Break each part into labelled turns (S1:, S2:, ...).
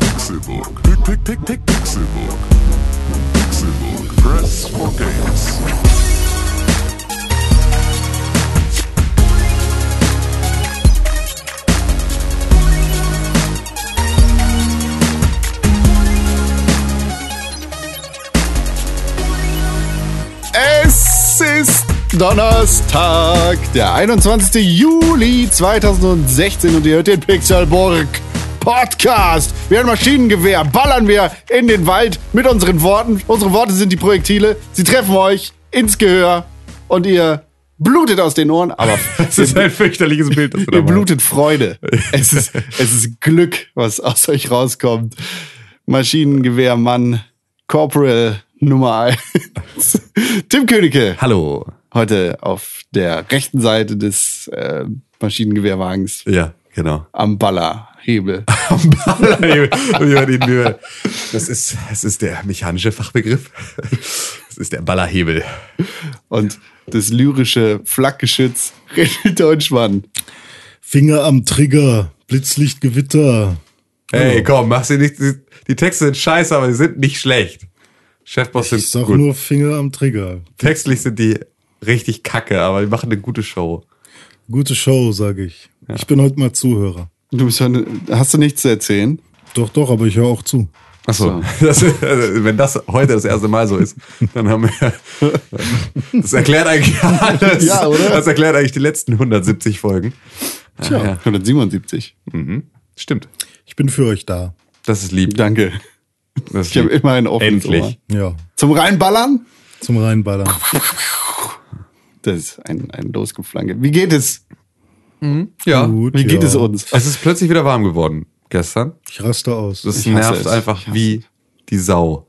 S1: Pixelburg. Pick, pick, pick, pick, Pixelburg. Pixelburg. Press for games.
S2: Es ist Donnerstag, der 21. Juli 2016 und ihr hört den Pixelburg Podcast. Wir haben Maschinengewehr, ballern wir in den Wald mit unseren Worten. Unsere Worte sind die Projektile. Sie treffen euch ins Gehör und ihr blutet aus den Ohren, aber
S3: Das ist ein fürchterliches Bild, das du da
S2: ihr
S3: machst.
S2: blutet Freude. Es ist, es ist Glück, was aus euch rauskommt. Maschinengewehrmann, Corporal Nummer 1. Tim Königke.
S3: Hallo.
S2: heute auf der rechten Seite des äh, Maschinengewehrwagens
S3: Ja, genau.
S2: am Ballerhebel.
S3: das, ist, das ist der mechanische Fachbegriff. Das ist der Ballerhebel.
S2: Und das lyrische Flakgeschütz René Deutschmann.
S4: Finger am Trigger, Blitzlicht, Gewitter.
S3: Hey, komm, mach sie nicht. Die Texte sind scheiße, aber sie sind nicht schlecht. Chefboss
S4: Ich
S3: sind
S4: sag
S3: gut.
S4: nur Finger am Trigger.
S3: Textlich sind die richtig kacke, aber die machen eine gute Show.
S4: Gute Show, sage ich. Ich bin heute mal Zuhörer.
S2: Du bist heute, hast du nichts zu erzählen?
S4: Doch, doch, aber ich höre auch zu.
S3: Achso, das, also, wenn das heute das erste Mal so ist, dann haben wir. Das erklärt eigentlich alles.
S2: Ja, oder?
S3: Das erklärt eigentlich die letzten 170 Folgen.
S2: Tja, 177.
S3: Stimmt.
S4: Ich bin für euch da.
S3: Das ist lieb.
S2: Danke.
S3: Das ist
S2: Ich habe
S3: lieb.
S2: immer ein offenes
S3: Endlich.
S2: Ohr.
S4: Ja,
S2: Zum Reinballern?
S4: zum Reinballern.
S2: Das ist ein, ein Losgeflanke. Wie geht es?
S3: Ja. Also-
S4: Gut,
S2: Wie geht
S4: ja.
S2: es uns?
S3: Es ist plötzlich wieder warm geworden gestern.
S4: Ich raste aus.
S3: Das
S2: hasse
S3: nervt
S2: es.
S3: einfach
S2: Ich hasse
S3: wie die Sau.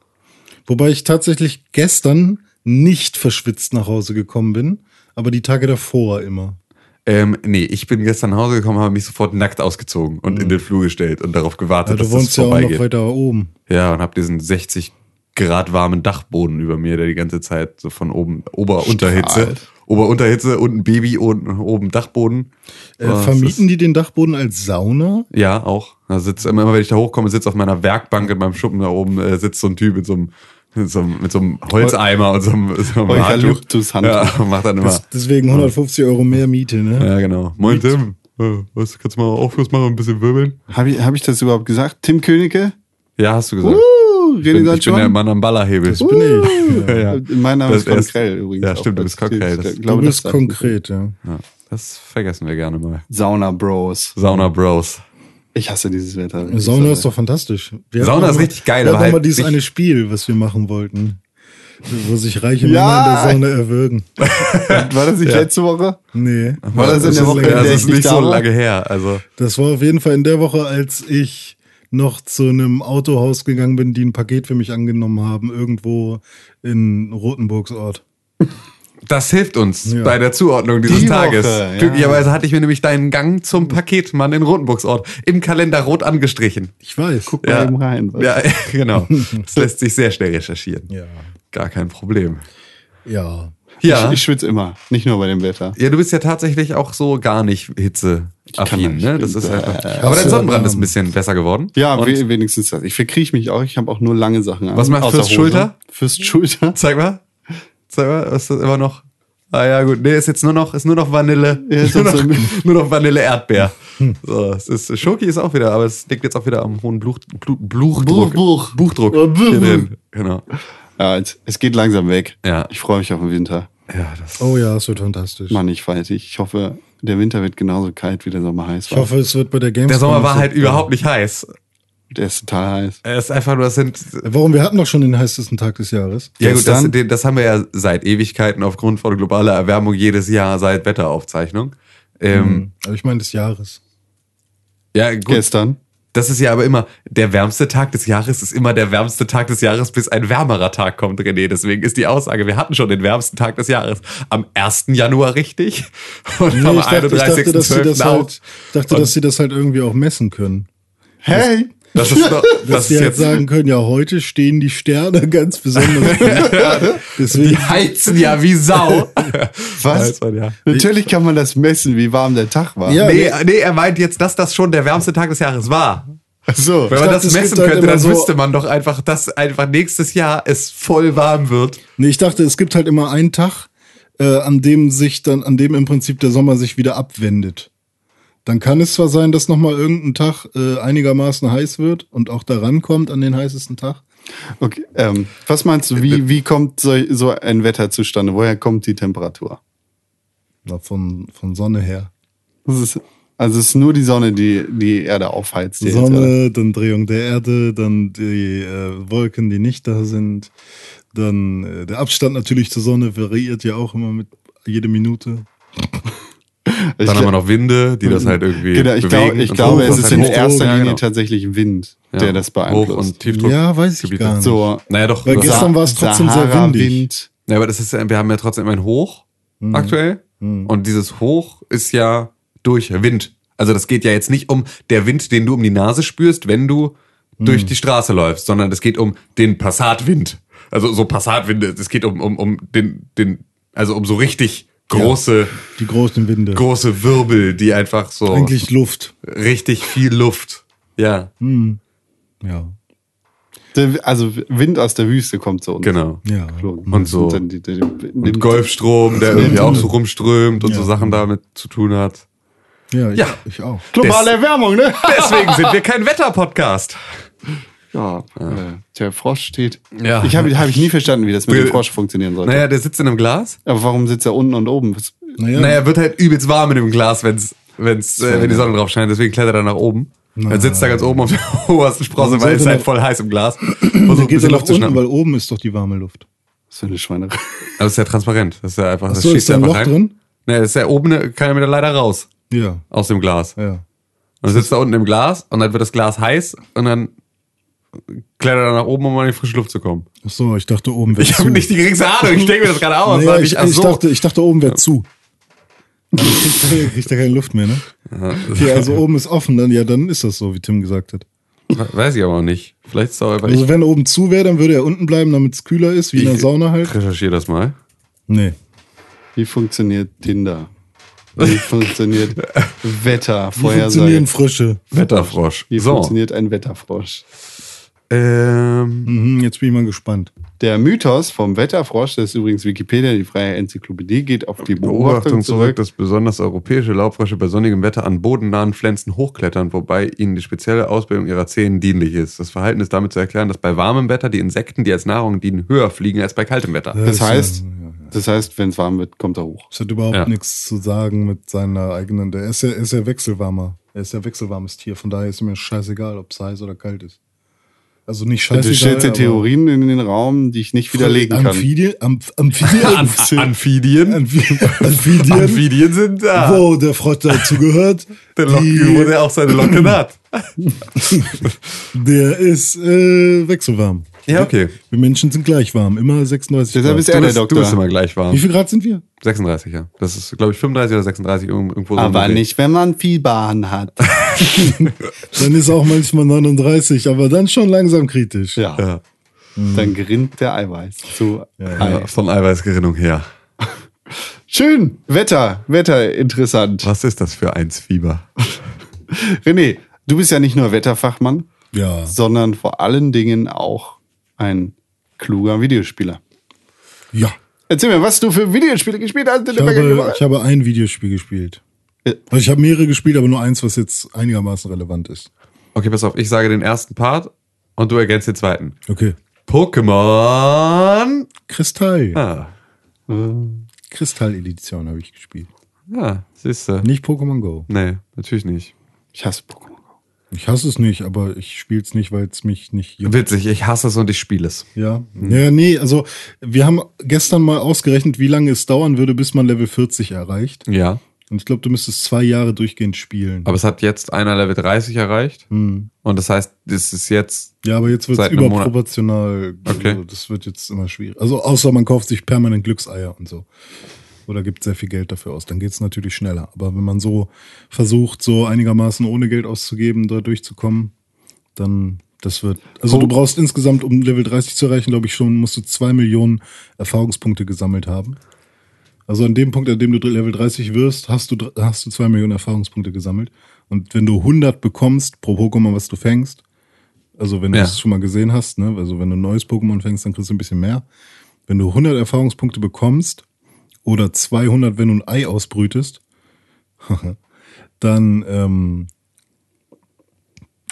S4: Wobei ich tatsächlich gestern nicht verschwitzt nach Hause gekommen bin, aber die Tage davor immer.
S3: Ähm, nee, ich bin gestern nach Hause gekommen, habe mich sofort nackt ausgezogen und in den Flur gestellt und darauf
S4: Mhm. Ja,
S3: gewartet,
S4: du
S3: dass es
S4: wohnst Also ja auch noch
S3: vorbeigeht.
S4: weiter oben.
S3: Ja, und habe diesen 60 Grad warmen Dachboden über mir, der die ganze Zeit so von oben Ober-Unterhitze,
S2: Strahlt.
S3: Ober-Unterhitze, unten Baby und oben Dachboden.
S4: Äh,
S3: Oh, das
S4: vermieten die den Dachboden als Sauna?
S3: Ja, auch. Da sitzt immer, immer, wenn ich da hochkomme, sitzt auf meiner Werkbank in meinem Schuppen da oben, äh, sitzt so ein Typ mit so einem, mit so einem, mit so einem Holzeimer und so einem, so einem Handtuch.
S2: Eukalyptus-Handtuch.
S3: Ja, und macht dann immer.
S4: Das, deswegen 150 Euro mehr Miete, ne?
S3: Ja, genau. Moin Tim. Äh, Was, kannst du mal Aufschluss machen und ein bisschen wirbeln?
S2: Habe ich, hab ich das überhaupt gesagt? Tim Königke?
S3: Ja, hast du gesagt.
S2: Uh,
S3: ich,
S2: René
S3: bin, ich bin der
S2: Deutschmann? Äh,
S3: Mann am Ballerhebel.
S4: Das bin ich.
S2: Uh.
S4: Ja.
S3: ja.
S2: Mein Name
S3: Das
S2: ist Con
S3: erst-
S2: Krell übrigens.
S3: Ja, stimmt, du bist Con Krell. Das-
S2: Ich
S4: Du
S2: glaube, das
S4: bist
S2: sagt mir-
S4: konkret, ja.
S3: Ja, das vergessen wir gerne mal.
S2: Sauna Bros.
S3: Sauna Bros.
S2: Ich hasse dieses Wetter. Ich
S4: Sauna
S2: sage-
S4: ist doch fantastisch. Wir
S3: Sauna
S4: hatten
S3: ist
S4: mal-
S3: richtig geil,
S4: Wir
S3: aber
S4: hatten
S3: halt
S4: mal dieses
S3: nicht-
S4: eine Spiel, was wir machen wollten, wo sich reiche
S2: Ja.
S4: Männer in der Sauna erwürgen.
S2: War das nicht
S3: Ja.
S2: letzte Woche?
S4: Nee.
S2: War das in
S3: ist
S2: der Woche, in
S3: ja,
S2: der
S3: das
S2: ich
S3: ist
S2: nicht
S3: nicht
S2: da
S3: so
S2: war?
S3: lange her. Also,
S4: Das war auf jeden Fall in der Woche, als ich noch zu einem Autohaus gegangen bin, die ein Paket für mich angenommen haben, irgendwo in Rotenburgsort.
S3: das hilft uns
S4: Ja.
S3: bei der Zuordnung dieses
S2: Die
S3: Tages.
S2: Woche, ja.
S3: Glücklicherweise hatte ich mir nämlich deinen Gang zum Paketmann in Rotenburgsort im Kalender rot angestrichen.
S4: Ich weiß.
S2: Guck mal eben rein. was-
S3: Ja, genau. Das lässt sich sehr schnell recherchieren.
S4: Ja.
S3: Gar kein Problem.
S4: Ja.
S3: Ja.
S2: Ich, ich schwitze immer, nicht nur bei dem Wetter.
S3: Ja, du bist ja tatsächlich auch so gar nicht
S2: kann
S3: hitzeaffin,
S2: nicht.
S3: ne? Das ist einfach.
S2: Ich
S3: Aber dein
S4: hasse
S3: Sonnenbrand
S4: Wärme.
S3: ist ein bisschen besser geworden.
S2: ähm, Ja,
S3: Und,
S2: we wenigstens das. Ich verkrieche mich auch. Ich habe auch nur lange Sachen an.
S3: Was macht
S2: außer
S3: fürs
S2: Hose.
S3: Schulter?
S2: Fürs Schulter?
S3: zeig mal. Zeig mal, ist das immer noch. Ah ja, gut. Nee, ist jetzt nur noch, ist nur noch Vanille.
S2: Ja, ist
S3: nur,
S2: auch
S3: noch,
S2: so-
S3: nur noch Vanille Erdbeer. So, es ist, Schoki ist auch wieder, aber es liegt jetzt auch wieder am hohen Bluch, Bluch,
S2: Buch,
S3: Bluchdruck.
S2: Buch.
S3: Buchdruck.
S2: Ja, Buch,
S3: Hier
S2: Buch.
S3: drin. Genau.
S2: Ja, es, es geht langsam weg.
S3: Ja.
S2: Ich freue mich auf den Winter.
S3: Ja, das.
S4: Oh ja, es wird fantastisch.
S2: Mann, ich weiß nicht. Ich hoffe, der Winter wird genauso kalt, wie der Sommer heiß
S4: Ich
S2: war.
S4: hoffe, es wird bei der Gamescom.
S3: Der Sommer war
S4: nicht so-
S3: halt überhaupt nicht heiß.
S2: Der ist total heiß.
S3: Es ist einfach nur, das sind.
S4: Warum? Wir hatten doch schon den heißesten Tag des Jahres.
S3: Ja, gut, das,
S2: Gestern?
S3: den- das haben wir ja seit Ewigkeiten aufgrund von globaler Erwärmung jedes Jahr seit Wetteraufzeichnung. Ähm,
S4: Hm. Aber ich meine des Jahres.
S3: Ja, gut.
S2: Gestern.
S3: Das ist ja aber immer, der wärmste Tag des Jahres ist immer der wärmste Tag des Jahres, bis ein wärmerer Tag kommt, René. Deswegen ist die Aussage, wir hatten schon den wärmsten Tag des Jahres am 1. Januar richtig und
S4: Nee,
S3: am
S4: ich, dachte, ich, dachte, dass sie
S3: 31.12.
S4: das
S3: auch.
S4: halt, ich dachte, dass sie das halt irgendwie auch messen können.
S2: Hey!
S3: Das ist, doch,
S4: Dass
S3: das
S4: sie
S3: ist
S4: halt
S3: jetzt,
S4: sagen können, ja, heute stehen die Sterne ganz besonders gut.
S3: die
S4: Deswegen,
S3: heizen ja wie Sau.
S2: Was?
S3: Weiß man ja.
S2: Natürlich kann man das messen, wie warm der Tag war.
S4: Ja.
S3: Nee, nee, er meint jetzt, dass das schon der wärmste Tag des Jahres war.
S2: So.
S3: Wenn
S4: Ich
S3: man
S4: glaub,
S3: das
S4: es gibt
S3: messen
S4: halt
S3: könnte,
S4: immer
S3: dann
S4: so-
S3: wüsste man doch einfach, dass einfach nächstes Jahr es voll warm wird.
S4: Nee, ich dachte, es gibt halt immer einen Tag, äh, an dem sich dann, an dem im Prinzip der Sommer sich wieder abwendet. Dann kann es zwar sein, dass nochmal irgendein Tag äh, einigermaßen heiß wird und auch daran kommt an den heißesten Tag.
S2: Okay, ähm, was meinst du, wie, wie kommt so, so ein Wetter zustande? Woher kommt die Temperatur?
S4: Na, von, von Sonne her.
S2: Das ist, also es ist nur die Sonne, die die Erde aufheizt. die jetzt, oder?
S4: Sonne, dann Drehung der Erde, dann die äh, Wolken, die nicht da sind. Dann äh, der Abstand natürlich zur Sonne variiert ja auch immer mit jede Minute.
S2: Ich
S3: Dann haben wir
S2: glaub-
S3: noch Winde, die das halt irgendwie
S2: genau, ich, glaub,
S3: bewegen.
S2: ich
S3: und
S2: glaube,
S3: hoch
S2: es
S3: und
S2: ist
S3: halt
S2: in
S3: hoch.
S2: erster
S3: Ja,
S2: Linie
S3: genau.
S2: tatsächlich Wind,
S3: Ja.
S2: der das beeinflusst.
S3: Hoch und Tiefdruck.
S4: Ja, weiß ich
S3: Gebiete.
S4: gar nicht.
S2: so,
S3: Naja, doch.
S4: Weil
S3: das-
S4: gestern war es trotzdem sehr windig.
S2: Wind.
S3: ja, aber das ist, ja- wir haben ja trotzdem ein Hoch
S4: Mhm.
S3: aktuell. Und dieses Hoch ist ja durch Wind. Also das geht ja jetzt nicht um der Wind, den du um die Nase spürst, wenn du
S4: Mhm.
S3: durch die Straße läufst, sondern es geht um den Passatwind. Also so Passatwinde. Es geht um, um, um den, den, also um so richtig große,
S4: Die großen Winde.
S3: große Wirbel, die einfach so
S4: Eigentlich Mhm. Luft.
S3: richtig viel Luft. Ja,
S4: Ja.
S2: Der- Also Wind aus der Wüste kommt so.
S3: genau.
S4: Ja.
S2: Geflogen.
S3: Und so.
S2: dann die, die, die,
S3: Und Golfstrom, der irgendwie auch so rumströmt und so
S4: Ja.
S3: Sachen damit zu tun hat.
S4: Ja, ich,
S3: Ja.
S4: ich auch.
S2: globale Erwärmung, ne?
S3: Deswegen sind wir kein Wetterpodcast.
S2: Ja, Äh, der Frosch steht.
S3: Ja.
S2: Ich habe hab ich nie verstanden, wie das mit dem
S3: Wir-
S2: Frosch funktionieren sollte.
S3: Naja, der sitzt in einem Glas.
S2: Aber warum sitzt er unten und oben? Was-
S4: Naja,
S3: Naja, wird halt übelst warm in dem Glas, wenn's, wenn's, äh, wenn die Sonne drauf scheint. Deswegen klettert er nach oben. Dann sitzt er ganz oben auf der obersten Sprosse,
S4: Warum
S3: weil es
S4: sollte
S3: halt
S4: er-
S3: voll heiß im Glas. Versucht ein
S4: geht er
S3: bisschen
S4: nach
S3: Luft zu
S4: unten,
S3: schnappen.
S4: weil oben ist doch die warme Luft.
S2: Was für eine Schweinerei.
S3: Aber es ist ja transparent. Das ist ja einfach, das
S4: so,
S3: schießt
S4: ist da
S3: ja
S4: ein
S3: einfach
S4: Loch
S3: rein.
S4: drin?
S3: Naja, das ist ja oben, äh, kann er wieder leider raus.
S4: Ja,
S3: Aus dem Glas.
S4: ja.
S3: Und dann sitzt er unten im Glas und dann wird das Glas heiß und dann klettert er nach oben, um an die frische Luft zu kommen.
S4: Ach so, ich dachte oben wäre
S3: Ich
S4: zu.
S3: habe nicht die geringste Ahnung, ich denke mir das gerade aus.
S4: naja,
S3: Hab
S4: Oh, ich,
S3: ich, ach
S4: ich,
S3: so.
S4: dachte, ich dachte oben wäre zu. Dann kriegt er- kriegt er keine Luft mehr, ne? Okay, also oben ist offen, dann ja, dann ist das so, wie Tim gesagt hat.
S3: Weiß ich aber auch nicht. Vielleicht ist es auch einfach.
S4: Also wenn oben zu wäre, dann würde er unten bleiben, damit es kühler ist, wie in der
S3: Ich-
S4: Sauna
S3: ich
S4: halt.
S3: recherchiere das mal.
S4: Nee.
S2: Wie funktioniert Tinder? Wie funktioniert Wetter,
S4: Wie funktionieren
S2: Vorhersagen?
S4: Frische?
S3: Wetterfrosch.
S2: Wie
S3: So.
S2: funktioniert ein Wetterfrosch?
S3: Ähm,
S4: Mhm, jetzt bin ich mal gespannt.
S2: Der Mythos vom Wetterfrosch, das ist übrigens Wikipedia, die freie Enzyklopädie, geht auf die
S3: Beobachtung zurück,
S2: zurück.
S3: dass besonders europäische Laubfrösche bei sonnigem Wetter an bodennahen Pflanzen hochklettern, wobei ihnen die spezielle Ausbildung ihrer Zehen dienlich ist. Das Verhalten ist damit zu erklären, dass bei warmem Wetter die Insekten, die als Nahrung dienen, höher fliegen als bei kaltem Wetter.
S2: Das heißt,
S4: Ja, ja, ja.
S2: das heißt, wenn es warm wird, kommt er hoch.
S4: Es hat überhaupt
S3: Ja.
S4: nichts zu sagen mit seiner eigenen. Der ist ja, ist ja wechselwarmer. Er ist ja wechselwarmes Tier. Von daher ist mir scheißegal, ob es heiß oder kalt ist. Also nicht scheißegal.
S2: Du stellst dir
S4: aber-
S2: Theorien in den Raum, die ich nicht widerlegen kann.
S4: Amphidien, Amph Amphidien,
S3: Ah, Amphidien?
S4: Amphidien, Äh, Amphidien,
S3: Amphidien sind da.
S4: wo der Frosch dazugehört,
S3: Ah. Der Locke, wo
S4: die-
S3: der auch seine Locke hat.
S4: der ist äh, wechselwarm.
S3: Ja, okay.
S4: Wir Menschen sind gleich warm, immer 36
S2: Deshalb ist er
S4: Grad.
S3: Du
S2: der
S3: bist, du bist
S2: Doktor.
S3: immer gleich
S4: Wie
S3: warm.
S4: viel Grad sind wir?
S3: 36, ja. Das ist, glaube ich, 35 oder 36 irgend- irgendwo so. um
S2: Aber
S3: im Dreh.
S2: Ah, nicht, wenn man Fiebahn hat.
S4: Dann ist auch manchmal 39, aber dann schon langsam kritisch.
S2: Ja.
S3: Ja.
S4: Ähm.
S2: Dann gerinnt der Eiweiß zu Ei.
S3: Ja, von Eiweißgerinnung her.
S2: Schön, Wetter, Wetter interessant.
S3: Was ist das für eins Fieber?
S2: René, du bist ja nicht nur Wetterfachmann,
S4: Ja.
S2: sondern vor allen Dingen auch ein kluger Videospieler.
S4: ja.
S2: Erzähl mir, was du für Videospiele gespielt hast in
S4: Ich
S2: der
S4: habe,
S2: Vergangenheit.
S4: ich habe ein Videospiel gespielt.
S2: Äh.
S4: Also ich habe mehrere gespielt, aber nur eins, was jetzt einigermaßen relevant ist.
S3: Okay, pass auf, ich sage den ersten Part und du ergänzt den zweiten.
S4: Okay.
S3: Pokémon.
S4: Kristall.
S3: Ah,
S2: Äh,
S4: Kristall-Edition habe ich gespielt.
S3: ja, ah, siehst du.
S4: Nicht Pokémon Go.
S3: Nee, natürlich nicht.
S2: Ich hasse Pokémon.
S4: Ich hasse es nicht, aber ich spiele es nicht, weil es mich nicht juckt.
S3: Witzig, ich hasse es und ich spiele es.
S4: Ja.
S3: Hm.
S4: ja, nee, also wir haben gestern mal ausgerechnet, wie lange es dauern würde, bis man Level 40 erreicht.
S3: Ja.
S4: Und ich glaube, du müsstest zwei Jahre durchgehend spielen.
S3: Aber es hat jetzt einer Level 30 erreicht. Und das heißt, es ist jetzt.
S4: ja, aber jetzt wird es
S3: Seit einem Monat.
S4: überproportional.
S3: Okay.
S4: Also, das wird jetzt immer schwierig. Also außer man kauft sich permanent Glückseier und so. Oder gibt sehr viel Geld dafür aus. Dann geht es natürlich schneller. Aber wenn man so versucht, so einigermaßen ohne Geld auszugeben, da durchzukommen, dann das wird. Also du brauchst insgesamt, um Level 30 zu erreichen, glaube ich schon, musst du zwei Millionen Erfahrungspunkte gesammelt haben. Also an dem Punkt, an dem du Level 30 wirst, hast du, dr- hast du zwei Millionen Erfahrungspunkte gesammelt. Und wenn du 100 bekommst pro Pokémon, was du fängst, also wenn du
S3: Ja.
S4: es schon mal gesehen hast, ne? also wenn du ein neues Pokémon fängst, dann kriegst du ein bisschen mehr. Wenn du 100 Erfahrungspunkte bekommst oder 200, wenn du ein Ei ausbrütest, dann, ähm,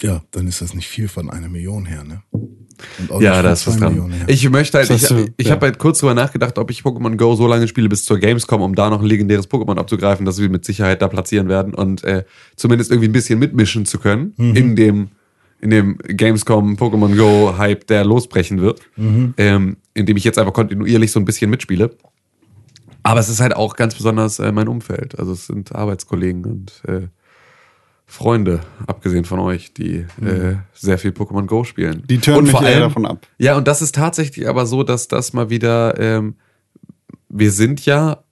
S4: ja, dann ist das nicht viel von einer Million her, ne? Und auch nicht
S3: Ja,
S4: von
S3: da ist was
S4: zwei
S3: dran.
S4: Millionen her.
S3: Ich möchte halt,
S2: Das
S3: ich,
S2: hast du-
S3: ich
S2: ja.
S3: habe halt kurz drüber nachgedacht, ob ich Pokémon Go so lange spiele bis zur Gamescom, um da noch ein legendäres Pokémon abzugreifen, das wir mit Sicherheit da platzieren werden und äh, zumindest irgendwie ein bisschen mitmischen zu können in dem in dem Gamescom Pokémon Go Hype, der losbrechen wird, ähm, indem ich jetzt einfach kontinuierlich so ein bisschen mitspiele. Aber es ist halt auch ganz besonders äh, mein Umfeld. Also es sind Arbeitskollegen und äh, Freunde, abgesehen von euch, die äh, sehr viel Pokémon Go spielen.
S2: Die turnen
S3: und
S2: mich leider davon ab.
S3: Ja, und das ist tatsächlich aber so, dass das mal wieder, ähm, wir sind ja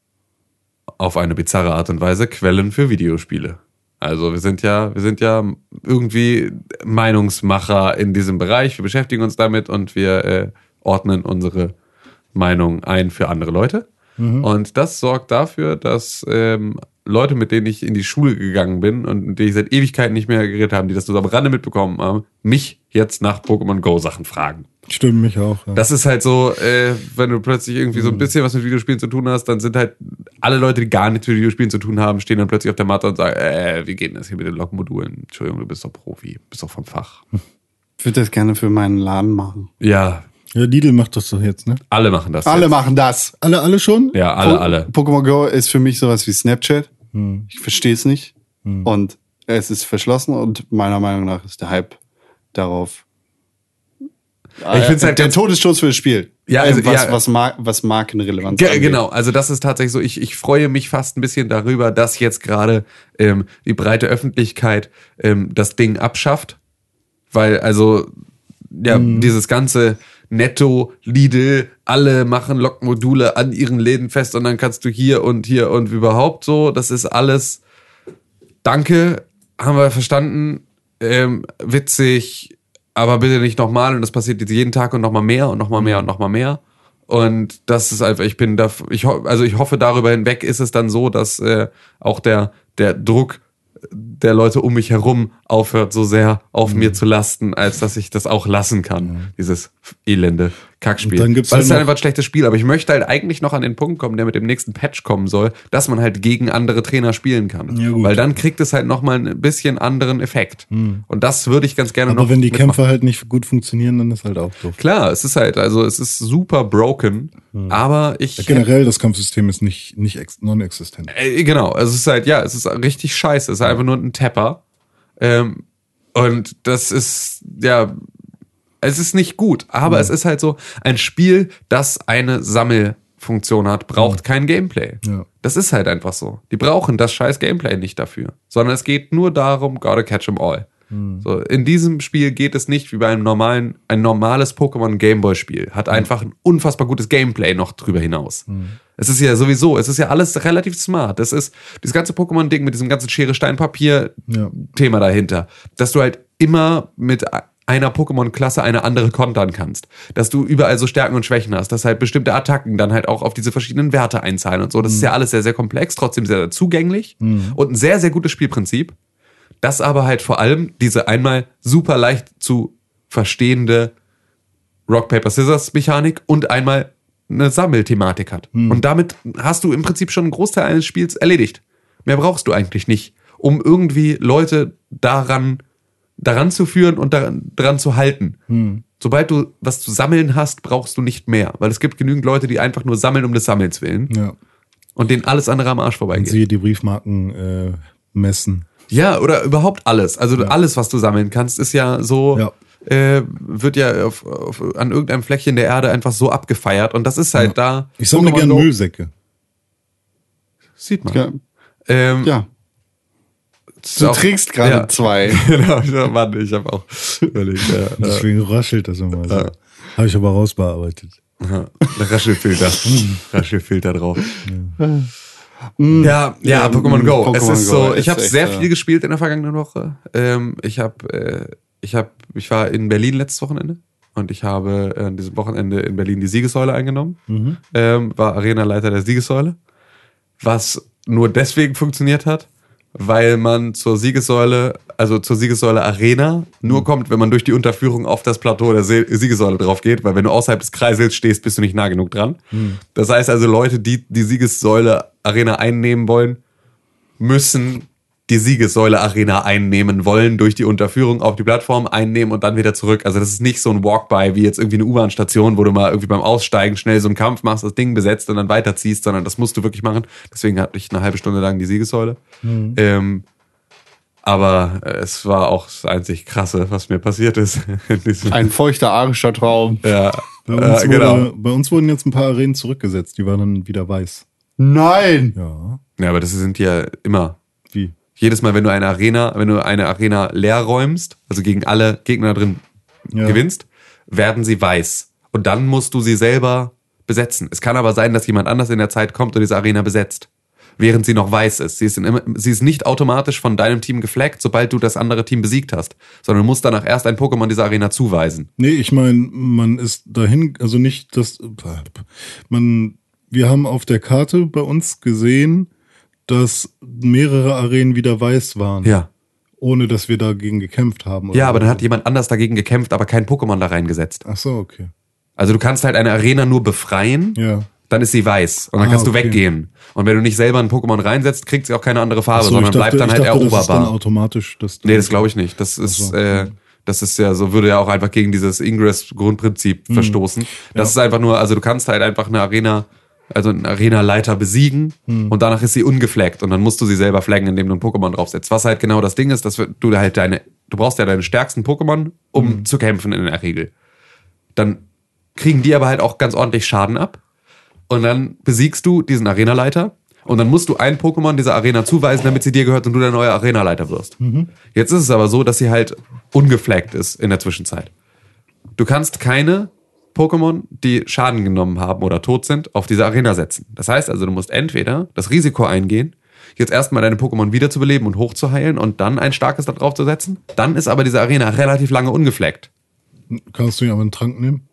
S3: auf eine bizarre Art und Weise Quellen für Videospiele. Also wir sind ja, wir sind ja irgendwie Meinungsmacher in diesem Bereich. Wir beschäftigen uns damit und wir äh, ordnen unsere Meinung ein für andere Leute. Und das sorgt dafür, dass ähm, Leute, mit denen ich in die Schule gegangen bin und mit denen ich seit Ewigkeiten nicht mehr geredet habe, die das nur so am Rande mitbekommen haben, mich jetzt nach Pokémon Go Sachen fragen.
S4: Stimmt mich auch. Ja.
S3: Das ist halt so, äh, wenn du plötzlich irgendwie so ein bisschen was mit Videospielen zu tun hast, dann sind halt alle Leute, die gar nichts mit Videospielen zu tun haben, stehen dann plötzlich auf der Matte und sagen, äh, wie geht denn das hier mit den Logmodulen? Entschuldigung, du bist doch Profi, bist doch vom Fach.
S2: Ich würde das gerne für meinen Laden machen.
S3: Ja,
S4: ja, Lidl macht das doch jetzt, ne?
S3: alle machen das.
S2: Alle Oh.
S3: jetzt.
S2: machen das.
S4: Alle, alle schon?
S3: Ja, alle,
S2: Po-
S3: alle. Hm.
S2: Pokémon Go ist für mich sowas wie Snapchat. Ich verstehe es nicht. Und es ist verschlossen und meiner Meinung nach ist der Hype darauf. äh,
S3: Ich find's halt
S2: der
S3: ganz-
S2: Todesstoß für das Spiel.
S3: Ja, also,
S2: Ähm, was,
S3: ja.
S2: was, Mar was Markenrelevanz
S3: Ge
S2: angeht.
S3: Genau, also das ist tatsächlich so, ich, ich freue mich fast ein bisschen darüber, dass jetzt gerade ähm, die breite Öffentlichkeit ähm, das Ding abschafft, weil also ja, dieses ganze Netto, Lidl, alle machen Lokmodule an ihren Läden fest und dann kannst du hier und hier und überhaupt so, das ist alles, danke, haben wir verstanden, ähm, witzig, aber bitte nicht nochmal und das passiert jetzt jeden Tag und nochmal mehr und nochmal mehr und nochmal mehr. Und das ist einfach, ich bin da, ich, ho- also ich hoffe, darüber hinweg ist es dann so, dass äh, auch der, der Druck der Leute um mich herum aufhört, so sehr auf
S4: Mhm.
S3: mir zu lasten, als dass ich das auch lassen kann, dieses elende Kackspiel.
S4: Und dann gibt's
S3: Weil
S4: halt
S3: es ist halt
S4: noch-
S3: einfach ein schlechtes Spiel, aber ich möchte halt eigentlich noch an den Punkt kommen, der mit dem nächsten Patch kommen soll, dass man halt gegen andere Trainer spielen kann.
S4: Ja, gut. Hm.
S3: Weil dann kriegt es halt nochmal einen bisschen anderen Effekt. Und das würde ich ganz gerne noch.
S4: Aber wenn die
S3: mitmachen.
S4: Kämpfe halt nicht gut funktionieren, dann ist halt auch doof.
S3: Klar, es ist halt, also es ist super broken, aber ich.
S4: Hm. Generell, das Kampfsystem ist nicht, nicht ex- non-existent.
S3: Äh, genau, also es ist halt, ja, es ist richtig scheiße. Es ist einfach nur ein Tapper. Ähm, und das ist, ja, es ist nicht gut, aber es ist halt so, ein Spiel, das eine Sammelfunktion hat, braucht kein Gameplay.
S4: Ja.
S3: Das ist halt einfach so. Die brauchen das scheiß Gameplay nicht dafür, sondern es geht nur darum, gotta catch 'em all. So, in diesem Spiel geht es nicht wie bei einem normalen, ein normales Pokémon Gameboy Spiel. Hat einfach ein unfassbar gutes Gameplay noch drüber hinaus. Es ist ja sowieso, es ist ja alles relativ smart. Das ist dieses ganze Pokémon Ding mit diesem ganzen Schere Stein Papier
S4: Ja.
S3: Thema dahinter, dass du halt immer mit einer Pokémon-Klasse eine andere kontern kannst. Dass du überall so Stärken und Schwächen hast, dass halt bestimmte Attacken dann halt auch auf diese verschiedenen Werte einzahlen und so. Das ist ja alles sehr, sehr komplex, trotzdem sehr, sehr zugänglich und ein sehr, sehr gutes Spielprinzip. Das aber halt vor allem diese einmal super leicht zu verstehende Rock, Paper, Scissors Mechanik und einmal eine Sammelthematik hat. Und damit hast du im Prinzip schon einen Großteil eines Spiels erledigt. Mehr brauchst du eigentlich nicht, um irgendwie Leute daran, daran zu führen und daran, daran zu halten. Sobald du was zu sammeln hast, brauchst du nicht mehr, weil es gibt genügend Leute, die einfach nur sammeln um des Sammelns willen
S4: Ja.
S3: und denen alles andere am Arsch vorbeigeht.
S4: Siehe die Briefmarken äh, messen.
S3: Ja, oder überhaupt alles. Also alles, was du sammeln kannst, ist ja so, Äh, wird ja auf, auf, an irgendeinem Fleckchen der Erde einfach so abgefeiert. Und das ist halt da.
S4: Ich sammle
S3: Pokémon
S4: gern
S3: Go-
S4: Müllsäcke.
S3: Sieht man.
S2: Ja.
S3: Ähm,
S2: ja. Du trägst gerade
S3: ja.
S2: zwei.
S3: genau, ja, Mann, ich habe auch überlegt. Ja, ja.
S4: Deswegen raschelt das immer so.
S3: Ja.
S4: Habe ich aber rausbearbeitet.
S3: Ja, Raschelfilter. Hm, Raschelfilter drauf. Ja, ja,
S2: Ja,
S3: Pokémon
S2: mm,
S3: Go. es
S2: Pokémon
S3: ist
S2: Go
S3: so, ich
S2: ist
S3: habe
S2: echt,
S3: sehr
S2: ja.
S3: viel gespielt in der vergangenen Woche. Ähm, ich habe, äh, ich habe, ich war in Berlin letztes Wochenende und ich habe äh, an diesem Wochenende in Berlin die Siegessäule eingenommen. Ähm, war Arenaleiter der Siegessäule. was nur deswegen funktioniert hat, weil man zur Siegessäule, also zur Siegessäule Arena, nur kommt, wenn man durch die Unterführung auf das Plateau der See Siegessäule drauf geht, weil wenn du außerhalb des Kreisels stehst, bist du nicht nah genug dran. Das heißt also, Leute, die die Siegessäule Arena einnehmen wollen, müssen die Siegessäule Arena einnehmen wollen, durch die Unterführung auf die Plattform einnehmen und dann wieder zurück. Also das ist nicht so ein Walk-by wie jetzt irgendwie eine U-Bahn-Station, wo du mal irgendwie beim Aussteigen schnell so einen Kampf machst, das Ding besetzt und dann weiterziehst, sondern das musst du wirklich machen. Deswegen hatte ich eine halbe Stunde lang die Siegessäule.
S4: Mhm.
S3: Ähm, aber äh, es war auch das einzig Krasse, was mir passiert ist. in diesem-
S2: Ein feuchter arischer Traum.
S3: ja,
S4: Bei uns,
S3: äh, genau.
S4: wurde, bei uns wurden jetzt ein paar Arenen zurückgesetzt, die waren dann wieder weiß.
S2: Nein!
S4: Ja.
S3: Ja, aber das sind ja immer
S4: Wie?
S3: jedes Mal, wenn du eine Arena, wenn du eine Arena leer räumst, also gegen alle Gegner drin
S4: Ja.
S3: gewinnst, werden sie weiß. Und dann musst du sie selber besetzen. Es kann aber sein, dass jemand anders in der Zeit kommt und diese Arena besetzt. Während sie noch weiß ist. Sie ist, in, immer- sie ist nicht automatisch von deinem Team geflaggt, sobald du das andere Team besiegt hast. Sondern du musst danach erst ein Pokémon dieser Arena zuweisen.
S4: Nee, ich meine, man ist dahin, also nicht, dass man, wir haben auf der Karte bei uns gesehen, dass mehrere Arenen wieder weiß waren,
S3: Ja.
S4: ohne dass wir dagegen gekämpft haben. oder
S3: Ja, aber dann
S4: so.
S3: hat jemand anders dagegen gekämpft, aber kein Pokémon da reingesetzt.
S4: Ach so, okay.
S3: Also du kannst halt eine Arena nur befreien,
S4: Ja.
S3: dann ist sie weiß. Und dann
S4: Ah,
S3: kannst du
S4: okay.
S3: weggehen. Und wenn du nicht selber ein Pokémon reinsetzt, kriegt sie auch keine andere Farbe,
S4: Ach so,
S3: sondern bleibt dann halt
S4: das ist dann
S3: eroberbar.
S4: automatisch, dass du-
S3: Nee, das glaube ich nicht. Das ist,
S4: so.
S3: äh, das ist ja so, würde ja auch einfach gegen dieses Ingress-Grundprinzip verstoßen. Das ist einfach nur, also du kannst halt einfach eine Arena, also einen Arena-Leiter besiegen und danach ist sie ungeflaggt und dann musst du sie selber flaggen, indem du ein Pokémon draufsetzt. Was halt genau das Ding ist, dass wir- du halt deine, du brauchst ja deine stärksten Pokémon, um zu kämpfen in der Regel. Dann kriegen die aber halt auch ganz ordentlich Schaden ab. Und dann besiegst du diesen Arenaleiter. Und dann musst du ein Pokémon dieser Arena zuweisen, damit sie dir gehört und du der neue Arenaleiter wirst. Jetzt ist es aber so, dass sie halt ungeflaggt ist in der Zwischenzeit. Du kannst keine Pokémon, die Schaden genommen haben oder tot sind, auf diese Arena setzen. Das heißt also, du musst entweder das Risiko eingehen, jetzt erstmal deine Pokémon wiederzubeleben und hochzuheilen und dann ein starkes da drauf zu setzen. Dann ist aber diese Arena relativ lange ungeflaggt.
S4: Kannst du ja aber einen Trank nehmen?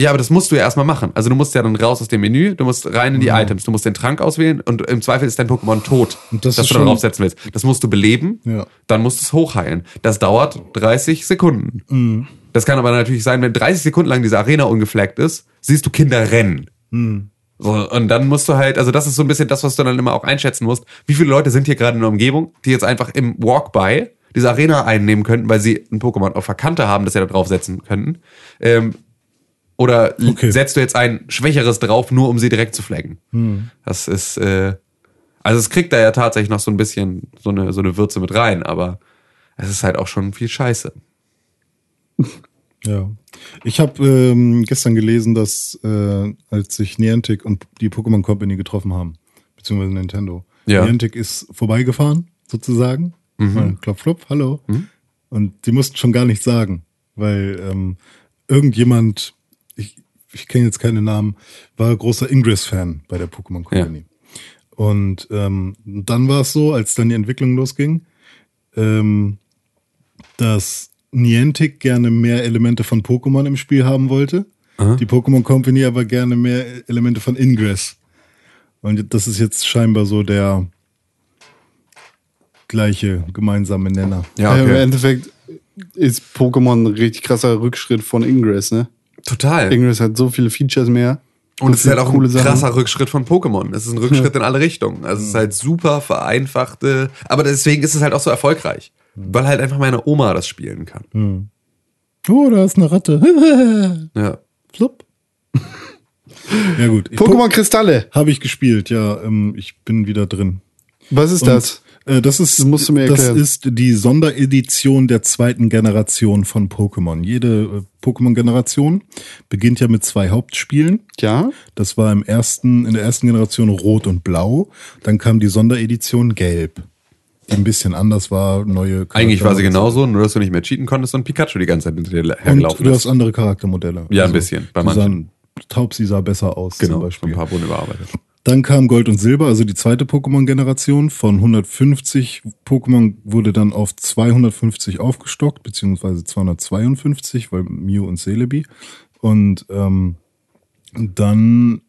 S3: Ja, aber das musst du ja erstmal machen. Also du musst ja dann raus aus dem Menü, du musst rein in
S4: Mhm.
S3: die Items, du musst den Trank auswählen und im Zweifel ist dein Pokémon tot,
S4: Und
S3: das,
S4: das ist
S3: du da
S4: schon-
S3: draufsetzen willst. Das musst du beleben,
S4: Ja.
S3: dann musst du es hochheilen. Das dauert 30 Sekunden.
S4: Mhm.
S3: Das kann aber natürlich sein, wenn 30 Sekunden lang diese Arena ungefleckt ist, siehst du Kinder rennen. So, und dann musst du halt, also das ist so ein bisschen das, was du dann immer auch einschätzen musst. Wie viele Leute sind hier gerade in der Umgebung, die jetzt einfach im Walk-By diese Arena einnehmen könnten, weil sie ein Pokémon auf der Kante haben, das sie da draufsetzen könnten? Ähm, oder l-
S4: Okay.
S3: setzt du jetzt ein schwächeres drauf, nur um sie direkt zu flaggen? Das ist, äh, also es kriegt da ja tatsächlich noch so ein bisschen so eine, so eine Würze mit rein, aber es ist halt auch schon viel Scheiße.
S4: Ja. Ich habe ähm, gestern gelesen, dass äh, als sich Niantic und die Pokémon Company getroffen haben, beziehungsweise Nintendo,
S3: Ja.
S4: Niantic ist vorbeigefahren, sozusagen. Mal Klopf, klopf, hallo. Und die mussten schon gar nichts sagen, weil ähm, irgendjemand, ich, ich kenne jetzt keine Namen, war großer Ingress-Fan bei der Pokémon Company. Und ähm, dann war es so, als dann die Entwicklung losging, ähm, dass Niantic gerne mehr Elemente von Pokémon im Spiel haben wollte. Die Pokémon Company aber gerne mehr Elemente von Ingress. Und das ist jetzt scheinbar so der gleiche gemeinsame Nenner.
S3: Ja,
S2: Äh, Im
S3: okay.
S2: Endeffekt ist Pokémon ein richtig krasser Rückschritt von Ingress, ne?
S3: Total.
S2: Ingress hat so viele Features mehr.
S3: Und es ist halt auch ein
S2: coole Sachen.
S3: krasser Rückschritt von Pokémon. Es ist ein Rückschritt in alle Richtungen. Also es
S4: Mhm.
S3: ist halt super vereinfachte, aber deswegen ist es halt auch so erfolgreich.
S4: Mhm.
S3: Weil halt einfach meine Oma das spielen kann.
S4: Oh, da ist eine Ratte.
S3: Ja.
S4: Plupp. ja gut. Ich-
S2: Pokémon Kristalle,
S4: habe ich gespielt, ja. Ähm, ich bin wieder drin.
S2: was ist das?
S4: Und, äh, das ist,
S2: Das musst du mir
S4: das
S2: erklären.
S4: ist die Sonderedition der zweiten Generation von Pokémon. Jede äh, Pokémon-Generation beginnt ja mit zwei Hauptspielen.
S2: Ja,
S4: Das war im ersten, in der ersten Generation Rot und Blau. Dann kam die Sonderedition Gelb, die ein bisschen anders war, neue. Charakter-
S3: Eigentlich war sie genau genauso, nur dass du nicht mehr cheaten konntest und Pikachu die ganze Zeit hinter dir
S4: genau. Und
S3: hergelaufen
S4: du
S3: ist.
S4: hast andere Charaktermodelle.
S3: Ja, ein bisschen, bei
S4: Bei
S3: manchen.
S4: manchen. Taub, sie sah besser aus zum
S3: Genau,
S4: Beispiel.
S3: ein paar Bohnen überarbeitet.
S4: Dann kam Gold und Silber, also die zweite Pokémon-Generation. Von 150 Pokémon wurde dann auf 250 aufgestockt, beziehungsweise 252, weil Mew und Celebi. Und ähm, dann,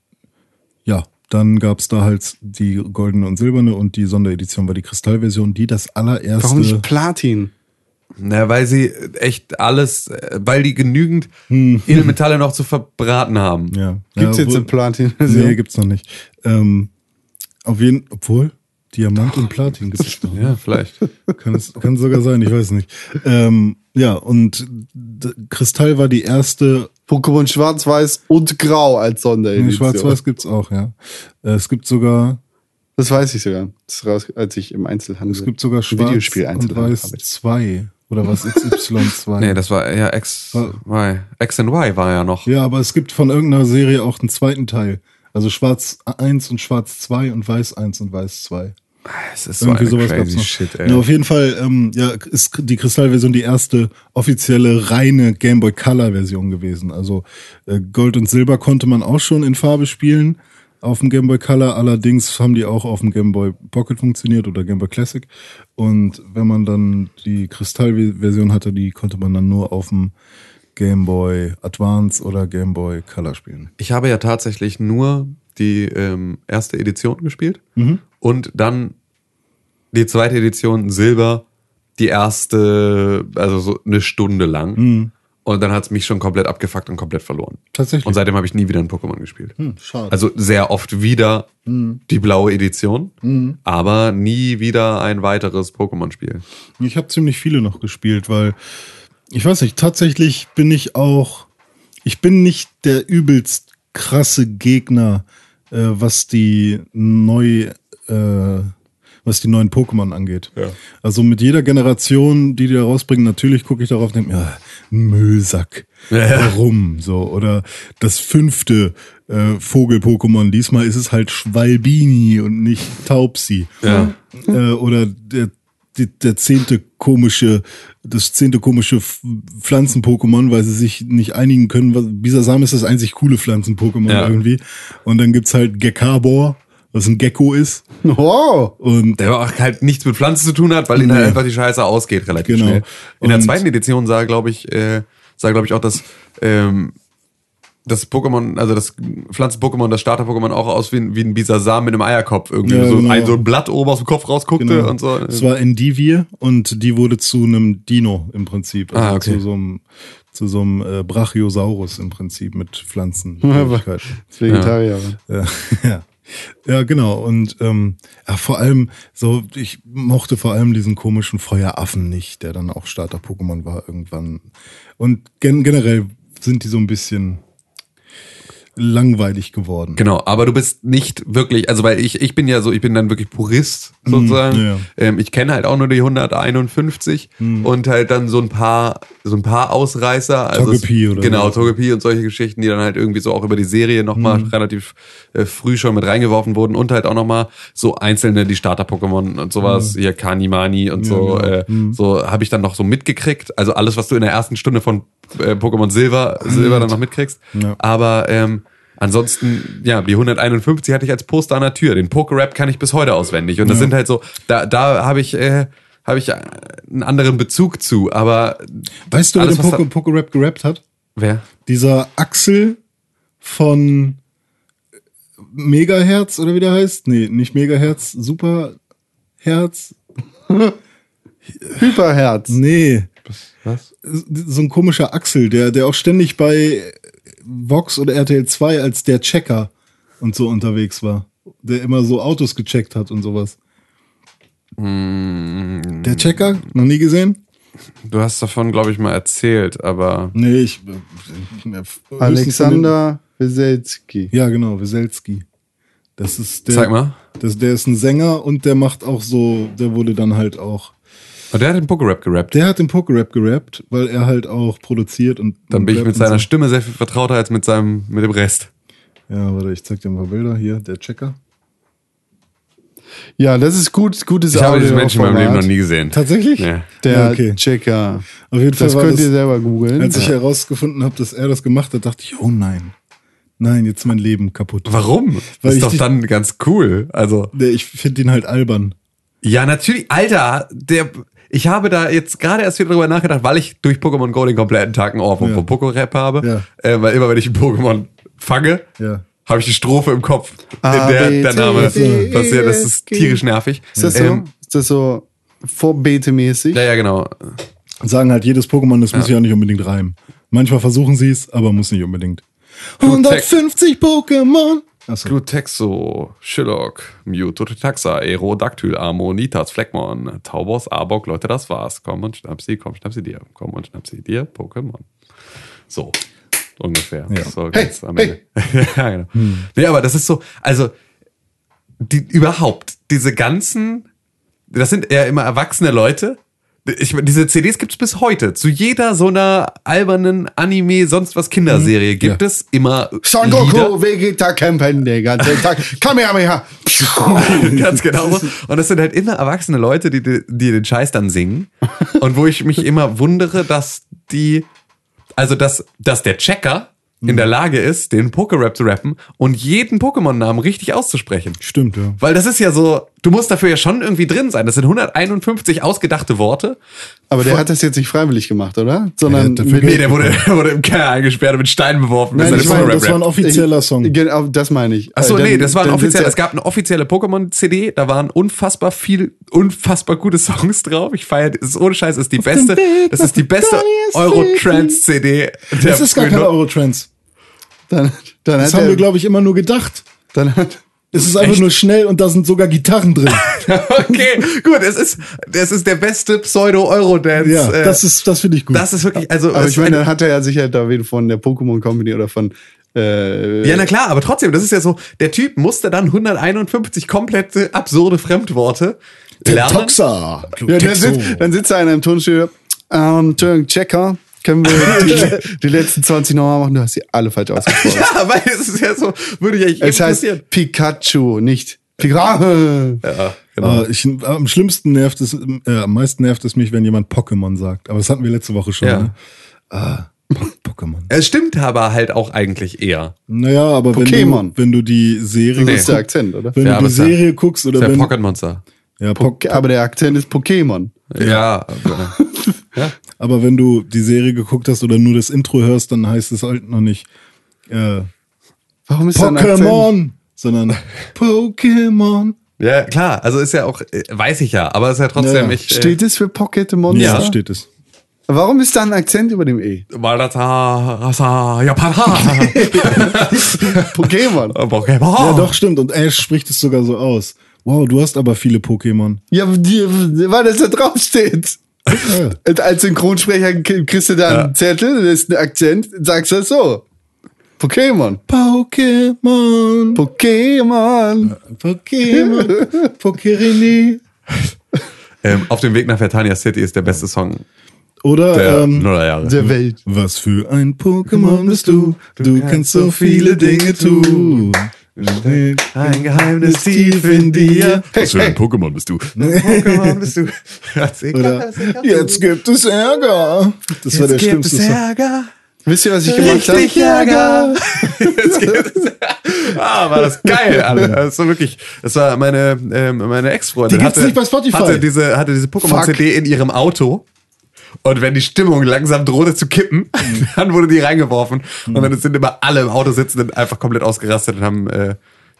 S4: ja, Dann gab es da halt die goldene und silberne und die Sonderedition war die Kristallversion, die das allererste.
S2: Warum nicht Platin?
S3: Na, weil sie echt alles, äh, weil die genügend
S4: Hm.
S3: Edelmetalle noch zu verbraten haben.
S4: Ja.
S2: Gibt's
S4: ja,
S2: jetzt
S4: obwohl-
S2: eine Platin?
S4: Nee, gibt's noch nicht. Ähm, auf jeden, obwohl Diamant und Platin gibt's noch.
S3: Ja, vielleicht.
S4: Kann, es, kann sogar sein, ich weiß nicht. Ähm, ja, und d- Kristall war die erste.
S2: Pokémon Schwarz-Weiß und Grau als Sonderedition.
S4: Nee, Schwarz-Weiß gibt's auch, ja. Äh, Es gibt sogar,
S2: Das weiß ich sogar. Das ist raus, als ich im Einzelhandel.
S4: es gibt sogar Schwarz
S2: Videospiel
S4: und
S2: Einzelhandel.
S4: Weiß 2 oder was XY2.
S3: Nee, das war ja X, Y. X and Y war ja noch.
S4: Ja, aber es gibt von irgendeiner Serie auch einen zweiten Teil. Also Schwarz 1 und Schwarz 2 und Weiß 1 und Weiß 2.
S3: Es ist so
S4: Irgendwie
S3: eine
S4: sowas gab's
S3: crazy
S4: noch.
S3: Shit,
S4: Na,
S3: ey.
S4: auf jeden Fall ähm, ja, ist die Kristallversion die erste offizielle reine Game Boy Color Version gewesen. Also äh, Gold und Silber konnte man auch schon in Farbe spielen auf dem Game Boy Color. Allerdings haben die auch auf dem Game Boy Pocket funktioniert oder Game Boy Classic. Und wenn man dann die Kristallversion hatte, die konnte man dann nur auf dem Game Boy Advance oder Game Boy Color spielen.
S3: Ich habe ja tatsächlich nur die ähm, erste Edition gespielt und dann die zweite Edition Silber, die erste, also so eine Stunde lang. Und dann hat es mich schon komplett abgefuckt und komplett verloren.
S4: Tatsächlich. Hm,
S3: Und seitdem habe ich nie wieder ein Pokémon gespielt.
S4: schade.
S3: Also sehr oft wieder die blaue Edition, aber nie wieder ein weiteres Pokémon-Spiel.
S4: Ich habe ziemlich viele noch gespielt, weil ich weiß nicht, tatsächlich bin ich auch, ich bin nicht der übelst krasse Gegner, äh, was die neu, äh, was die neuen Pokémon angeht. Also mit jeder Generation, die die da rausbringen, natürlich gucke ich darauf und denke mir, ah, Müllsack, warum? So, oder das fünfte äh, Vogel-Pokémon, diesmal ist es halt Schwalbini und nicht Taubsi
S3: Ja.
S4: äh, oder der, die- der zehnte komische, das zehnte komische F- Pflanzen-Pokémon, weil sie sich nicht einigen können. Was- Bisasam ist das einzig coole Pflanzen-Pokémon
S3: Ja.
S4: irgendwie. Und dann gibt's halt Gekabor, was ein Gecko ist.
S2: Oh,
S4: Und
S3: Der auch halt nichts mit Pflanzen zu tun hat, weil ihnen halt
S4: Nee.
S3: einfach die Scheiße ausgeht relativ
S4: Genau.
S3: schnell. In der
S4: Und-
S3: zweiten Edition sah, glaube ich, äh, sah, glaube ich, auch das, ähm, das Pokémon, also das Pflanzen-Pokémon, das Starter-Pokémon auch aus wie ein, wie ein Bisasam mit einem Eierkopf. Irgendwie
S4: Ja,
S3: so,
S4: genau.
S3: ein, so ein Blatt oben aus dem Kopf rausguckte
S4: Genau.
S3: und so.
S4: Es war Endivir und die wurde zu einem Dino im Prinzip. Also
S3: Ah, okay.
S4: zu so einem, zu so einem äh, Brachiosaurus im Prinzip mit Pflanzen.
S2: das Vegetarier. Ja.
S4: Ja, ja. ja genau. Und ähm, ja, vor allem, so, ich mochte vor allem diesen komischen Feueraffen nicht, der dann auch Starter-Pokémon war irgendwann. Und gen generell sind die so ein bisschen langweilig geworden.
S3: Genau, aber du bist nicht wirklich, also weil ich, ich bin ja so, ich bin dann wirklich Purist sozusagen.
S4: Mm, ja, Mm. ja.
S3: Ähm, ich kenne halt auch nur die 151 und halt dann so ein paar, so ein paar Ausreißer. Also es-
S4: Togepi oder
S3: Genau,
S4: so.
S3: Togepi und solche Geschichten, die dann halt irgendwie so auch über die Serie nochmal
S4: Mm.
S3: mal relativ äh, früh schon mit reingeworfen wurden und halt auch nochmal so einzelne, die Starter-Pokémon und sowas, hier Kanimani und so,
S4: Mm. genau.
S3: äh, so habe ich dann noch so mitgekriegt. Also alles, was du in der ersten Stunde von äh, Pokémon Silber, Silber dann noch mitkriegst.
S4: Ja.
S3: Aber ähm, ansonsten, ja, die 151 hatte ich als Poster an der Tür. Den Pokerap kann ich bis heute auswendig. Und das sind halt so, da, da habe ich, äh, habe ich äh, einen anderen Bezug zu. Aber
S4: Weißt du, wer
S3: Alles,
S4: den
S3: was da-
S4: Poke- Pokerap gerappt hat?
S3: wer?
S4: Dieser Axel von Megahertz oder wie der heißt? Nee, nicht Megahertz, Superherz.
S2: Hyperherz.
S4: Nee.
S3: Was?
S4: so ein komischer Axel, der, der auch ständig bei Vox oder RTL 2 als der Checker und so unterwegs war. Der immer so Autos gecheckt hat und sowas.
S3: Hm.
S4: Der Checker? Noch nie gesehen?
S3: Du hast davon, glaube ich, mal erzählt, aber.
S4: Nee, ich. äh,
S2: Alexander Weselski.
S4: Ja, genau, Weselski. Das ist der.
S3: Zeig mal.
S4: Das, der ist ein Sänger und der macht auch so. Der wurde dann halt auch.
S3: Und oh, der hat den Pokerap gerappt.
S4: Der hat den Pokerrap gerappt, weil er halt auch produziert und.
S3: Dann bin ich
S4: und
S3: mit
S4: rappt und
S3: seiner Stimme sehr viel vertrauter als mit seinem, mit dem Rest.
S4: Ja, warte, ich zeig dir mal Bilder. Hier, der Checker.
S2: Ja, das ist gut, gutes
S3: Ich habe diesen Menschen in meinem Leben
S2: Audioformat.
S3: noch nie gesehen.
S4: Tatsächlich?
S3: Ja.
S2: Der
S4: Ja, okay.
S2: Checker.
S4: Auf jeden Fall
S2: Das
S4: war
S2: könnt
S4: das,
S2: ihr selber googeln.
S4: als ich herausgefunden habe, dass er das gemacht hat, dachte ich, oh nein. Nein, jetzt ist mein Leben kaputt.
S3: Warum?
S4: Weil
S3: Das
S4: ich
S3: ist doch
S4: die-
S3: dann ganz cool. Also.
S4: Nee, Ich finde ihn halt albern.
S3: Ja, natürlich. Alter, der. Ich habe da jetzt gerade erst wieder drüber nachgedacht, weil ich durch Pokémon Go den kompletten Tag einen Ohr vom
S4: Ja.
S3: Poco-Rap habe.
S4: Ja.
S3: Äh, weil immer, wenn ich ein Pokémon fange,
S4: Ja.
S3: habe ich die Strophe im Kopf,
S2: A,
S3: in der
S2: B,
S3: der
S2: C,
S3: Name
S2: D, E,
S3: passiert. Das ist
S2: G.
S3: tierisch nervig.
S2: Ist das so?
S3: Ähm,
S2: Ist das so vorbetemäßig?
S3: ja, ja, genau.
S4: Und sagen halt, jedes Pokémon, das muss ja auch nicht unbedingt reimen. Manchmal versuchen sie es, aber muss nicht unbedingt. 150 Pokémon! Achso.
S3: Glutexo, Shillock, Mewtwo, Taxa, Aerodactyl, Ammonitas, Fleckmon, Taubos, Arbok, Leute, das war's. Komm und schnapp sie, komm, schnapp sie dir. Komm und schnapp sie dir, Pokémon. So. Ungefähr.
S4: Ja.
S3: So ganz am Ende. ja, genau. Nee, aber das ist so, also, die, überhaupt, diese ganzen, das sind eher immer erwachsene Leute. Ich, meine, diese CDs gibt's bis heute. Zu jeder so einer albernen Anime, sonst was Kinderserie gibt
S4: Ja.
S3: es immer.
S2: Mhm. Son
S3: Lieder.
S2: Goku, Vegeta campen den ganzen Tag. Kamehameha.
S3: Ganz genau. Und das sind halt immer erwachsene Leute, die, die die den Scheiß dann singen. Und wo ich mich immer wundere, dass die, also dass, dass der Checker in
S2: Mhm.
S3: der Lage ist, den Pokerap zu rappen und jeden Pokémon-Namen richtig auszusprechen.
S4: Stimmt, ja.
S3: Weil das ist ja so, du musst dafür ja schon irgendwie drin sein. Das sind 151 ausgedachte Worte.
S2: Aber der hat das jetzt nicht freiwillig gemacht, oder? Sondern
S4: Der hat dafür
S3: Nee, der wurde, der wurde im Keller eingesperrt und mit Steinen beworfen.
S2: Nein,
S3: bis er
S2: ich
S3: den
S2: meine,
S3: Pokerap
S4: das war ein
S3: rappt.
S4: offizieller Song.
S2: Genau, das meine ich.
S3: Achso,
S2: Äh, dann-
S3: nee, das war ein
S2: dann sitzt
S3: offizieller,
S2: er-
S3: es gab eine offizielle Pokémon-CD, da waren unfassbar viel, unfassbar gute Songs drauf. Ich feiere, das ist ohne Scheiß, ist die beste, das ist die beste Euro-Trance-CD der
S4: Das ist gar
S3: frühen
S4: keine Eurotrans.
S2: Dann, dann hat
S4: Das haben
S2: er,
S4: wir, glaube ich, immer nur gedacht.
S2: dann hat,
S4: Es ist einfach nur schnell und da sind sogar Gitarren drin.
S3: Okay, gut, es ist, es ist der beste Pseudo-Euro-Dance.
S4: ja,
S3: äh,
S4: das ist, das finde ich gut.
S3: das ist wirklich, also,
S2: aber
S3: es
S2: ich
S3: ist
S2: meine,
S3: eine-
S2: dann hat er ja sicher da wen von der Pokémon Company oder von, äh,
S3: ja, na klar, aber trotzdem, das ist ja so, der Typ musste dann 151 komplette absurde Fremdworte lernen.
S4: Toxa.
S2: ja, dann, sitzt, dann sitzt er in einem Tonstudio, ähm, Türk Checker, können wir die, die letzten 20 nochmal machen, du hast sie alle falsch ausgesprochen.
S3: Ja, weil es ist ja so, würde ja nicht
S2: es heißt Pikachu, nicht Pikachu.
S3: Ja, genau.
S4: Ah, ich, am schlimmsten nervt es, äh, am meisten nervt es mich, wenn jemand Pokémon sagt. Aber das hatten wir letzte Woche schon.
S3: Ja.
S4: Ne? Ah, Po- Pokémon.
S3: Es stimmt aber halt auch eigentlich eher.
S4: Naja, aber wenn
S2: Pokémon.
S4: du, wenn du die Serie
S2: Das ist der
S4: guckst,
S2: Akzent, oder?
S4: wenn
S3: Ja,
S4: du
S3: aber
S4: die
S3: ist ja-
S4: Serie guckst oder
S3: Ist ja
S4: wenn
S3: Pocket Monster.
S4: ja, Po-
S2: Aber der Akzent ist Pokémon.
S3: Ja.
S4: genau.
S3: aber- ja.
S4: aber wenn du die Serie geguckt hast oder nur das Intro hörst, dann heißt es halt noch nicht äh,
S2: Warum ist da ein Akzent?
S4: Pokémon, sondern Pokémon.
S3: Ja, klar. Also ist ja auch, äh, weiß ich ja, aber ist ja trotzdem,
S4: Ja, ja.
S3: ich. äh,
S2: Steht es für Pocket Monster?
S4: Ja,
S3: Ja.
S4: steht es.
S2: Warum ist da ein Akzent über dem E?
S3: Äh, weil das, äh, das, äh, Japan. Oh,
S2: Pokémon.
S4: Ja,
S3: Pokémon.
S4: doch, stimmt. Und Ash spricht es sogar so aus. Wow, du hast aber viele Pokémon.
S2: Ja, die, weil das da draufsteht.
S4: Äh,
S2: Und als Synchronsprecher k- kriegst du da einen
S3: Ja.
S2: Zettel, das ist ein Akzent, sagst das so. Pokémon.
S4: Pokémon,
S2: Pokémon.
S4: Pokémon, Pokerini.
S3: Ähm, auf dem Weg nach Vertania City ist der beste Song der Mhm.
S4: Oder ähm,
S3: Nullerjahre.
S2: Der Welt.
S4: Was für ein Pokémon bist du? Du kannst so viele Dinge tun.
S3: Ein Geheimnis
S4: tief in dir.
S3: Was für ein Pokémon bist du? Pokémon bist du. Hat's
S4: Oder Jetzt gibt es Ärger. Das war der schlimmste Song.
S3: Ärger.
S2: Wisst ihr, was ich gemacht habe?
S3: Richtig Ärger. Jetzt geht's. ah, war das geil, alle. Das war wirklich, das war meine, ähm, meine Ex-Freundin.
S4: Die gibt's
S3: hatte-
S4: nicht bei Spotify.
S3: Hatte diese, hatte diese Pokémon-CD in ihrem Auto. Und wenn die Stimmung langsam drohte zu kippen,
S4: Mhm.
S3: dann wurde die reingeworfen. Und dann sind immer alle im Auto sitzenden einfach komplett ausgerastet und haben äh,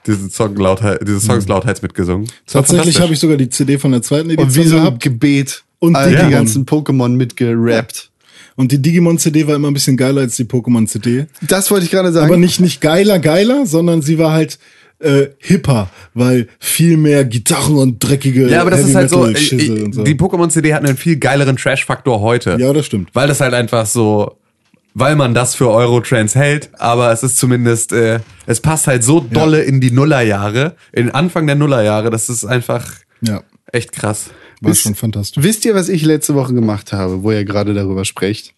S3: diesen Song lauthal, diese Songs lauthals mitgesungen. Das war
S4: Mhm. Tatsächlich
S3: fantastisch.
S4: habe ich sogar die CD von der zweiten Edition
S2: Und wie so ein
S4: gehabt.
S2: Gebet.
S4: Und
S2: all die
S4: Digimon.
S2: ganzen Pokémon mitgerappt.
S4: Und die Digimon-CD war immer ein bisschen geiler als die Pokémon-CD.
S2: Das wollte ich gerade sagen.
S4: Aber nicht, nicht geiler, geiler, sondern sie war halt äh, hipper, weil viel mehr Gitarren und dreckige
S3: Ja, aber das
S4: Heavy
S3: ist halt so,
S4: Metal Schisse
S3: äh,
S4: und so.
S3: die Pokémon-CD hat einen viel geileren Trash-Faktor heute.
S4: Ja, das stimmt.
S3: Weil das halt einfach so, weil man das für Eurotrans hält, aber es ist zumindest, äh, es passt halt so dolle in die Nullerjahre, in den Anfang der Nullerjahre, das ist einfach
S4: Ja,
S3: echt krass.
S4: war
S2: Ist-
S4: schon fantastisch.
S2: Wisst ihr, was ich letzte Woche gemacht habe, wo ihr gerade darüber sprecht?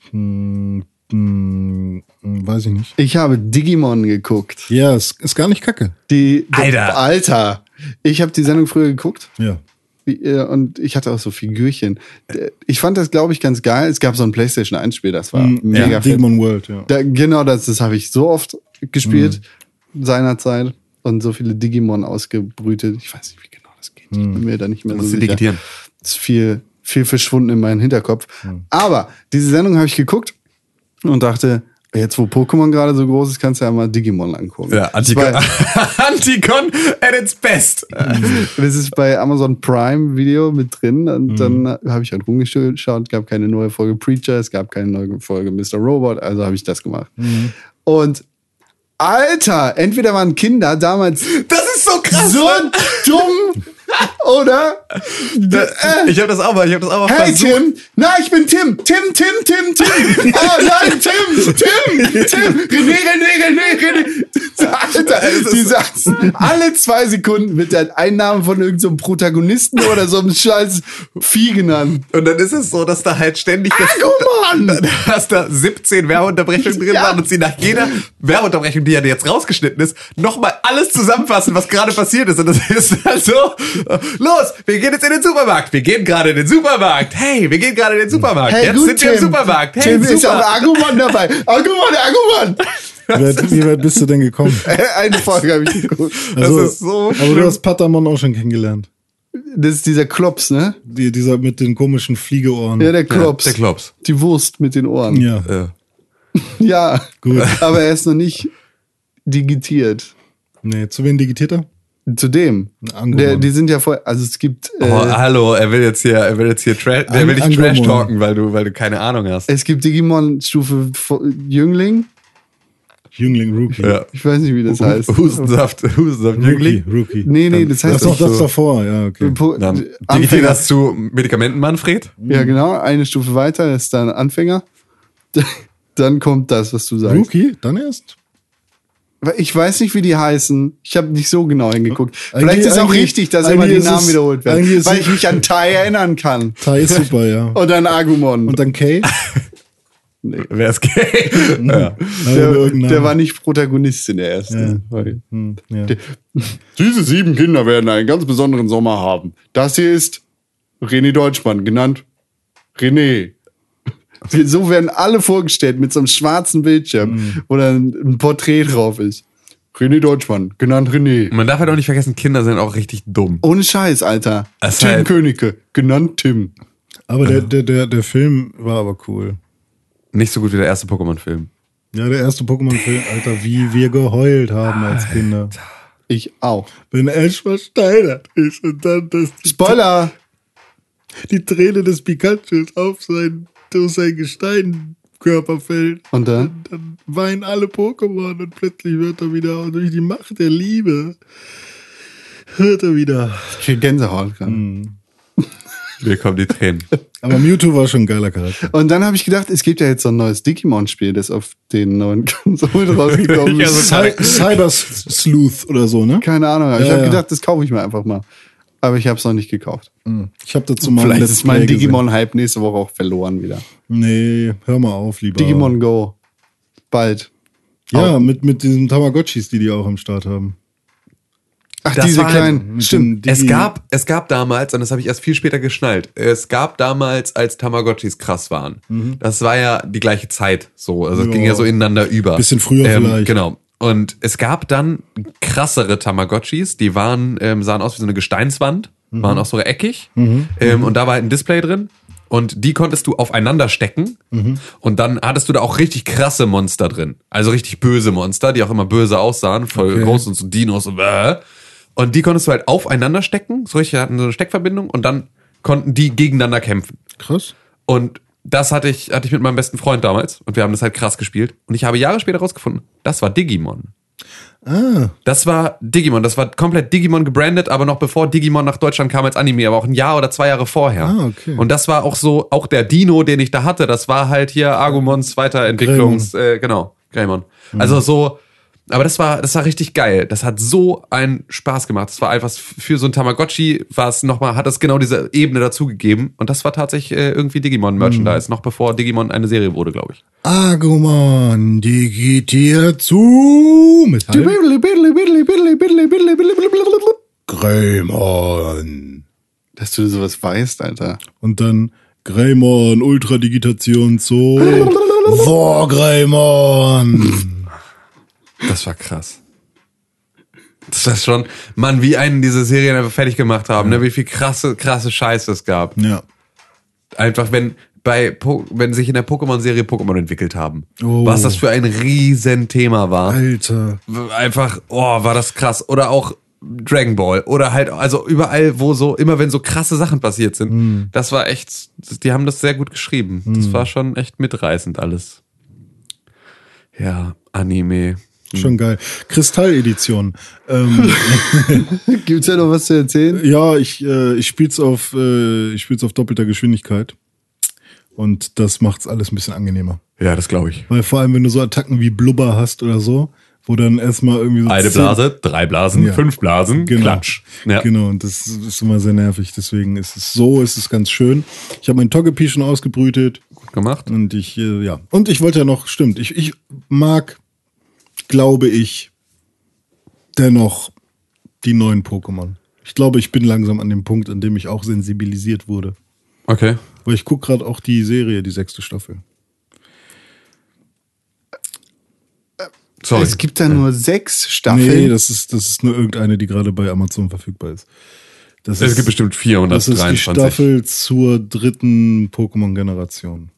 S4: Hm, hm, weiß ich nicht.
S2: Ich habe Digimon geguckt.
S4: Ja, es ist gar nicht kacke.
S2: Die, die-
S3: Alter.
S2: Alter. Ich habe die Sendung früher geguckt
S4: Ja.
S2: wie, äh, und ich hatte auch so Figürchen. Äh, Ich fand das, glaube ich, ganz geil. Es gab so ein PlayStation 1-Spiel, das war
S3: Mm,
S2: mega
S4: ja.
S2: fett.
S4: Digimon World, ja.
S2: Da, genau das, das habe ich so oft gespielt
S3: Mm.
S2: seinerzeit und so viele Digimon ausgebrütet. Ich weiß nicht, wie genau das geht. Ich bin mir da nicht mehr
S3: musst
S2: so
S3: Mm. sie
S2: sicher.
S3: digitieren. Mm.
S2: Das ist viel, viel verschwunden in meinem Hinterkopf. Aber diese Sendung habe ich geguckt und dachte, Jetzt, wo Pokémon gerade so groß ist, kannst du ja mal Digimon angucken.
S3: Ja, Anticon,
S2: Das ist
S3: Anticon at its best.
S2: Äh. bei- Das ist bei Amazon Prime Video mit drin und dann
S3: Mhm.
S2: habe ich halt rumgeschaut, gab keine neue Folge Preacher, es gab keine neue Folge Mr. Robot, also habe ich das gemacht.
S3: Mhm.
S2: Und Alter, entweder waren Kinder damals
S3: Das ist so krass.
S2: so dumm, oder? Äh,
S3: ich habe das auch mal, ich habe das auch mal
S2: Hey
S3: versucht.
S2: Tim! Na, ich bin Tim! Tim, Tim, Tim, Tim! Oh nein, Tim! Tim! Tim! René, René, René, René! Alter, die saßen alle zwei Sekunden mit der Einnahme von irgendeinem so einem Protagonisten oder so einem scheiß Vieh genannt.
S3: Und dann ist es so, dass da halt ständig das,
S2: Agumon!
S3: dass da 17 Werbeunterbrechungen drin
S2: Ja.
S3: waren und sie nach jeder Werbeunterbrechung, die ja jetzt rausgeschnitten ist, nochmal alles zusammenfassen, was gerade passiert ist. Und das ist dann so, äh, los, wir gehen jetzt in den Supermarkt. Wir gehen gerade in den Supermarkt. Hey, wir gehen gerade in den Supermarkt.
S2: Hey,
S3: jetzt
S2: gut,
S3: sind wir im
S2: Tim.
S3: Supermarkt. Hey,
S2: Tim
S3: super.
S2: ist auch Agumon dabei. Agumon, Agumon!
S4: Wie weit, wie weit bist du denn gekommen? Also,
S2: Eine Folge habe ich geguckt.
S3: das ist so
S4: aber du hast Patamon auch schon kennengelernt.
S2: Das ist dieser Klops, ne?
S4: Die, dieser mit den komischen Fliegeohren.
S2: Ja, der Klops.
S3: der Klops.
S2: Die Wurst mit den Ohren.
S4: Ja.
S3: Äh,
S2: Ja.
S4: Gut.
S2: Aber er ist noch nicht digitiert.
S4: Nee, zu wem digitiert er?
S2: Zu dem.
S4: Angumon.
S2: Der, die sind ja voll. Also es gibt. Äh,
S4: ah.
S3: Oh, hallo, er will jetzt hier, er will jetzt hier Trash, der
S4: An-
S3: will dich
S4: Angomon.
S3: Trash talken, weil du, weil du keine Ahnung hast.
S2: es gibt Digimon Stufe vo- Jüngling.
S4: Jüngling Rookie.
S3: Ja.
S2: Ich weiß nicht, wie
S4: Oh,
S2: das heißt.
S3: Hustensaft, Hustensaft,
S4: Rookie,
S3: Jüngling.
S4: Rookie.
S2: Nee, nee, das heißt
S4: Das ist auch
S2: doch
S4: das davor, ja, okay.
S2: Po-
S3: Dann digitiert
S2: äh, Anfänger.
S3: das zu Medikamenten, Manfred.
S2: Ja, genau. Eine Stufe weiter ist dann Anfänger. Dann kommt das, was du sagst.
S4: Rookie, dann erst?
S2: Weil Ich weiß nicht, wie die heißen. Ich habe nicht so genau hingeguckt. Vielleicht
S4: Eigentlich-
S2: ist es auch
S4: eigentlich-
S2: richtig, dass immer die
S4: eigentlich Äh, ist
S2: Namen
S4: es-
S2: wiederholt
S4: eigentlich
S2: werden.
S4: ist
S2: Weil
S4: es-
S2: ich mich an Tai erinnern kann.
S4: Tai ist super, ja.
S2: Und an Agumon.
S4: Und dann Kay?
S3: Wer ist gay?
S2: Hm.
S3: ja.
S4: Äh,
S2: der, der war nicht Protagonist in der ersten. Folge.
S4: ja.
S2: Diese sieben Kinder werden einen ganz besonderen Sommer haben. Das hier ist René Deutschmann, genannt René. So werden alle vorgestellt mit so einem schwarzen Bildschirm, wo dann ein Porträt drauf ist. René Deutschmann, genannt René.
S3: Man darf halt auch nicht vergessen, Kinder sind auch richtig dumm.
S2: Ohne Scheiß, Alter.
S3: Das
S2: Tim
S3: halt-
S2: Königke, genannt Tim.
S4: Aber der, der, der, der Film war aber cool.
S3: Nicht so gut wie der erste Pokémon-Film.
S4: Ja, der erste Pokémon-Film, Alter, wie wir geheult haben als Kinder.
S2: Ich auch.
S4: Wenn Ash versteinert ist und dann das,
S2: Spoiler!
S4: die Träne des Pikachus auf sein, durch sein Gesteinkörper fällt.
S2: Und dann?
S4: dann weinen alle Pokémon und plötzlich wird er wieder und durch die Macht der Liebe hört er wieder.
S2: Ich krieg Gänsehaut gerade.
S3: Mir kommen die Tränen.
S4: Aber Mewtwo war schon ein geiler Charakter.
S2: Und dann habe ich gedacht, es gibt ja jetzt so ein neues Digimon-Spiel, das auf den neuen Konsolen rausgekommen
S3: Ja,
S2: ist.
S3: so
S4: Cy Cyber Sleuth oder so, ne?
S2: Keine Ahnung, aber ich
S4: Ja,
S2: habe
S4: ja.
S2: gedacht, das kaufe ich mir einfach mal. Aber ich habe es noch nicht gekauft.
S4: Ich habe dazu mal ein
S2: Vielleicht
S4: Let's
S2: ist Oh. mein
S4: Play
S2: Digimon-Hype nächste Woche auch verloren wieder.
S4: Gesehen. Nee, hör mal auf, lieber.
S2: Digimon Go. Bald.
S4: Ja, mit, mit diesen Tamagotchis, die die auch im Start haben.
S2: Ach,
S3: Das
S2: diese
S3: war-
S2: kleinen.
S4: Mit
S2: Stimmt.
S4: den
S3: Es
S4: Digi-
S3: gab, es gab damals, und das habe ich erst viel später geschnallt, es gab damals, als Tamagotchis krass waren. Das war ja die gleiche Zeit so. Also es
S4: Ja.
S3: ging ja so ineinander über.
S4: Bisschen früher
S3: ähm,
S4: vielleicht.
S3: Genau. Und es gab dann krassere Tamagotchis, die waren, ähm, sahen aus wie so eine Gesteinswand,
S4: Mhm.
S3: waren auch so eckig. Ähm, und da war halt ein Display drin. Und die konntest du aufeinander stecken.
S4: Mhm.
S3: Und dann hattest du da auch richtig krasse Monster drin. Also richtig böse Monster, die auch immer böse aussahen, voll
S4: Okay.
S3: groß und so Dinos und äh. Und die konntest du halt aufeinander stecken, so richtig hatten so eine Steckverbindung und dann konnten die gegeneinander kämpfen.
S4: Krass.
S3: Und das hatte ich, hatte ich mit meinem besten Freund damals und wir haben das halt krass gespielt. Und ich habe Jahre später rausgefunden, das war Digimon.
S4: Ah,
S3: Das war Digimon, das war komplett Digimon gebrandet, aber noch bevor Digimon nach Deutschland kam als Anime, aber auch ein Jahr oder zwei Jahre vorher.
S4: Ah, okay.
S3: Und das war auch so, auch der Dino, den ich da hatte, das war halt hier Argumons Weiterentwicklungs, äh, genau, Greymon. Also so, aber das war, das war richtig geil. Das hat so einen Spaß gemacht. Das war einfach für so ein Tamagotchi, war es nochmal, hat das genau diese Ebene dazugegeben. Und das war tatsächlich äh, irgendwie Digimon-Merchandise, noch bevor Digimon eine Serie wurde, glaube ich.
S4: Agumon digitiert zu mit halb- Greymon.
S2: Dass du sowas weißt, Alter.
S4: Und dann Greymon, Ultradigitation, so. So, Greymon.
S3: Das war krass. Das war schon, Mann, wie einen diese Serien einfach fertig gemacht haben, ne? wie viel krasse, krasse Scheiße es gab.
S4: Ja.
S3: Einfach, wenn, bei po wenn sich in der Pokémon-Serie Pokémon entwickelt haben.
S4: Oh.
S3: Was das für ein Riesenthema war.
S4: Alter.
S3: W- Einfach, oh, war das krass. Oder auch Dragon Ball. Oder halt, also überall, wo so, immer wenn so krasse Sachen passiert sind. Das war echt, die haben das sehr gut geschrieben. Das war schon echt mitreißend alles. Ja, Anime.
S4: Hm. Schon geil. Kristall-Edition. Ähm,
S2: Gibt's ja noch was zu erzählen?
S4: ja, ich, äh, ich spiel's auf, äh, ich spiel's auf doppelter Geschwindigkeit. Und das macht's alles ein bisschen angenehmer.
S3: Ja, das glaube ich.
S4: Weil vor allem, wenn du so Attacken wie Blubber hast oder so, wo dann erstmal irgendwie so.
S3: Eine
S4: zehn-
S3: Blase, drei Blasen,
S4: Ja.
S3: fünf Blasen,
S4: Genau.
S3: Klatsch. Ja.
S4: Genau, und das ist immer sehr nervig. Deswegen ist es so, ist es ganz schön. Ich habe mein Togepi schon ausgebrütet
S3: Gut gemacht.
S4: und ich, äh, ja. Und ich wollte ja noch, stimmt, ich, ich mag, glaube ich, dennoch die neuen Pokémon. Ich glaube, ich bin langsam an dem Punkt, an dem ich auch sensibilisiert wurde.
S3: Okay.
S4: Weil ich gucke gerade auch die Serie, die sechste Staffel.
S3: Sorry.
S2: Es gibt da nur sechs Staffeln.
S4: Nee, das ist, das ist nur irgendeine, die gerade bei Amazon verfügbar ist. Das
S3: es gibt bestimmt
S4: Das ist die
S3: 423.
S4: Staffel zur dritten Pokémon-Generation.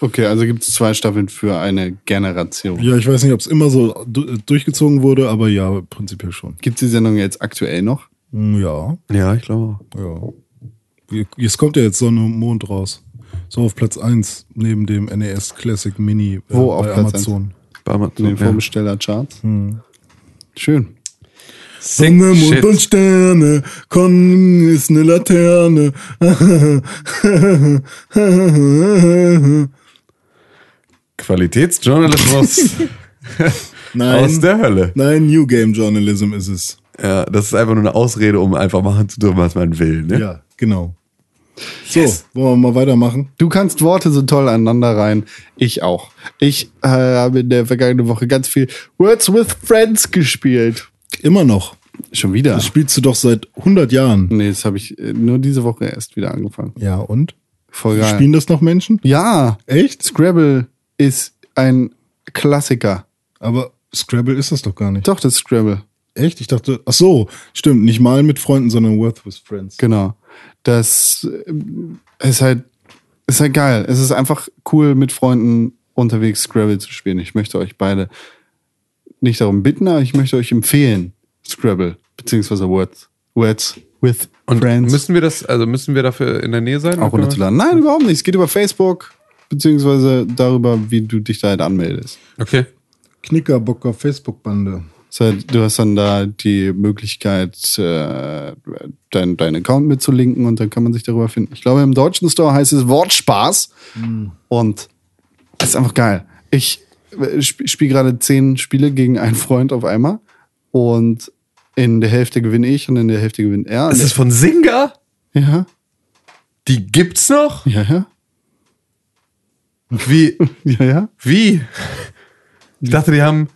S2: okay, also gibt's zwei Staffeln für eine Generation.
S4: Ja, ich weiß nicht, ob es immer so du- durchgezogen wurde, aber ja, prinzipiell schon.
S2: Gibt's die Sendung jetzt aktuell noch?
S4: Hm, Ja,
S3: Ja, ich glaube. auch.
S4: ja. Jetzt kommt ja jetzt Sonne und Mond raus. So auf Platz 1 neben dem NES Classic Mini äh,
S2: Wo auf
S4: bei
S2: Platz
S4: Amazon.
S3: Bei
S2: In den
S3: Amazon, ja.
S2: Vorbestellercharts? Schön.
S4: Sonne, Mond
S3: Oh, Shit.
S4: und Sterne, Con ist eine Laterne.
S3: Qualitätsjournalismus aus
S4: Nein,
S3: der Hölle.
S4: nein, New Game Journalism ist es.
S3: Ja, das ist einfach nur eine Ausrede, um einfach machen zu dürfen, was man will. Ne?
S4: Ja, genau. So,
S3: Yes.
S4: wollen wir mal weitermachen?
S2: Du kannst Worte so toll aneinander rein. Ich auch. Ich äh, habe in der vergangenen Woche ganz viel Words with Friends gespielt.
S4: Immer noch.
S2: Schon wieder?
S4: Das spielst du doch seit 100 Jahren.
S2: Nee, das habe ich äh, nur diese Woche erst wieder angefangen.
S4: Ja, und?
S2: Voll geil.
S4: Spielen das noch Menschen?
S2: ja,
S4: Echt?
S2: Scrabble ist ein Klassiker.
S4: Aber Scrabble ist das doch gar nicht.
S2: Doch, das ist Scrabble.
S4: Echt? Ich dachte, ach so, stimmt, nicht mal mit Freunden, sondern Worth with Friends.
S2: Genau. Das ähm, ist halt, ist halt geil. Es ist einfach cool, mit Freunden unterwegs Scrabble zu spielen. Ich möchte euch beide nicht darum bitten, aber ich möchte euch empfehlen, Scrabble, beziehungsweise Words, Words with
S3: Und
S2: Friends
S3: müssen wir das, also müssen wir dafür in der Nähe sein?
S2: auch runterzuladen. Nein, überhaupt nicht. Es geht über Facebook, beziehungsweise darüber, wie du dich da halt anmeldest.
S3: Okay.
S4: Knickerbocker Facebook-Bande.
S2: Das heißt, du hast dann da die Möglichkeit, äh, deinen dein Account mitzulinken und dann kann man sich darüber finden. Ich glaube, im deutschen Store heißt es Wortspaß
S3: Hm.
S2: und das ist einfach geil. Ich spiele spiel gerade zehn Spiele gegen einen Freund auf einmal und in der Hälfte gewinne ich und in der Hälfte gewinnt er. Und
S3: Das ist von Singa?
S2: der- ja,
S3: Die gibt's noch?
S2: ja, ja,
S3: Wie?
S2: ja, ja.
S3: Wie? Ich dachte, die haben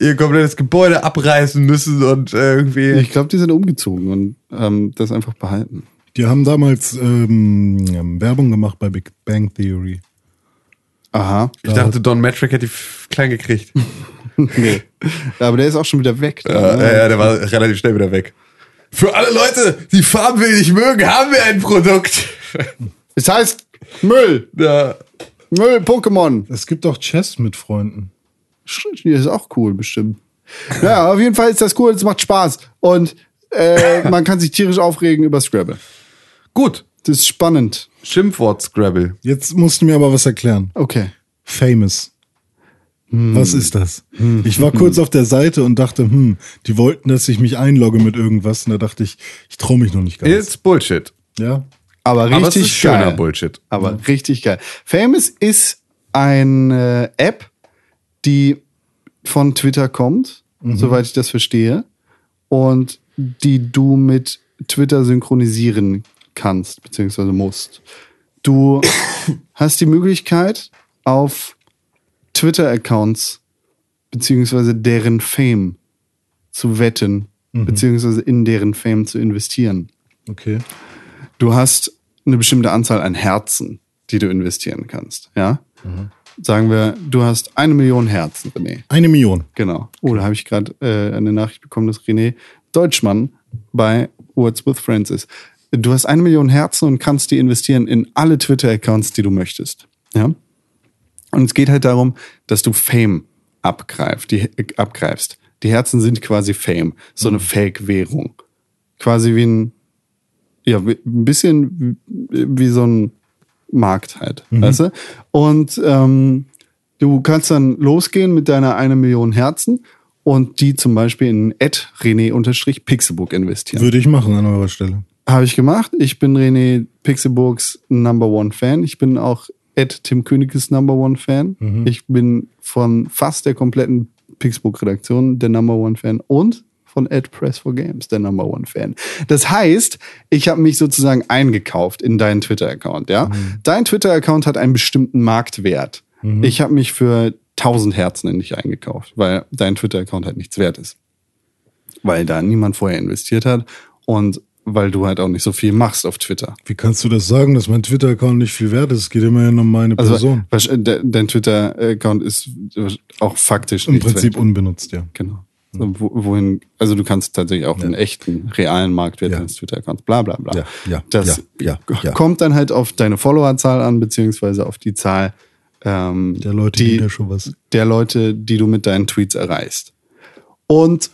S3: ihr komplettes Gebäude abreißen müssen und irgendwie.
S2: Ich glaube, die sind umgezogen und haben das einfach behalten.
S4: Die haben damals ähm, Werbung gemacht bei Big Bang Theory.
S2: Aha.
S3: Ich dachte, Don Matrick hätte die f- klein gekriegt.
S2: Nee. Aber der ist auch schon wieder weg.
S3: Ja, äh. ja, ja, der war relativ schnell wieder weg. Für alle Leute, die Farbenwild nicht mögen, haben wir ein Produkt.
S2: Es heißt Müll.
S3: Ja.
S2: Müll Pokémon.
S4: Es gibt auch Chess mit Freunden.
S2: Sch- Das ist auch cool, bestimmt. Ja, auf jeden Fall ist das cool, es macht Spaß. Und äh, man kann sich tierisch aufregen über Scrabble.
S3: Gut.
S2: Das ist spannend.
S3: Schimpfwort Scrabble.
S4: Jetzt musst du mir aber was erklären.
S2: Okay.
S4: Famous. Was ist das? Ich war kurz auf der Seite und dachte, hm, die wollten, dass ich mich einlogge mit irgendwas. Und da dachte ich, ich traue mich noch nicht ganz.
S3: Ist Bullshit.
S4: ja?
S2: Aber richtig
S3: Aber es ist schöner
S2: geil.
S3: Bullshit.
S2: Aber richtig geil. Famous ist eine App, die von Twitter kommt, soweit ich das verstehe. Und die du mit Twitter synchronisieren kannst, beziehungsweise musst. Du hast die Möglichkeit, auf Twitter-Accounts, beziehungsweise deren Fame zu wetten, beziehungsweise in deren Fame zu investieren.
S4: Okay.
S2: Du hast eine bestimmte Anzahl an Herzen, die du investieren kannst. Ja? Sagen wir, du hast eine Million Herzen, René.
S4: Eine Million.
S2: Genau. Oh, da habe ich gerade äh, eine Nachricht bekommen, dass René Deutschmann bei Words with Friends ist. du hast eine Million Herzen und kannst die investieren in alle Twitter-Accounts, die du möchtest. Ja? Und es geht halt darum, dass du Fame abgreifst. Die, abgreifst. die Herzen sind quasi Fame, so eine Fake-Währung. Quasi wie ein, ja, wie- ein bisschen wie wie so ein Markt halt, weißt du? Und ähm, du kannst dann losgehen mit deiner eine Million Herzen und die zum Beispiel in René-Pixelbook investieren.
S4: Würde ich machen an eurer Stelle.
S2: Habe ich gemacht. Ich bin René Pixelburgs Number One Fan. Ich bin auch Ed Tim Königes Number One Fan. Ich bin von fast der kompletten Pixelburg-Redaktion der Number One Fan und von Ed Press for Games der Number One Fan. Das heißt, ich habe mich sozusagen eingekauft in deinen Twitter-Account. Ja, dein Twitter-Account hat einen bestimmten Marktwert. Ich habe mich für 1000 Herzen in dich eingekauft, weil dein Twitter-Account halt nichts wert ist weil da niemand vorher investiert hat und weil du halt auch nicht so viel machst auf Twitter.
S4: Wie kannst du das sagen, dass mein Twitter-Account nicht viel wert ist? Es geht immerhin um meine
S2: Also
S4: Person.
S2: wahrsch- de- dein Twitter-Account ist auch faktisch
S4: Im
S2: nichts
S4: Prinzip
S2: wert.
S4: unbenutzt, ja.
S2: genau. So, wo- Wohin, also du kannst tatsächlich auch den echten, realen Marktwert
S4: Ja.
S2: deines Twitter-Accounts, bla bla bla.
S4: Ja, ja,
S2: das
S4: ja, ja, ja.
S2: kommt dann halt auf deine Followerzahl an, beziehungsweise auf die Zahl ähm,
S4: Der Leute, die, da schon was.
S2: der Leute, die du mit deinen Tweets erreichst. Und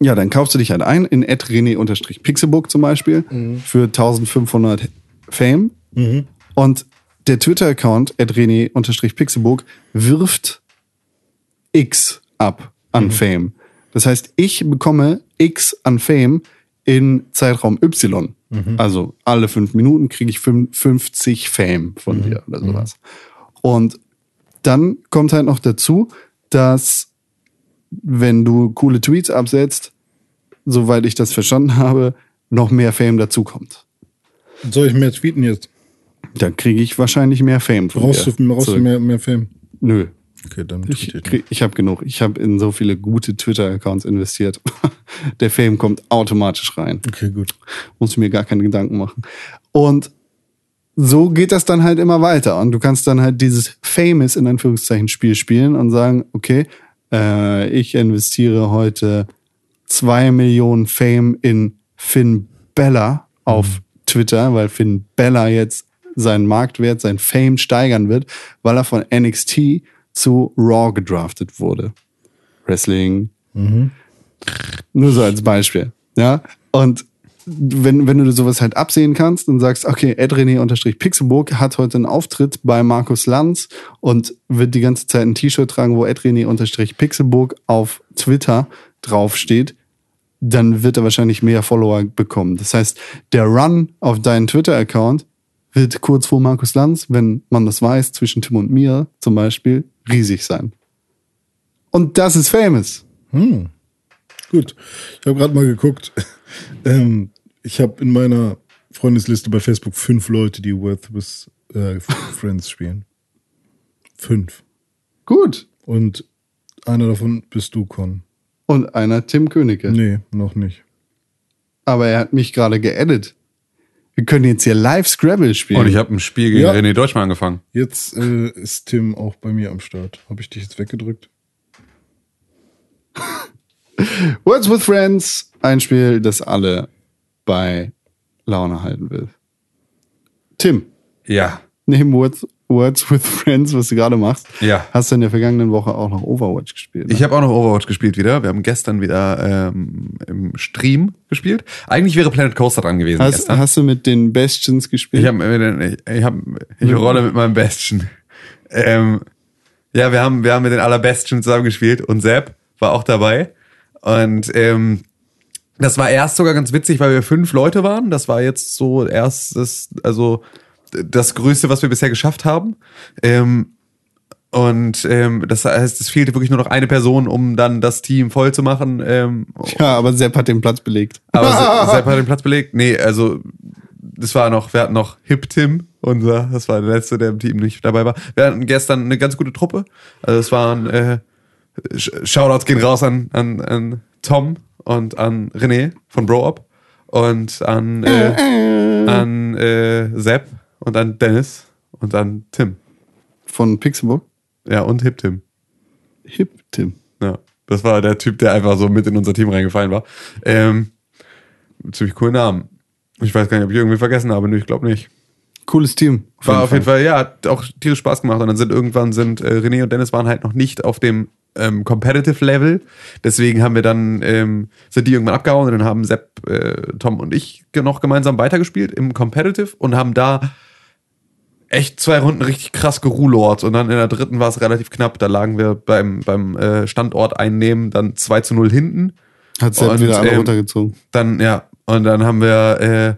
S2: ja, dann kaufst du dich halt ein in adrene-pixelbook zum Beispiel für 1500 Fame. Und der Twitter-Account adrene-pixelbook wirft X ab an Fame. Das heißt, ich bekomme X an Fame in Zeitraum Y. Also alle fünf Minuten kriege ich fün- 50 Fame von dir oder sowas. Und dann kommt halt noch dazu, dass wenn du coole Tweets absetzt, soweit ich das verstanden habe, noch mehr Fame dazukommt.
S4: Soll ich mehr tweeten jetzt?
S2: Dann kriege ich wahrscheinlich mehr Fame von
S4: Brauchst
S2: dir.
S4: du, brauchst du
S2: zurück.
S4: mehr, mehr Fame?
S2: Nö.
S4: Okay, dann
S2: Ich,
S4: tweet ich.
S2: krieg- ich habe genug. Ich habe in so viele gute Twitter-Accounts investiert. Der Fame kommt automatisch rein.
S4: Okay, gut.
S2: muss ich mir gar keine Gedanken machen. Und so geht das dann halt immer weiter. Und du kannst dann halt dieses Famous in Anführungszeichen Spiel spielen und sagen, okay, äh, ich investiere heute zwei Millionen Fame in Finn Bella auf Twitter, weil Finn Bella jetzt seinen Marktwert, sein Fame steigern wird, weil er von NXT zu Raw gedraftet wurde. Wrestling, nur so als Beispiel. Ja. Und wenn, wenn du sowas halt absehen kannst und sagst, okay, Edrene-Pixelburg hat heute einen Auftritt bei Markus Lanz und wird die ganze Zeit ein T-Shirt tragen, wo Edrene-Pixelburg auf Twitter draufsteht, dann wird er wahrscheinlich mehr Follower bekommen. Das heißt, der Run auf deinen Twitter-Account wird kurz vor Markus Lanz, wenn man das weiß, zwischen Tim und mir zum Beispiel, riesig sein. Und das ist famous.
S4: Gut. Ich habe gerade mal geguckt. Ähm, ich habe in meiner Freundesliste bei Facebook fünf Leute, die Worth with äh, Friends spielen. Fünf.
S2: Gut.
S4: Und einer davon bist du, Con.
S2: Und einer Tim Königke.
S4: Nee, noch nicht.
S2: Aber er hat mich gerade geedit. Wir können jetzt hier live Scrabble spielen.
S3: Und ich habe ein Spiel gegen
S4: Ja.
S3: René Deutschmann angefangen.
S4: Jetzt äh, ist Tim auch bei mir am Start. Habe ich dich jetzt weggedrückt?
S2: Words with Friends, ein Spiel, das alle bei Laune halten will. Tim,
S3: Ja.
S2: neben Words, Words with Friends, was du gerade machst,
S3: Ja.
S2: hast du in der vergangenen Woche auch noch Overwatch gespielt. ne?
S3: Ich habe auch noch Overwatch gespielt wieder. Wir haben gestern wieder ähm, im Stream gespielt. Eigentlich wäre Planet Coaster dran gewesen
S2: hast,
S3: gestern.
S2: hast du mit den Bastions gespielt?
S3: Ich habe ich hab, ich rolle mit meinem Bestchen. Ähm, ja, wir haben wir haben mit den allerbestchen zusammengespielt und Sepp war auch dabei und ähm, das war erst sogar ganz witzig, weil wir fünf Leute waren. Das war jetzt so erstes, also das Größte, was wir bisher geschafft haben. Ähm, und ähm, das heißt, es fehlte wirklich nur noch eine Person, um dann das Team voll zu machen. Ähm,
S2: ja, aber Sepp hat den Platz belegt.
S3: aber Se- Sepp hat den Platz belegt. Nee, also das war noch, wir hatten noch Hip Tim, unser, das war der letzte, der im Team nicht dabei war. Wir hatten gestern eine ganz gute Truppe. Also es waren äh, Sh- Shoutouts gehen raus an, an, an Tom und an René von BroUp und an, äh, an äh, Sepp und an Dennis und an Tim.
S2: Von Pixelbook?
S3: Ja, und Hip Tim.
S2: Hip, Tim.
S3: Ja, das war der Typ, der einfach so mit in unser Team reingefallen war. Ähm, ziemlich coolen Namen. Ich weiß gar nicht, ob ich irgendwie vergessen habe. Nö, ich glaube nicht.
S2: Cooles Team.
S3: War auf jeden Fall, ja, hat auch tierisch Spaß gemacht. Und dann sind irgendwann sind äh, René und Dennis waren halt noch nicht auf dem ähm, Competitive Level. Deswegen haben wir dann, ähm, sind die irgendwann abgehauen und dann haben Sepp, äh, Tom und ich ge- noch gemeinsam weitergespielt im Competitive und haben da echt zwei Runden richtig krass gerulort. Und dann in der dritten war es relativ knapp. Da lagen wir beim, beim äh, Standort einnehmen dann 2 zu 0 hinten.
S2: Hat Sepp
S3: Und,
S2: wieder alle
S3: ähm,
S2: runtergezogen.
S3: Dann, ja, und dann haben wir äh,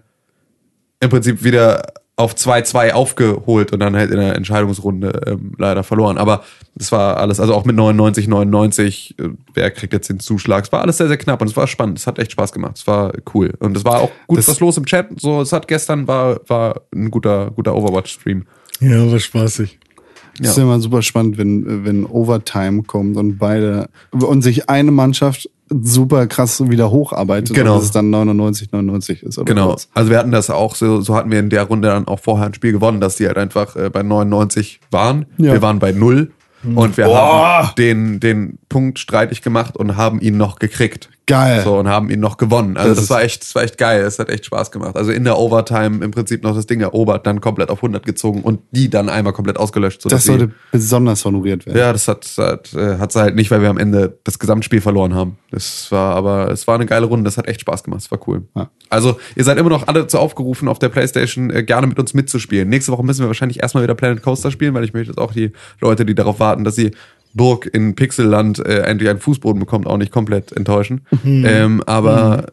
S3: im Prinzip wieder auf 2-2 aufgeholt und dann halt in der Entscheidungsrunde ähm, leider verloren. Aber das war alles, also auch mit 99, 99, äh, wer kriegt jetzt den Zuschlag? Es war alles sehr, sehr knapp und es war spannend. Es hat echt Spaß gemacht. Es war cool. Und es war auch gut
S2: Das-
S3: was los im Chat. So, es hat gestern war, war ein guter, guter Overwatch-Stream.
S4: Ja, war spaßig.
S2: Das ist
S3: Ja.
S2: immer super spannend, wenn, wenn Overtime kommt und beide und sich eine Mannschaft super krass wieder hocharbeitet
S3: Genau.
S2: und dass es dann 99, 99 ist. Oder
S3: Genau.
S2: was.
S3: Also wir hatten das auch so, so hatten wir in der Runde dann auch vorher ein Spiel gewonnen, dass die halt einfach äh, bei 99 waren.
S2: Ja. Hm.
S3: Wir waren bei 0 und wir haben den, den Punkt streitig gemacht und haben ihn noch gekriegt.
S2: Geil.
S3: So, und haben ihn noch gewonnen. Also
S2: Das
S3: das,
S2: ist-
S3: war echt, das war echt geil. Es hat echt Spaß gemacht. Also in der Overtime im Prinzip noch das Ding erobert, dann komplett auf 100 gezogen und die dann einmal komplett ausgelöscht.
S2: Das
S3: sodass
S2: sollte
S3: sie-
S2: besonders honoriert werden.
S3: ja, das hat, hat, äh, hat sie halt nicht, weil wir am Ende das Gesamtspiel verloren haben. Das war aber, es war eine geile Runde, das hat echt Spaß gemacht, es war cool.
S2: Ja.
S3: Also, ihr seid immer noch alle zu aufgerufen, auf der Playstation äh, gerne mit uns mitzuspielen. Nächste Woche müssen wir wahrscheinlich erstmal wieder Planet Coaster spielen, weil ich möchte jetzt auch die Leute, die darauf warten, dass sie Burg in Pixelland äh, endlich einen Fußboden bekommt, auch nicht komplett enttäuschen. Ähm, aber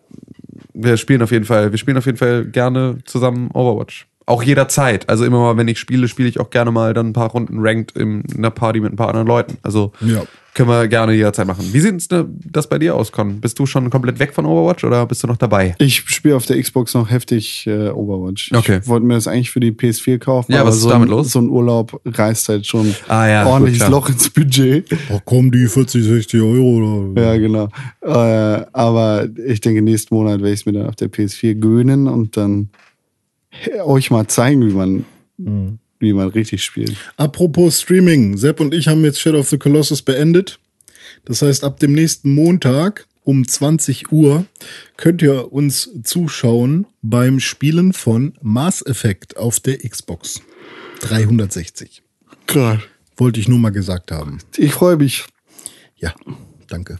S3: wir spielen auf jeden Fall, wir spielen auf jeden Fall gerne zusammen Overwatch. Auch jederzeit. Also immer mal, wenn ich spiele, spiele ich auch gerne mal dann ein paar Runden ranked in einer Party mit ein paar anderen Leuten. Also
S4: Ja.
S3: können wir gerne jederzeit machen. Wie sieht denn das bei dir aus, Con? Bist du schon komplett weg von Overwatch oder bist du noch dabei?
S2: Ich spiele auf der Xbox noch heftig äh, Overwatch.
S3: Okay.
S2: Ich wollte mir das eigentlich für die PS4 kaufen.
S3: Ja,
S2: aber
S3: was ist
S2: so
S3: damit
S2: ein,
S3: los?
S2: So ein Urlaub reißt halt schon
S3: Ah, ja, gut,
S2: ordentliches
S3: klar.
S2: Loch ins Budget.
S4: Ach komm, die 40, 60 Euro. Oder?
S2: Ja, genau. Äh, aber ich denke, nächsten Monat werde ich es mir dann auf der PS4 gönnen und dann euch mal zeigen, wie man, wie man richtig spielt.
S4: Apropos Streaming. Sepp und ich haben jetzt Shadow of the Colossus beendet. Das heißt, ab dem nächsten Montag um 20 Uhr könnt ihr uns zuschauen beim Spielen von Mass Effect auf der Xbox 360.
S2: Klar.
S4: Wollte ich nur mal gesagt haben.
S2: Ich freue mich.
S4: Ja, danke.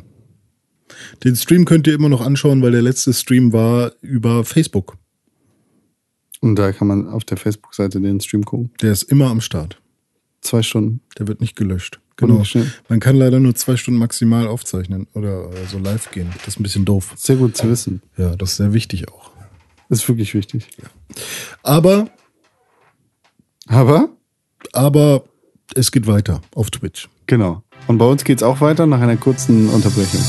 S4: Den Stream könnt ihr immer noch anschauen, weil der letzte Stream war über Facebook.
S2: Und da kann man auf der Facebook-Seite den Stream gucken.
S4: Der ist immer am Start.
S2: Zwei Stunden.
S4: Der wird nicht gelöscht.
S2: Wurde
S4: Genau.
S2: nicht schnell.
S4: Man kann leider nur zwei Stunden maximal aufzeichnen oder äh, so live gehen. Das ist ein bisschen doof.
S2: Sehr gut zu wissen.
S4: Ja, das ist sehr wichtig auch.
S2: Ist wirklich wichtig.
S4: Aber,
S2: Aber,
S4: aber es geht weiter auf Twitch.
S2: genau. Und bei uns geht's auch weiter nach einer kurzen Unterbrechung.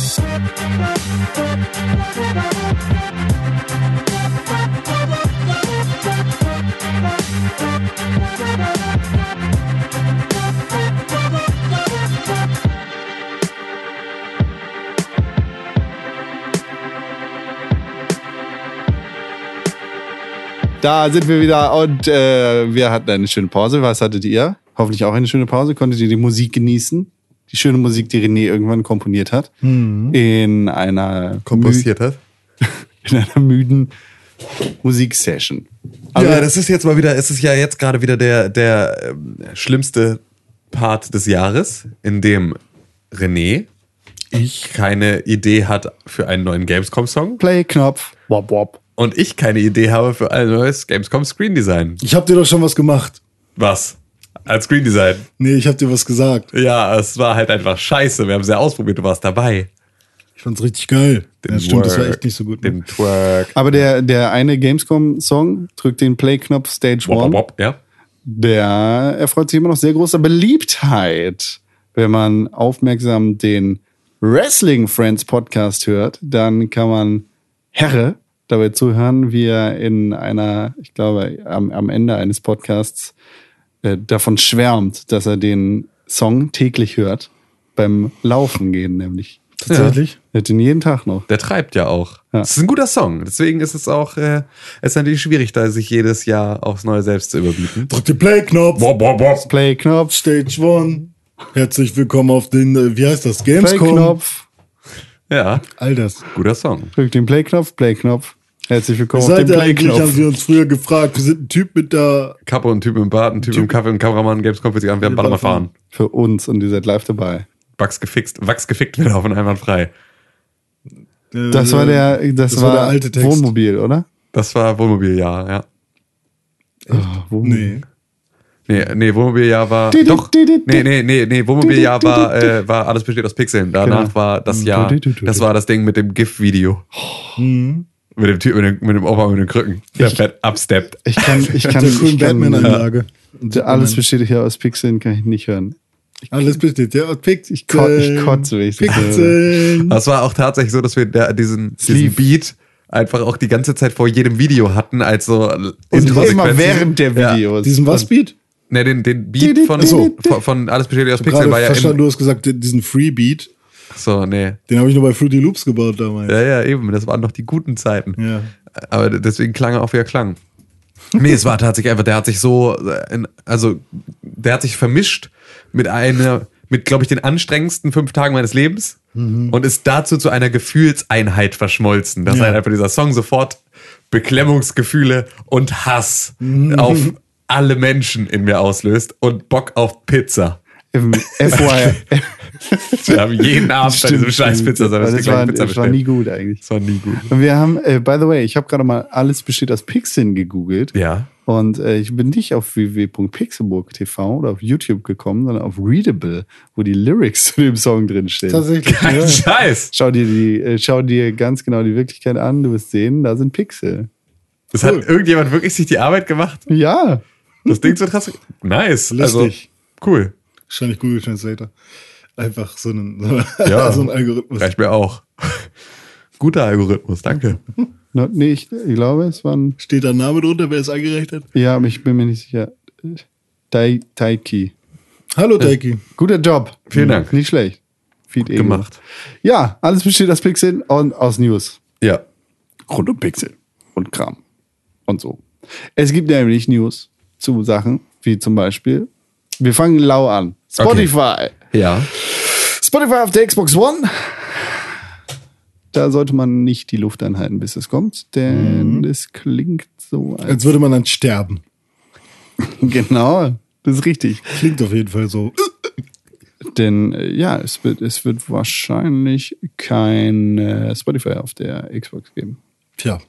S2: Da sind wir wieder und äh, wir hatten eine schöne Pause. Was hattet ihr? Hoffentlich auch eine schöne Pause. Konntet ihr die Musik genießen? Die schöne Musik, die René irgendwann komponiert hat.
S3: Mhm.
S2: In, einer mü-
S3: hat?
S2: in einer müden Musiksession. Also
S3: Aber Also, ja, das ist jetzt mal wieder, es ist ja jetzt gerade wieder der, der ähm, schlimmste Part des Jahres, in dem René ich keine Idee hat für einen neuen Gamescom-Song.
S2: Play-Knopf. Wop, wop.
S3: und ich keine Idee habe für ein neues Gamescom Screen Design.
S4: Ich hab dir doch schon was gemacht.
S3: Was? Als Screen Design.
S4: Nee, ich hab dir was gesagt.
S3: Ja, es war halt einfach scheiße. Wir haben es ja ausprobiert, du warst dabei.
S4: Ich fand's richtig geil. ja, stimmt, das war
S3: Twerk.
S4: echt nicht so gut. ne?
S3: Den Twerk.
S2: Aber der, der eine Gamescom-Song drückt den Play-Knopf Stage
S3: Wop, wop,
S2: One.
S3: wop, ja.
S2: Der erfreut sich immer noch sehr großer Beliebtheit. Wenn man aufmerksam den Wrestling Friends Podcast hört, dann kann man Herre dabei zuhören, wie er in einer, ich glaube, am, am Ende eines Podcasts äh, davon schwärmt, dass er den Song täglich hört. Beim Laufen gehen nämlich.
S4: Tatsächlich?
S2: Er hört ihn jeden Tag noch.
S3: Der treibt ja auch.
S2: Ja.
S3: Das ist ein guter Song. Deswegen ist es auch, äh, es ist natürlich schwierig, da sich jedes Jahr aufs Neue selbst zu überbieten.
S4: Drück den Play-Knopf.
S3: Wop, wop, wop.
S2: Play-Knopf,
S4: Stage One. Herzlich willkommen auf den, äh, wie heißt das, Gamescom.
S2: Play-Knopf,
S3: Ja,
S4: All das.
S3: guter Song.
S2: drückt den Play-Knopf, Play-Knopf. Herzlich willkommen auf dem
S4: Seid ihr eigentlich, haben
S2: Play-Knopf.
S4: wir uns früher gefragt. Wir sind ein Typ mit der
S3: Kappe und Typ im Bart, ein Typ, im Kaffee, ein Kameramann, Games kommt für sich an, wir haben Ballermann fahren.
S2: Für uns und ihr seid live dabei.
S3: Bugs gefixt, Wachs gefickt wird auf und einwandfrei.
S4: äh,
S2: Das war der, das,
S4: das
S2: war
S4: war der alte Text. Oh,
S2: Wohnmobil, oder?
S3: Das war Wohnmobil, ja, ja.
S2: Ach, Wohnmobil.
S4: Nee.
S3: Nee, nee, Wohnmobiljahr war.
S2: Di- di-
S3: Doch.
S2: di- di-
S3: Nee, nee, nee, nee, Wohnmobiljahr war, äh, war alles besteht aus Pixeln. Danach
S2: Genau.
S3: war das Jahr,
S2: Du- du- du- du-
S3: das
S2: du.
S3: war das Ding mit dem GIF-Video.
S2: Mhm.
S3: Mit dem Typ, mit dem, mit dem Opa mit den Krücken, der fett absteppt.
S2: Ich kann, ich
S4: Mit
S2: kann,
S4: der coolen
S2: ich kann
S4: Batman-Anlage.
S2: alles besteht hier aus Pixeln, kann ich nicht hören.
S4: Alles besteht ja aus Pixeln. Ich
S2: ko- ich kotze, wenn ich das höre.
S4: Pixeln.
S3: Das war auch tatsächlich so, dass wir da diesen, diesen
S2: Sleeve.
S3: Beat einfach auch die ganze Zeit vor jedem Video hatten, als so
S2: immer während der Videos.
S4: Diesen was Beat?
S3: Ne, den, den Beat von,
S4: Ach so.
S3: von, von Alles besteht aus Pixeln
S4: Gerade
S3: war ja
S4: verstanden,
S3: in,
S4: du hast gesagt, diesen Free Beat,
S3: So, nee.
S4: den habe ich nur bei Fruity Loops gebaut damals.
S3: Ja, ja, eben. Das waren noch die guten Zeiten.
S4: Ja.
S3: Aber deswegen klang er auch, wie er klang. Nee, es war tatsächlich einfach, der hat sich so, äh, in, also, der hat sich vermischt mit einer, mit, glaube ich, den anstrengendsten fünf Tagen meines Lebens
S2: Mhm.
S3: und ist dazu zu einer Gefühlseinheit verschmolzen. Das
S4: Ja.
S3: halt einfach dieser Song sofort Beklemmungsgefühle und Hass
S2: Mhm.
S3: auf alle Menschen in mir auslöst und Bock auf Pizza.
S2: Also Im FY.
S3: Wir haben jeden Abend bei diesem scheiß Pizza,
S2: das, das, war, das war nie gut eigentlich.
S3: Das war nie gut.
S2: Und wir haben, äh, by the way, ich habe gerade mal alles besteht aus Pixeln gegoogelt.
S3: Ja.
S2: Und äh, ich bin nicht auf www.pixelburg.tv oder auf YouTube gekommen, sondern auf Readable, wo die Lyrics zu dem Song drinstehen.
S4: Tatsächlich.
S3: Kein
S4: Ja.
S3: Scheiß.
S2: Schau dir, die, äh, schau dir ganz genau die Wirklichkeit an, du wirst sehen, da sind Pixel.
S3: Das
S4: Cool.
S3: hat irgendjemand wirklich sich die Arbeit gemacht,
S2: Ja,
S3: das Ding zu transferieren. Nice.
S4: Lustig.
S3: Also, cool.
S4: Wahrscheinlich Google Translator. Einfach so einen,
S3: Ja.
S4: so einen Algorithmus.
S3: Reicht mir auch. Guter Algorithmus, danke.
S2: no, nee, ich, ich glaube, es waren,
S4: Steht da ein Name drunter, wer es eingereicht hat?
S2: ja, aber ich bin mir nicht sicher. Tai, Taiki.
S4: Hallo, Deiki.
S2: Guter Job.
S3: Vielen Dank.
S2: Nicht schlecht. Feed Ego.
S3: gemacht.
S2: Ja, alles besteht aus Pixeln und aus News.
S3: Ja.
S2: Rund um Pixel und Kram und so. Es gibt nämlich News zu Sachen wie zum Beispiel, wir fangen lau an. Spotify.
S3: Ja.
S2: Spotify auf der Xbox One. Da sollte man nicht die Luft anhalten, bis es kommt, denn es klingt so. Als
S4: Als würde man dann sterben.
S2: genau, das ist richtig.
S4: Klingt auf jeden Fall so.
S2: Denn äh, ja, es wird, es wird wahrscheinlich kein äh, Spotify auf der Xbox geben.
S4: Tja,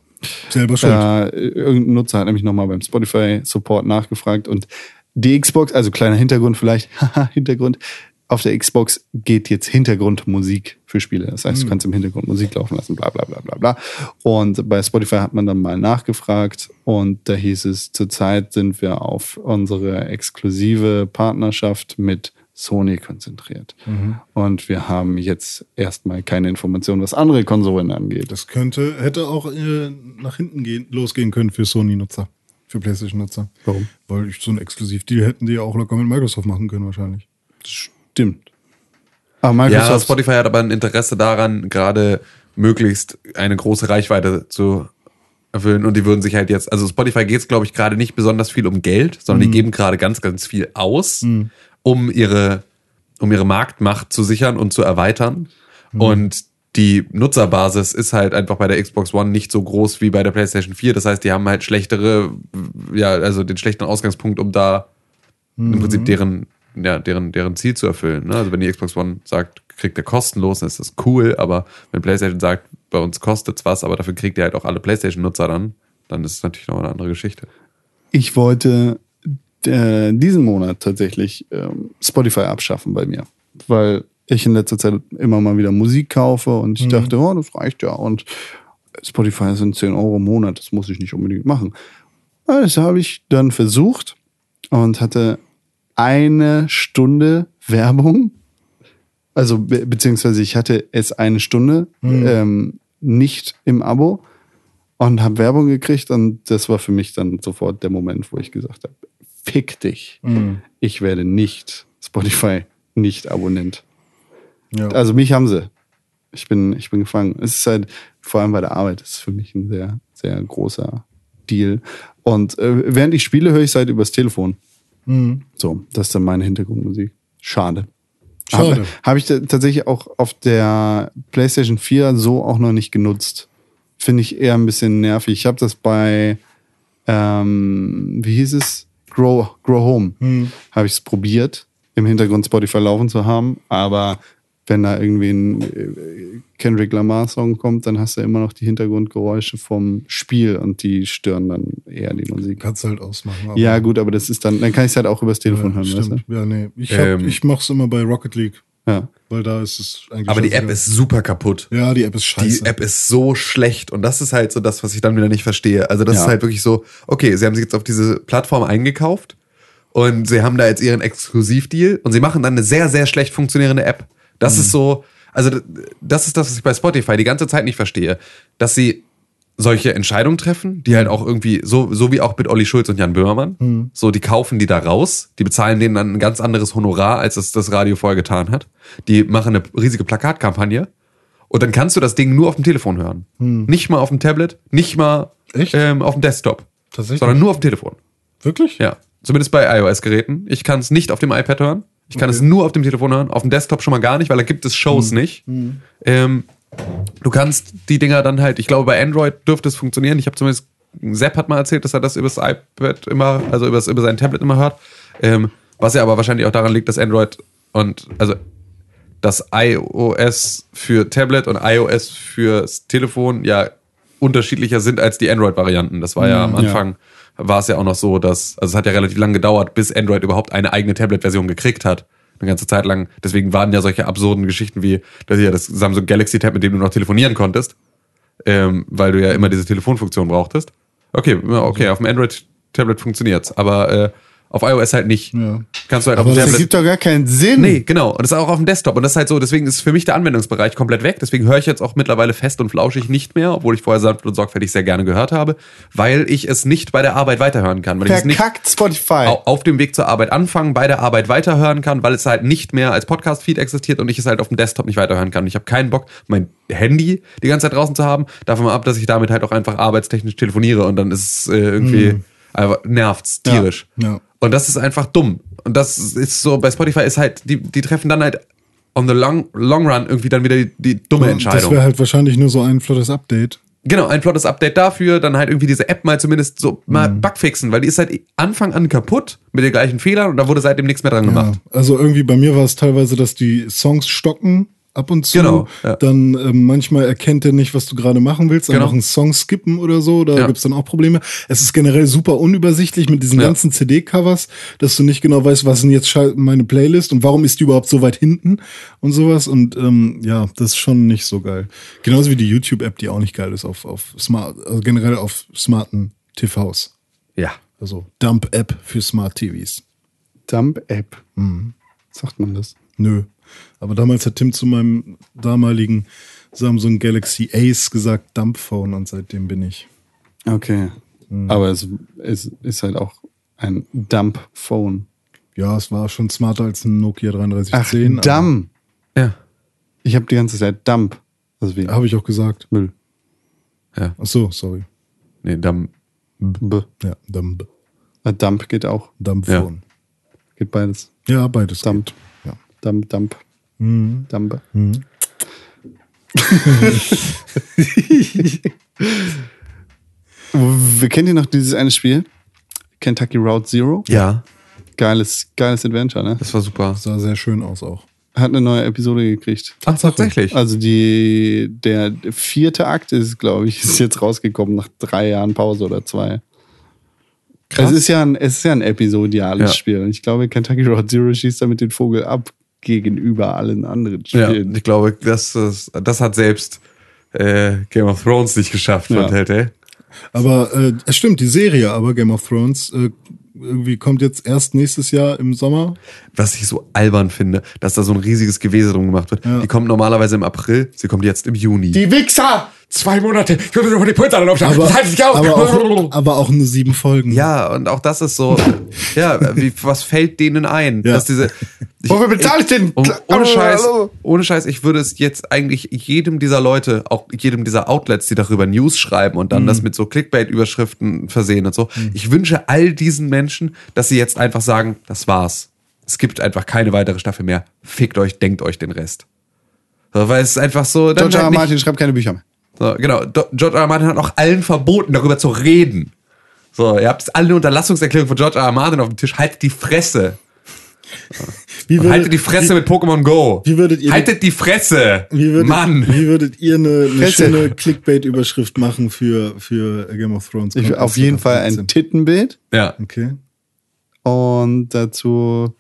S4: selber schuld.
S2: Da, äh, irgendein Nutzer hat nämlich nochmal beim Spotify-Support nachgefragt und die Xbox, also kleiner Hintergrund vielleicht, haha, Hintergrund, auf der Xbox geht jetzt Hintergrundmusik für Spiele. Das heißt, du kannst im Hintergrund Musik laufen lassen, bla bla bla bla bla. Und bei Spotify hat man dann mal nachgefragt und da hieß es, zurzeit sind wir auf unsere exklusive Partnerschaft mit Sony konzentriert. Und wir haben jetzt erstmal keine Informationen, was andere Konsolen angeht.
S4: Das könnte, hätte auch äh, nach hinten gehen, losgehen können für Sony-Nutzer, für PlayStation-Nutzer.
S2: Warum?
S4: Weil ich so einen Exklusivdeal hätten die ja auch locker mit Microsoft machen können, wahrscheinlich.
S2: Stimmt. Aber Microsoft.
S3: Ja, Spotify hat aber ein Interesse daran, gerade möglichst eine große Reichweite zu erfüllen und die würden sich halt jetzt, also Spotify geht es glaube ich gerade nicht besonders viel um Geld, sondern die geben gerade ganz, ganz viel aus, um ihre, um ihre Marktmacht zu sichern und zu erweitern und die Nutzerbasis ist halt einfach bei der Xbox One nicht so groß wie bei der PlayStation 4. Das heißt, die haben halt schlechtere, ja, also den schlechten Ausgangspunkt, um da im Prinzip deren, ja, deren, deren Ziel zu erfüllen. Ne? Also wenn die Xbox One sagt, kriegt ihr kostenlos, dann ist das cool, aber wenn PlayStation sagt, bei uns kostet's was, aber dafür kriegt ihr halt auch alle PlayStation-Nutzer dann, dann ist es natürlich noch eine andere Geschichte.
S2: ich wollte äh, diesen Monat tatsächlich ähm, Spotify abschaffen bei mir, weil ich in letzter Zeit immer mal wieder Musik kaufe und ich
S3: Mhm.
S2: dachte, oh, das reicht ja. Und Spotify sind 10 Euro im Monat, das muss ich nicht unbedingt machen. Das habe ich dann versucht und hatte eine Stunde Werbung. Also, be beziehungsweise ich hatte es eine Stunde
S3: Mhm.
S2: ähm, nicht im Abo und habe Werbung gekriegt und das war für mich dann sofort der Moment, wo ich gesagt habe, fick dich.
S3: Mhm.
S2: Ich werde nicht Spotify nicht Abonnent.
S4: Ja.
S2: Also mich haben sie. Ich bin, ich bin gefangen. Es ist halt, vor allem bei der Arbeit, ist für mich ein sehr, sehr großer Deal. Und äh, während ich spiele, höre ich es halt übers Telefon.
S4: Mhm.
S2: So, das ist dann meine Hintergrundmusik. Schade.
S4: Schade.
S2: Habe hab ich da tatsächlich auch auf der PlayStation 4 so auch noch nicht genutzt. finde ich eher ein bisschen nervig. Ich habe das bei, ähm, wie hieß es? Grow, Grow Home. Habe ich es probiert, im Hintergrund Spotify laufen zu haben. Aber wenn da irgendwie ein äh, Kendrick Lamar-Song kommt, dann hast du immer noch die Hintergrundgeräusche vom Spiel und die stören dann eher die Musik.
S4: Kannst halt ausmachen. aber-
S2: Ja, gut, aber das ist dann, dann kann ich es halt auch übers Telefon hören, weißt du?
S4: stimmt. Ja, nee. Ich, hab,
S3: Ähm.
S4: ich mach's immer bei Rocket League,
S2: Ja.
S4: weil da ist es eigentlich.
S3: Aber die App
S4: scheißegal.
S3: ist super kaputt.
S4: Ja, die App ist scheiße.
S3: Die App ist so schlecht und das ist halt so das, was ich dann wieder nicht verstehe. Also das
S2: Ja.
S3: ist halt wirklich so, okay, sie haben sich jetzt auf diese Plattform eingekauft und sie haben da jetzt ihren Exklusivdeal und sie machen dann eine sehr, sehr schlecht funktionierende App. Das ist so, also d- das ist das, was ich bei Spotify die ganze Zeit nicht verstehe, dass sie solche Entscheidungen treffen, die halt auch irgendwie, so, so wie auch mit Olli Schulz und Jan Böhmermann, so, die kaufen die da raus, die bezahlen denen dann ein ganz anderes Honorar, als es das Radio vorher getan hat. Die machen eine riesige Plakatkampagne und dann kannst du das Ding nur auf dem Telefon hören. Nicht mal auf dem Tablet, nicht mal
S4: Echt?
S3: Ähm, auf dem Desktop.
S4: Tatsächlich?
S3: Sondern nur auf dem Telefon.
S4: Wirklich?
S3: Ja. Zumindest bei iOS-Geräten. Ich kann es nicht auf dem iPad hören. Ich kann es nur auf dem Telefon hören. Auf dem Desktop schon mal gar nicht, weil da gibt es Shows nicht. Ähm, du kannst die Dinger dann halt, ich glaube, bei Android dürfte es funktionieren. Ich habe zumindest, Sepp hat mal erzählt, dass er das übers iPad immer, also übers, über sein Tablet immer hört. Ähm, was ja aber wahrscheinlich auch daran liegt, dass Android und, also dass iOS für Tablet und iOS fürs Telefon ja unterschiedlicher sind als die Android-Varianten. Das war ja
S4: Mhm.
S3: am Anfang, war es ja auch noch so, dass, also es hat ja relativ lange gedauert, bis Android überhaupt eine eigene Tablet-Version gekriegt hat. Eine ganze Zeit lang. Deswegen waren ja solche absurden Geschichten wie, dass ja das Samsung Galaxy Tab, mit dem du noch telefonieren konntest, ähm, weil du ja immer diese Telefonfunktion brauchtest. Okay, ja, okay, auf dem Android-Tablet funktioniert's, aber äh, auf iOS halt nicht.
S4: Ja.
S3: Kannst du halt
S4: Aber
S3: auf dem
S4: das
S2: Das
S3: Tablet.
S2: ergibt doch gar keinen Sinn.
S4: Hm.
S3: Nee, genau. Und das ist auch auf dem Desktop. Und das ist halt so, deswegen ist für mich der Anwendungsbereich komplett weg. Deswegen höre ich jetzt auch mittlerweile fest und flauschig nicht mehr, obwohl ich vorher sanft und sorgfältig sehr gerne gehört habe, weil ich es nicht bei der Arbeit weiterhören kann. Weil ich es nicht
S2: Verkackt Spotify.
S3: au- auf dem Weg zur Arbeit anfangen, bei der Arbeit weiterhören kann, weil es halt nicht mehr als Podcast-Feed existiert und ich es halt auf dem Desktop nicht weiterhören kann. Und ich habe keinen Bock, mein Handy die ganze Zeit draußen zu haben, davon mal ab, dass ich damit halt auch einfach arbeitstechnisch telefoniere und dann ist es äh, irgendwie einfach nervt's tierisch.
S4: Hm. ja.
S3: Und das ist einfach dumm. Und das ist so, bei Spotify ist halt, die, die treffen dann halt on the long, long run irgendwie dann wieder die, die dumme
S4: Das
S3: Entscheidung.
S4: wäre halt wahrscheinlich nur so ein flottes Update.
S3: Genau, ein flottes Update dafür, dann halt irgendwie diese App mal zumindest so mal
S2: Mhm.
S3: bugfixen, weil die ist seit Anfang an kaputt mit den gleichen Fehlern und da wurde seitdem nichts mehr dran
S4: Ja.
S3: gemacht.
S4: Also irgendwie bei mir war es teilweise, dass die Songs stocken ab und zu.
S3: Genau, ja.
S4: Dann ähm, manchmal erkennt er nicht, was du gerade machen willst. Dann
S3: Genau.
S4: noch einen Song skippen oder so. Da
S3: Ja.
S4: gibt's dann auch Probleme. Es ist generell super unübersichtlich mit diesen
S3: Ja.
S4: ganzen CD-Covers, dass du nicht genau weißt, was ist denn jetzt schall- meine Playlist und warum ist die überhaupt so weit hinten und sowas. Und ähm, ja, das ist schon nicht so geil. Genauso wie die YouTube-App, die auch nicht geil ist auf, auf Smart, also generell auf smarten TVs.
S3: Ja.
S4: Also Dump-App für Smart TVs.
S2: Dump-App. Sagt man das?
S4: Nö. Aber damals hat Tim zu meinem damaligen Samsung Galaxy Ace gesagt, Dumpphone und seitdem bin ich.
S2: Okay.
S4: Mhm.
S2: Aber es, es ist halt auch ein Dump-Phone.
S4: Ja, es war schon smarter als ein Nokia
S2: Ach,
S4: 3310.
S2: Dump.
S3: Ja.
S2: Ich habe die ganze Zeit Dump. Also wie
S4: Habe ich auch gesagt.
S2: Müll.
S4: Ach so, sorry.
S3: Nee, dann,
S2: B.
S4: Ja, Dump,
S2: Äh, Dump geht auch.
S4: Dumpphone.
S2: Geht beides.
S4: Ja, beides.
S2: Dump.
S4: geht. Ja. Mhm.
S2: Dump, Dump. Dump. W- Kennt ihr noch dieses eine Spiel? Kentucky Route Zero?
S3: ja,
S2: Geiles, geiles Adventure, ne?
S3: das war super.
S4: Sah sehr schön aus auch.
S2: Hat eine neue Episode gekriegt.
S3: Ach, tatsächlich.
S2: Also die, der vierte Akt ist, glaube ich, ist jetzt rausgekommen nach drei Jahren Pause oder zwei.
S3: Krass.
S2: Es ist ja ein, es ist ja ein episodiales
S3: Ja.
S2: Spiel. Und ich glaube, Kentucky Road Zero schießt damit den Vogel ab gegenüber allen anderen
S3: ja,
S2: Spielen.
S3: ich glaube, das, das, das hat selbst äh, Game of Thrones nicht geschafft
S2: Ja.
S3: von Telltale.
S4: Aber äh, es stimmt, die Serie, aber Game of Thrones äh, irgendwie kommt jetzt erst nächstes Jahr im Sommer.
S3: Was ich so albern finde, dass da so ein riesiges Gewese drum gemacht wird. Die kommt normalerweise im April, sie kommt jetzt im Juni.
S2: Die Wichser!
S3: zwei Monate, ich würde noch halt die Pulse an
S4: Aber, aber, auch, aber auch nur sieben Folgen.
S3: Ja, und auch das ist so, ja, wie, was fällt denen ein?
S4: Ja.
S3: Dass diese, ich,
S2: Wofür bezahle ich denn?
S3: Und Oh, ohne Scheiß, ohne Scheiß, ich würde es jetzt eigentlich jedem dieser Leute, auch jedem dieser Outlets, die darüber News schreiben und
S2: Mhm.
S3: dann das mit so Clickbait-Überschriften versehen und so. Ich wünsche all diesen Menschen, dass sie jetzt einfach sagen, das war's. Es gibt einfach keine weitere Staffel mehr. Fickt euch, denkt euch den Rest. So, Weil es ist einfach so, dann
S2: George R.
S3: halt
S2: R.
S3: nicht-
S2: Martin schreibt keine Bücher mehr.
S3: So, genau. Do George R. R. Martin hat auch allen verboten, darüber zu reden. So, ihr habt alle Unterlassungserklärung von George R. R. Martin auf dem Tisch. Haltet die Fresse.
S5: Wie
S3: Und
S5: würde-
S3: haltet die Fresse mit Pokémon Go.
S5: Wie würdet ihr-
S3: haltet die Fresse.
S5: Wie würdet,
S3: Mann.
S5: wie würdet ihr eine, eine
S2: Fresse.
S5: schöne Clickbait-Überschrift machen für, für Game of Thrones?
S2: Ich, auf jeden Fall ein Tittenbild
S3: ja.
S5: Okay.
S2: und dazu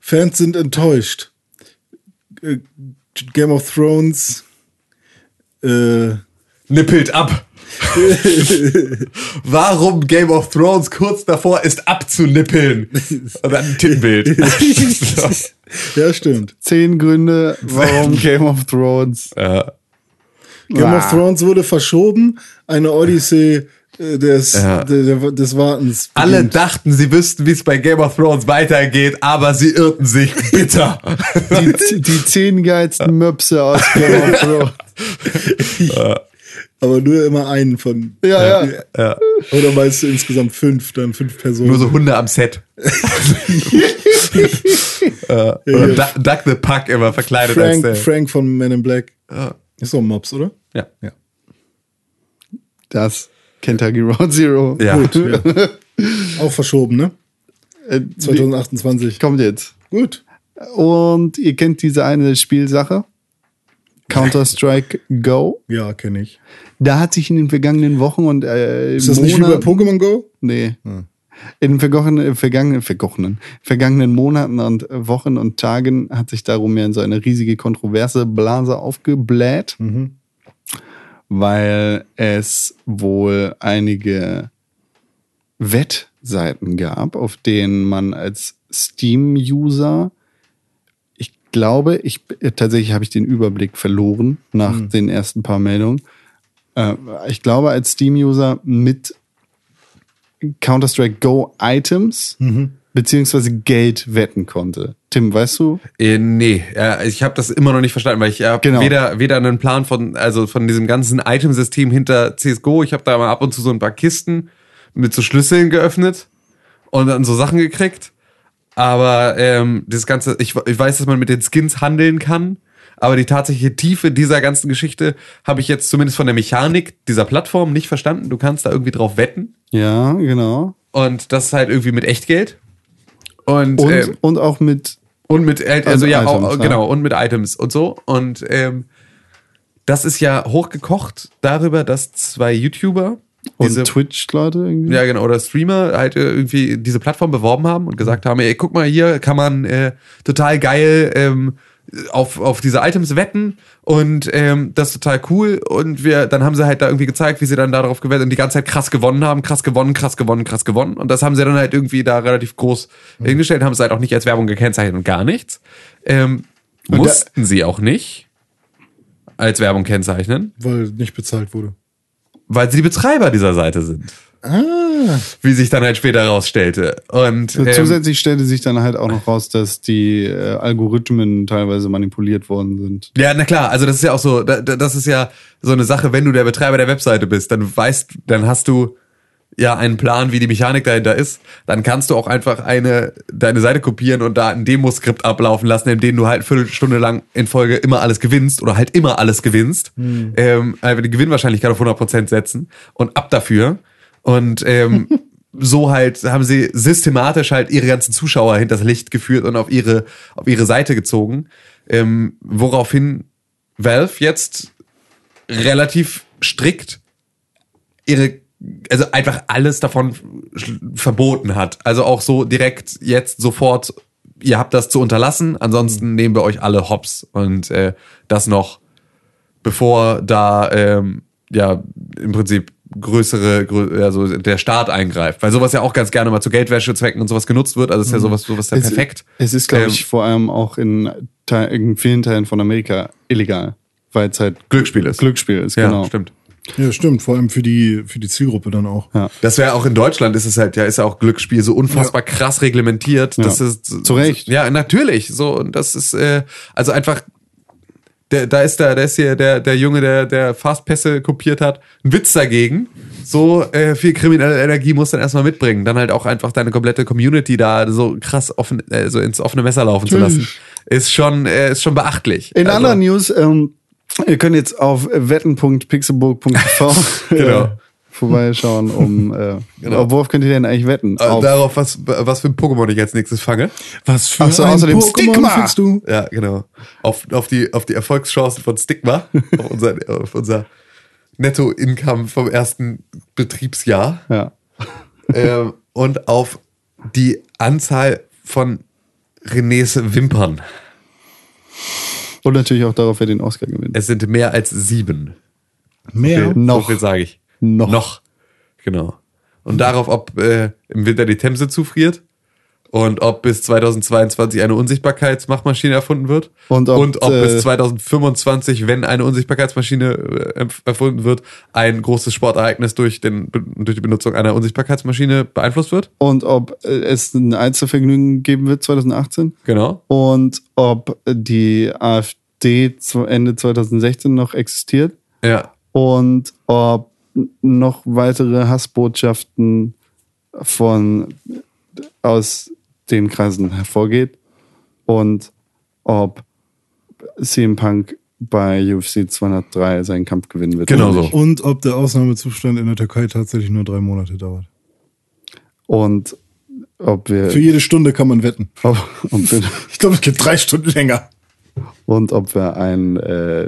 S5: Fans sind enttäuscht. Äh, Game of Thrones. Äh,
S3: Nippelt ab. Warum Game of Thrones kurz davor ist abzunippeln? Und dann ein Tittenbild. so.
S5: ja, stimmt.
S2: zehn Gründe, warum Game of Thrones.
S3: ja.
S5: Game
S3: Ah.
S5: of Thrones wurde verschoben. Eine Odyssee äh, des,
S3: Ja.
S5: de- de- des Wartens.
S3: Alle
S5: beginnt.
S3: dachten, sie wüssten, wie es bei Game of Thrones weitergeht, aber sie irrten sich bitter.
S2: Die, die zehn geilsten Möpse aus Game of Thrones.
S5: Aber nur immer einen von.
S2: Ja, ja.
S5: Oder meinst du insgesamt fünf, dann fünf Personen?
S3: Nur so Hunde am Set. äh, oder Duck, Duck the Puck immer verkleidet als der.
S5: Frank, Frank von Men in Black.
S3: Ja.
S5: Ist doch ein Mops, oder?
S3: Ja.
S2: Das Kentucky Round Zero.
S3: Ja.
S5: Gut. Ja. Auch verschoben, ne?
S2: Äh,
S5: 2028.
S2: kommt jetzt.
S5: Gut.
S2: Und ihr kennt diese eine Spielsache. Counter-Strike Go.
S5: Ja, kenne ich.
S2: Da hat sich in den vergangenen Wochen und äh,
S5: Ist das nicht wie bei Pokémon Go?
S2: Nee. In den vergangenen, vergangenen, vergangenen, vergangenen Monaten und äh, Wochen und Tagen hat sich darum ja in so eine riesige kontroverse Blase aufgebläht, weil es wohl einige Wettseiten gab, auf denen man als Steam-User, ich glaube, ich äh, tatsächlich habe ich den Überblick verloren nach den ersten paar Meldungen. Äh, Ich glaube, als Steam-User mit Counter-Strike Go Items beziehungsweise Geld wetten konnte. Tim, weißt du?
S3: Äh, nee, äh, ich habe das immer noch nicht verstanden, weil ich habe
S2: Genau.
S3: weder, weder einen Plan von, also von diesem ganzen Itemsystem hinter CSGO. Ich habe da mal ab und zu so ein paar Kisten mit so Schlüsseln geöffnet und dann so Sachen gekriegt. Aber ähm, das Ganze, ich, ich weiß, dass man mit den Skins handeln kann, aber die tatsächliche Tiefe dieser ganzen Geschichte habe ich jetzt zumindest von der Mechanik dieser Plattform nicht verstanden. Du kannst da irgendwie drauf wetten
S2: Ja, genau.
S3: und das ist halt irgendwie mit Echtgeld. Und,
S2: Und,
S3: ähm,
S2: und auch mit,
S3: und mit El- also,
S2: Also
S3: ja,
S2: Items,
S3: auch,
S2: ja.
S3: genau, und mit Items und so. Und ähm, das ist ja hochgekocht darüber, dass zwei YouTuber
S2: und Twitch-Leute irgendwie.
S3: ja, genau. Oder Streamer halt äh, irgendwie diese Plattform beworben haben und gesagt haben, ey, guck mal, hier kann man äh, total geil ähm, auf, auf diese Items wetten und ähm, das ist total cool. Und wir, dann haben sie halt da irgendwie gezeigt, wie sie dann darauf gewettet und die ganze Zeit krass gewonnen haben, krass gewonnen, krass gewonnen, krass gewonnen. Und das haben sie dann halt irgendwie da relativ groß hingestellt, haben es halt auch nicht als Werbung gekennzeichnet und gar nichts. Ähm, mussten sie auch nicht als Werbung kennzeichnen,
S5: Weil nicht bezahlt wurde.
S3: weil sie die Betreiber dieser Seite sind
S5: Ah,
S3: wie sich dann halt später herausstellte. Und ähm,
S2: Zusätzlich stellte sich dann halt auch noch raus, dass die äh, Algorithmen teilweise manipuliert worden sind.
S3: ja, na klar, also das ist ja auch so, da, da- das ist ja so eine Sache, wenn du der Betreiber der Webseite bist, dann weißt, dann hast du ja einen Plan, wie die Mechanik dahinter ist, dann kannst du auch einfach eine deine Seite kopieren und da ein Demoskript ablaufen lassen, in dem du halt Viertelstunde lang in Folge immer alles gewinnst oder halt immer alles gewinnst, ähm, einfach die Gewinnwahrscheinlichkeit auf 100% setzen und ab dafür und ähm, so halt haben sie systematisch halt ihre ganzen Zuschauer hinters Licht geführt und auf ihre auf ihre Seite gezogen, ähm, woraufhin Valve jetzt relativ strikt ihre also einfach alles davon schl- verboten hat. Also auch so direkt jetzt sofort ihr habt das zu unterlassen,
S2: Mhm.
S3: ansonsten nehmen wir euch alle hops und äh, das noch bevor da ähm, ja im Prinzip größere, grö also der Staat eingreift. Weil sowas ja auch ganz gerne mal zu Geldwäschezwecken und sowas genutzt wird. Also ist ja sowas, sowas ja
S2: Mhm. Es-
S3: perfekt.
S2: Es ist, glaube
S3: Ähm,
S2: ich, vor allem auch in, Teil- in vielen Teilen von Amerika illegal, weil es halt
S3: Glücksspiel ist.
S2: Glücksspiel ist.
S3: ja,
S2: genau.
S3: stimmt.
S5: ja, stimmt. Vor allem für die, für die Zielgruppe dann auch.
S2: Ja.
S3: Das wäre auch in Deutschland ist es halt, ja, ist ja auch Glücksspiel so unfassbar krass reglementiert.
S2: Ja.
S3: Das ist
S2: Zu Recht.
S3: Ja, natürlich. So, und das ist, äh, also einfach, der, da ist der, da ist hier der, der Junge, der, der Fastpässe kopiert hat, ein Witz dagegen. So äh, viel kriminelle Energie muss dann erstmal mitbringen. Dann halt auch einfach deine komplette Community da so krass offen, äh, so ins offene Messer laufen zu lassen. ist schon, äh, ist schon beachtlich. äh,
S2: In anderen News, ähm, ihr könnt jetzt auf wetten.pixelburg.tv äh, vorbeischauen, um äh, auf worauf könnt ihr denn eigentlich wetten?
S3: äh,
S2: Auf-
S3: darauf, was, was für ein Pokémon ich als nächstes fange.
S4: Was für
S2: Ach so, außerdem Stigma.
S4: findest du?
S3: Ja, genau. Auf, auf, die, auf die Erfolgschancen von Stigma, auf unser, auf unser Netto-Income vom ersten Betriebsjahr
S2: ja.
S3: ähm, und auf die Anzahl von Renés Wimpern.
S2: Und natürlich auch darauf, wer den Oscar gewinnt.
S3: Es sind mehr als sieben.
S4: Mehr?
S3: Noch.
S2: Noch.
S3: So viel sage ich.
S2: Noch.
S3: Genau. Und darauf, ob äh, im Winter die Themse zufriert und ob bis 2022 eine Unsichtbarkeitsmachmaschine erfunden wird
S2: Und ob,
S3: und ob
S2: äh,
S3: bis 2025, wenn eine Unsichtbarkeitsmaschine äh, empf- erfunden wird, ein großes Sportereignis durch, den, durch die Benutzung einer Unsichtbarkeitsmaschine beeinflusst wird.
S2: Und ob äh, es ein Einzelvergnügen geben wird 2018.
S3: Genau.
S2: Und ob die AfD zu Ende 2016 noch existiert.
S3: Ja.
S2: Und ob noch weitere Hassbotschaften von aus den Kreisen hervorgeht. Und ob CM Punk bei UFC 203 seinen Kampf gewinnen wird.
S3: Genau
S2: oder
S3: so.
S2: nicht.
S4: Und ob der Ausnahmezustand in der Türkei tatsächlich nur drei Monate dauert.
S2: Und ob wir.
S4: Für jede Stunde kann man wetten.
S2: Ob, ob wir
S4: Ich glaube, es geht drei Stunden länger.
S2: und ob wir einen äh,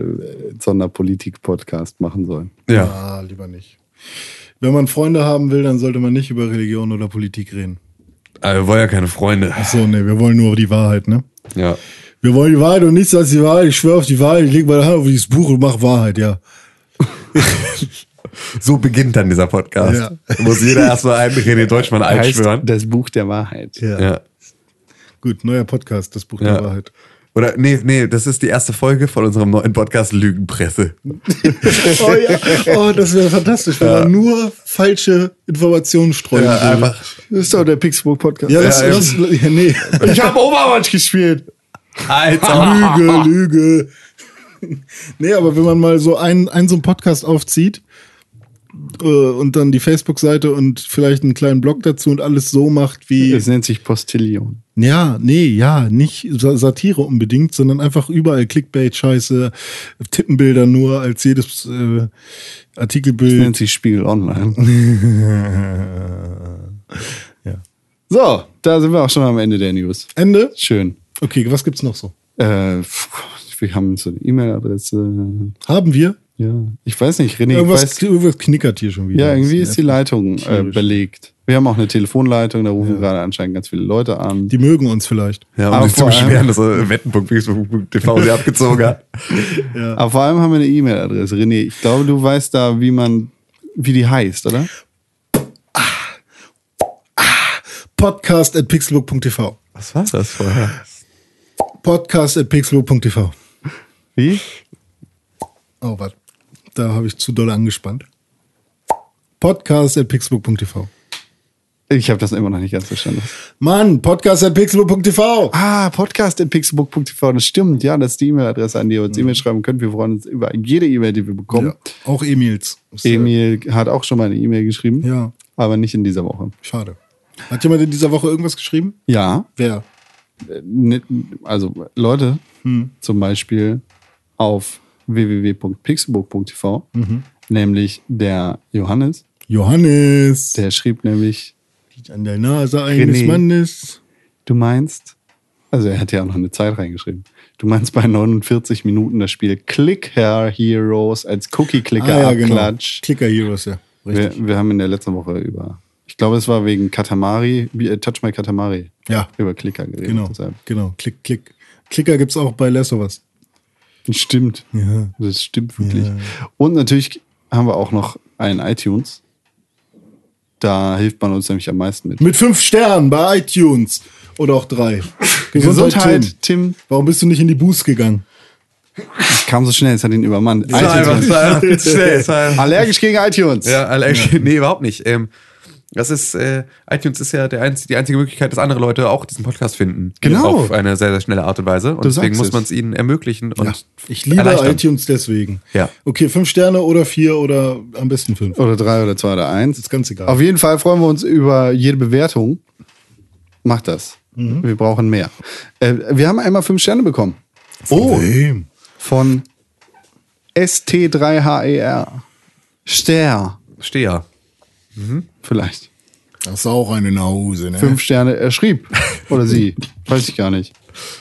S2: Sonderpolitik-Podcast machen sollen.
S3: Ja.
S4: Ah, lieber nicht. Wenn man Freunde haben will, dann sollte man nicht über Religion oder Politik reden.
S3: Aber Also, wir wollen ja keine Freunde.
S4: So, nee, wir wollen nur die Wahrheit, ne?
S3: Ja.
S4: Wir wollen die Wahrheit und nichts als die Wahrheit. Ich schwöre auf die Wahrheit, ich lege meine Hand auf dieses Buch und mach Wahrheit, ja.
S3: So beginnt dann dieser Podcast.
S4: Ja.
S3: Muss jeder erstmal einen René Deutschmann einschwören.
S2: Heißt das Buch der Wahrheit.
S3: Ja.
S4: Gut, neuer Podcast, das Buch
S3: Ja.
S4: der Wahrheit.
S3: Oder nee, nee, das ist die erste Folge von unserem neuen Podcast Lügenpresse.
S4: Oh ja, oh, das wäre fantastisch, wenn man nur falsche Informationen streuen
S3: Ja,
S4: würde.
S3: einfach.
S2: Das ist doch der Pixburg-Podcast.
S4: Ja, das,
S3: Ja,
S4: das, ja, nee.
S3: Ich habe Overwatch gespielt. Alter.
S4: Lüge, Lüge. Nee, aber wenn man mal so einen, einen so einen Podcast aufzieht äh, und dann die Facebook-Seite und vielleicht einen kleinen Blog dazu und alles so macht wie.
S2: Es nennt sich Postillion.
S4: Ja, nee, ja, nicht Sa- Satire unbedingt, sondern einfach überall Clickbait-Scheiße, Tippenbilder nur als jedes äh,
S2: Es
S4: Artikelbild.
S2: nennt sich Spiegel Online.
S4: Ja.
S2: So, da sind wir auch schon am Ende der News.
S4: Ende?
S2: Schön.
S4: Okay, was gibt's noch so?
S2: Äh, pff, wir haben so eine E-Mail-Adresse.
S4: Haben wir?
S2: Ja, ich weiß nicht, René. Ich
S4: irgendwas,
S2: weiß,
S4: irgendwas knickert hier schon wieder.
S2: ja, irgendwie ist die
S4: Leid.
S2: Leitung äh,
S4: tierisch.
S2: belegt. Wir haben auch eine Telefonleitung, da rufen gerade anscheinend ganz viele Leute an.
S4: Die mögen uns vielleicht.
S3: Ja, um
S2: Aber
S3: dich zu
S2: vor allem-
S3: beschweren, dass er wetten.pixburg.tv sie abgezogen hat.
S2: Aber vor allem haben wir eine E-Mail-Adresse. René, ich glaube, du weißt da, wie man, wie die heißt, oder?
S4: Podcast at pixelbook.tv.
S3: Was war das vorher?
S4: Podcast at pixelbook.tv.
S2: Wie?
S4: Oh, warte. Da habe ich zu doll angespannt. Podcast at pixelbook.tv.
S2: Ich habe das immer noch nicht ganz verstanden.
S4: Mann, Podcast at pixelbook.tv.
S2: Ah, Podcast in pixelbook.tv. Das stimmt, ja, das ist die E-Mail-Adresse, an die ihr uns E-Mail schreiben könnt. Wir freuen uns über jede E-Mail, die wir bekommen.
S4: Ja, auch Emils. Ist, äh,
S2: Emil hat auch schon mal eine E-Mail geschrieben,
S4: Ja.
S2: aber nicht in dieser Woche.
S4: Schade. Hat jemand in dieser Woche irgendwas geschrieben?
S2: Ja,
S4: Wer?
S2: ne- also Leute,
S4: Hm.
S2: zum Beispiel auf www.pixelbook.tv,
S4: Mhm.
S2: nämlich der Johannes,
S4: Johannes.
S2: der schrieb nämlich
S4: liegt an der Nase eines
S2: René.
S4: Mannes.
S2: Du meinst, also er hat ja auch noch eine Zeit reingeschrieben. Du meinst bei 49 Minuten das Spiel Click Hair Heroes als Cookie Clicker
S4: genau.
S2: abklatscht.
S4: Clicker Heroes, ja. Ah, Richtig.
S2: Wir, wir haben in der letzten Woche über, ich glaube, es war wegen Katamari, wie, äh, Touch My Katamari,
S4: Ja,
S2: über Clicker geredet.
S4: genau.
S2: Deshalb.
S4: Genau. Klick, klick. Klicker gibt's auch bei Last of Us.
S2: Stimmt.
S4: Ja.
S2: Das Also stimmt wirklich.
S4: Ja.
S2: Und natürlich haben wir auch noch einen iTunes. Da hilft man uns nämlich am meisten mit.
S4: Mit fünf Sternen bei iTunes. Oder auch drei. Tim.
S2: Gesundheit, Tim.
S4: Warum bist du nicht in die Boost gegangen?
S2: Es kam so schnell, es hat ihn übermannt.
S3: Es war einfach, es
S2: iTunes.
S3: war einfach viel schnell. es war einfach-
S2: Allergisch gegen iTunes.
S3: Ja, Alex, nee, überhaupt nicht. Ähm, das ist, äh, iTunes ist ja der einz die einzige Möglichkeit, dass andere Leute auch diesen Podcast finden.
S2: Genau.
S3: Auf eine sehr, sehr schnelle Art und Weise. Und
S2: Du sagst
S3: deswegen muss
S2: es.
S3: man es ihnen ermöglichen und
S4: Ich liebe
S3: erleichtern.
S4: iTunes deswegen.
S3: Ja.
S4: Okay, fünf Sterne oder vier oder am besten fünf.
S2: Oder drei oder zwei oder eins.
S4: Ist ganz egal.
S2: Auf jeden Fall freuen wir uns über jede Bewertung. Macht das. Wir brauchen mehr. Äh, wir haben einmal fünf Sterne bekommen.
S4: Oh.
S2: Von E ST3HER. Ster,
S3: Steher.
S2: vielleicht.
S4: Das ist auch eine Nause, ne?
S2: Fünf Sterne, er schrieb. Oder sie. Weiß ich gar nicht.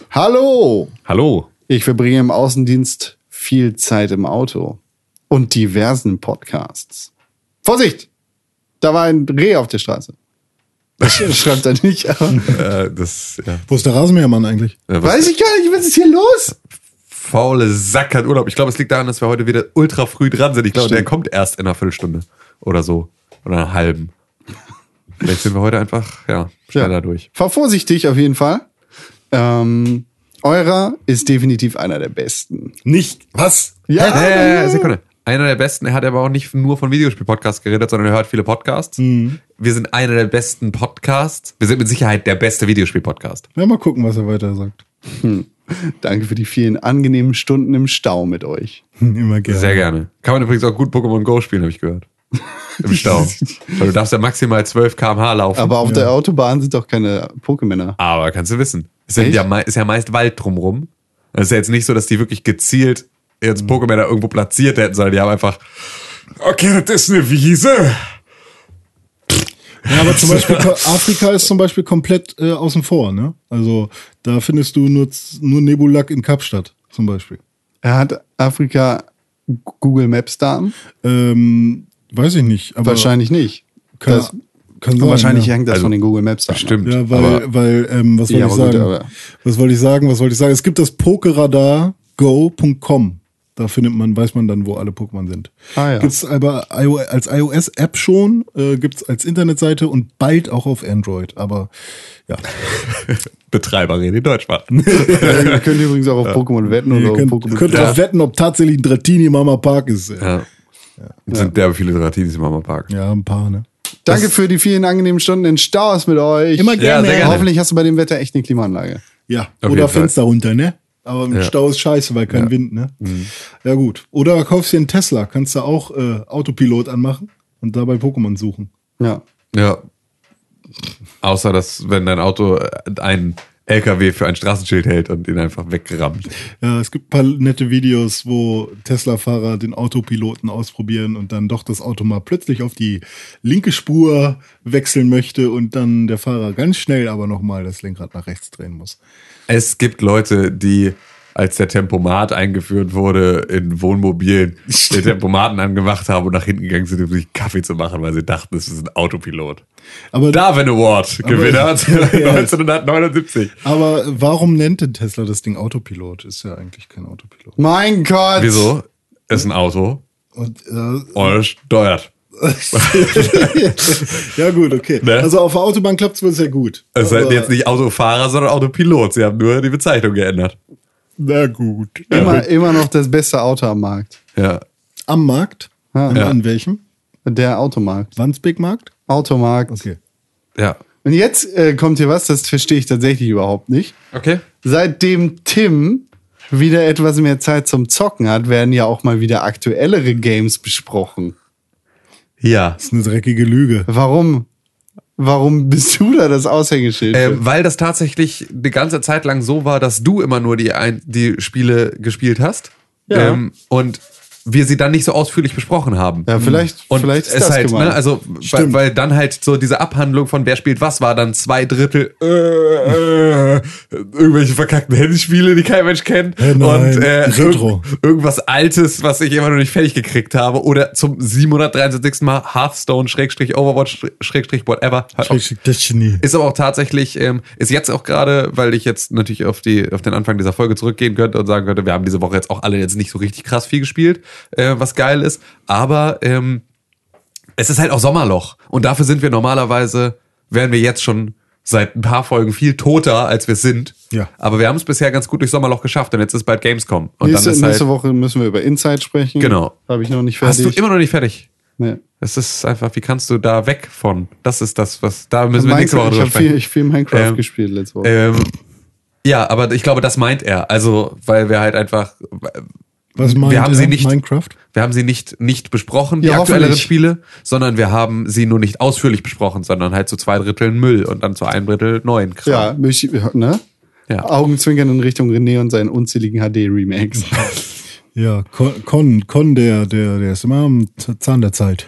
S2: Hallo!
S3: Hallo.
S2: Ich verbringe im Außendienst viel Zeit im Auto und diversen Podcasts. Vorsicht! Da war ein Reh auf der Straße. Das schreibt er nicht. Aber
S3: Äh, das ja.
S4: Wo ist der Rasenmähermann eigentlich?
S3: Äh, was-
S2: weiß ich gar nicht, was ist hier los?
S3: faule Sack hat Urlaub. Ich glaube, es liegt daran, dass wir heute wieder ultra früh dran sind. Ich glaube, der kommt erst in einer Viertelstunde oder so. Oder einer halben. Vielleicht sind wir heute einfach, ja, schneller durch.
S2: Fahr vorsichtig auf jeden Fall. Ähm, eurer ist definitiv einer der besten.
S4: Nicht. Was?
S3: Ja, ja, ja, ja, Sekunde. Einer der besten, er hat aber auch nicht nur von Videospiel-Podcasts geredet, sondern er hört viele Podcasts. Wir sind einer der besten Podcasts. Wir sind mit Sicherheit der beste Videospiel-Podcast.
S4: Ja, mal gucken, was er weiter sagt.
S2: Danke für die vielen angenehmen Stunden im Stau mit euch.
S4: Hm, Immer gerne.
S3: Sehr gerne. Kann man übrigens auch gut Pokémon Go spielen, habe ich gehört. Im Stau. Weil du darfst ja maximal 12 km/h laufen.
S2: Aber auf der Autobahn sind doch keine Pokémänner.
S3: Aber kannst du wissen. Es sind
S2: Echt?
S3: ja, mei- ist ja meist Wald drumrum. Es ist ja jetzt nicht so, dass die wirklich gezielt jetzt Pokémon da irgendwo platziert hätten, sondern die haben einfach, okay, das ist eine Wiese.
S4: Ja, aber zum Beispiel Ko- Afrika ist zum Beispiel komplett äh, außen vor, ne? Also da findest du nur, z- nur Nebulak in Kapstadt zum Beispiel.
S2: Er hat Afrika Google Maps Darm?
S4: Ähm, weiß ich nicht. Aber
S2: Wahrscheinlich nicht.
S4: Kann,
S2: das,
S4: kann sein,
S2: wahrscheinlich
S4: ja.
S2: hängt das
S3: Also,
S2: von den Google Maps Darm. ab.
S3: Stimmt.
S4: Ja,
S3: aber
S4: weil, weil ähm, was wollte
S2: Ja,
S4: ich
S2: aber gut,
S4: sagen?
S2: aber-
S4: was wollte ich sagen? Was wollte ich sagen? Es gibt das PokeRadarGo.com. Da findet man, weiß man dann, wo alle Pokémon sind.
S2: Ah, ja.
S4: Gibt's aber IO als iOS-App schon, äh, gibt's als Internetseite und bald auch auf Android. Aber ja,
S3: Betreiber reden in Deutsch war.
S2: Ihr könnt übrigens auch auf Pokémon wetten oder
S4: ihr
S2: auf
S4: könnt,
S2: Pokémon.
S4: könnt
S3: Ja.
S4: drauf wetten, ob tatsächlich ein Dratini Mama Park ist.
S3: ja.
S4: Ja,
S3: Sind derbe viele Dratinis im Mama Park.
S4: ein paar, ne?
S2: Danke für die vielen angenehmen Stunden in Staus mit euch.
S4: Immer gerne.
S3: sehr gerne.
S2: Hoffentlich hast du bei dem Wetter echt eine Klimaanlage.
S4: Ja,
S3: Auf
S4: oder
S3: jeden Fall.
S4: Fenster runter, ne? Aber im
S3: Ja. Mhm.
S4: Stau ist scheiße, weil kein Wind, ne? Ja, gut. Oder kaufst dir einen Tesla, kannst da auch äh, Autopilot anmachen und dabei Pokémon suchen.
S2: Ja.
S3: Ja. Außer, dass wenn dein Auto äh, einen LKW für ein Straßenschild hält und ihn einfach wegrammt.
S4: Ja, es gibt ein paar nette Videos, wo Tesla-Fahrer den Autopiloten ausprobieren und dann doch das Auto mal plötzlich auf die linke Spur wechseln möchte und dann der Fahrer ganz schnell aber nochmal das Lenkrad nach rechts drehen muss.
S3: Es gibt Leute, die, als der Tempomat eingeführt wurde, in Wohnmobilen den Tempomaten angemacht haben und nach hinten gegangen sind, um sich einen Kaffee zu machen, weil sie dachten, es ist ein Autopilot.
S4: Aber,
S3: Darwin Award Gewinner
S4: Ja.
S3: 1979.
S4: aber warum nennt denn Tesla das Ding Autopilot? Ist ja eigentlich kein Autopilot.
S2: Mein Gott.
S3: Wieso? Ist ein Auto
S4: Und äh,
S3: und es steuert.
S4: ja, gut, okay.
S3: Ne?
S4: Also auf der Autobahn klappt es wohl sehr gut.
S3: Es sind
S4: Aber-
S3: jetzt nicht Autofahrer, sondern Autopilot. Sie haben nur die Bezeichnung geändert.
S4: Na gut.
S2: Immer, immer noch das beste Auto am Markt.
S3: Ja.
S4: Am Markt?
S2: Ah,
S4: an,
S2: ja.
S4: an welchem?
S2: Der Automarkt.
S4: Wandsbekmarkt?
S2: Automarkt.
S4: Okay.
S3: Ja.
S2: Und jetzt äh, kommt hier was, das verstehe ich tatsächlich überhaupt nicht.
S3: Okay.
S2: Seitdem Tim wieder etwas mehr Zeit zum Zocken hat, werden ja auch mal wieder aktuellere Games besprochen.
S3: Ja.
S4: Das ist eine dreckige Lüge.
S2: Warum? Warum bist du da das Aushängeschild?
S3: Ähm,
S2: für?
S3: weil das tatsächlich die ganze Zeit lang so war, dass du immer nur die, ein, die Spiele gespielt hast.
S2: Ja.
S3: Ähm, und wir sie dann nicht so ausführlich besprochen haben.
S2: ja, vielleicht,
S3: Und
S2: vielleicht ist
S3: es
S2: das
S3: halt,
S2: gemeint.
S3: ne, also weil, weil dann halt so diese Abhandlung von wer spielt was war dann zwei Drittel äh, äh, irgendwelche verkackten Handyspiele, die kein Mensch kennt
S4: Äh, nein,
S3: und äh,
S4: Retro.
S3: irg- irgendwas Altes, was ich immer noch nicht fertig gekriegt habe oder zum 773. Mal Hearthstone Schrägstrich Overwatch Schrägstrich whatever Hört auf.
S4: Destiny.
S3: Ist aber auch tatsächlich, ähm, ist jetzt auch gerade, weil ich jetzt natürlich auf, die, auf den Anfang dieser Folge zurückgehen könnte und sagen könnte, wir haben diese Woche jetzt auch alle jetzt nicht so richtig krass viel gespielt, äh, was geil ist. Aber ähm, es ist halt auch Sommerloch. Und dafür sind wir normalerweise, wären wir jetzt schon seit ein paar Folgen viel toter, als wir sind.
S4: Ja.
S3: Aber wir haben es bisher ganz gut durch Sommerloch geschafft und jetzt ist bald Gamescom. Und
S2: nächste,
S3: dann ist
S2: nächste
S3: halt,
S2: Woche müssen wir über Inside sprechen.
S3: Genau.
S2: Habe ich noch nicht
S3: hast
S2: fertig.
S3: du immer noch nicht fertig.
S2: nee.
S3: Es ist einfach, wie kannst du da weg von? Das ist das, was, da müssen wir nächste
S2: Minecraft, ich
S3: Woche drüber
S2: habe
S3: sprechen.
S2: viel, ich viel Minecraft
S3: Ähm,
S2: gespielt letzte Woche.
S3: Ähm, ja, aber ich glaube, das meint er. Also, weil wir halt einfach,
S4: Was meint
S3: wir haben sie
S4: ihr?
S3: nicht,
S4: Minecraft?
S3: Wir haben sie nicht, nicht besprochen,
S5: Ja,
S3: die aktuelleren
S5: hoffentlich.
S3: Spiele, sondern wir haben sie nur nicht ausführlich besprochen, sondern halt zu zwei Dritteln Müll und dann zu einem Drittel neuen
S2: Ja,
S3: Kram.
S2: mich, ne?
S3: Ja.
S2: Augenzwinkern in Richtung René und seinen unzähligen HD-Remakes.
S4: Ja, Con, Con, Con der, der, der ist immer am Z- Zahn der Zeit.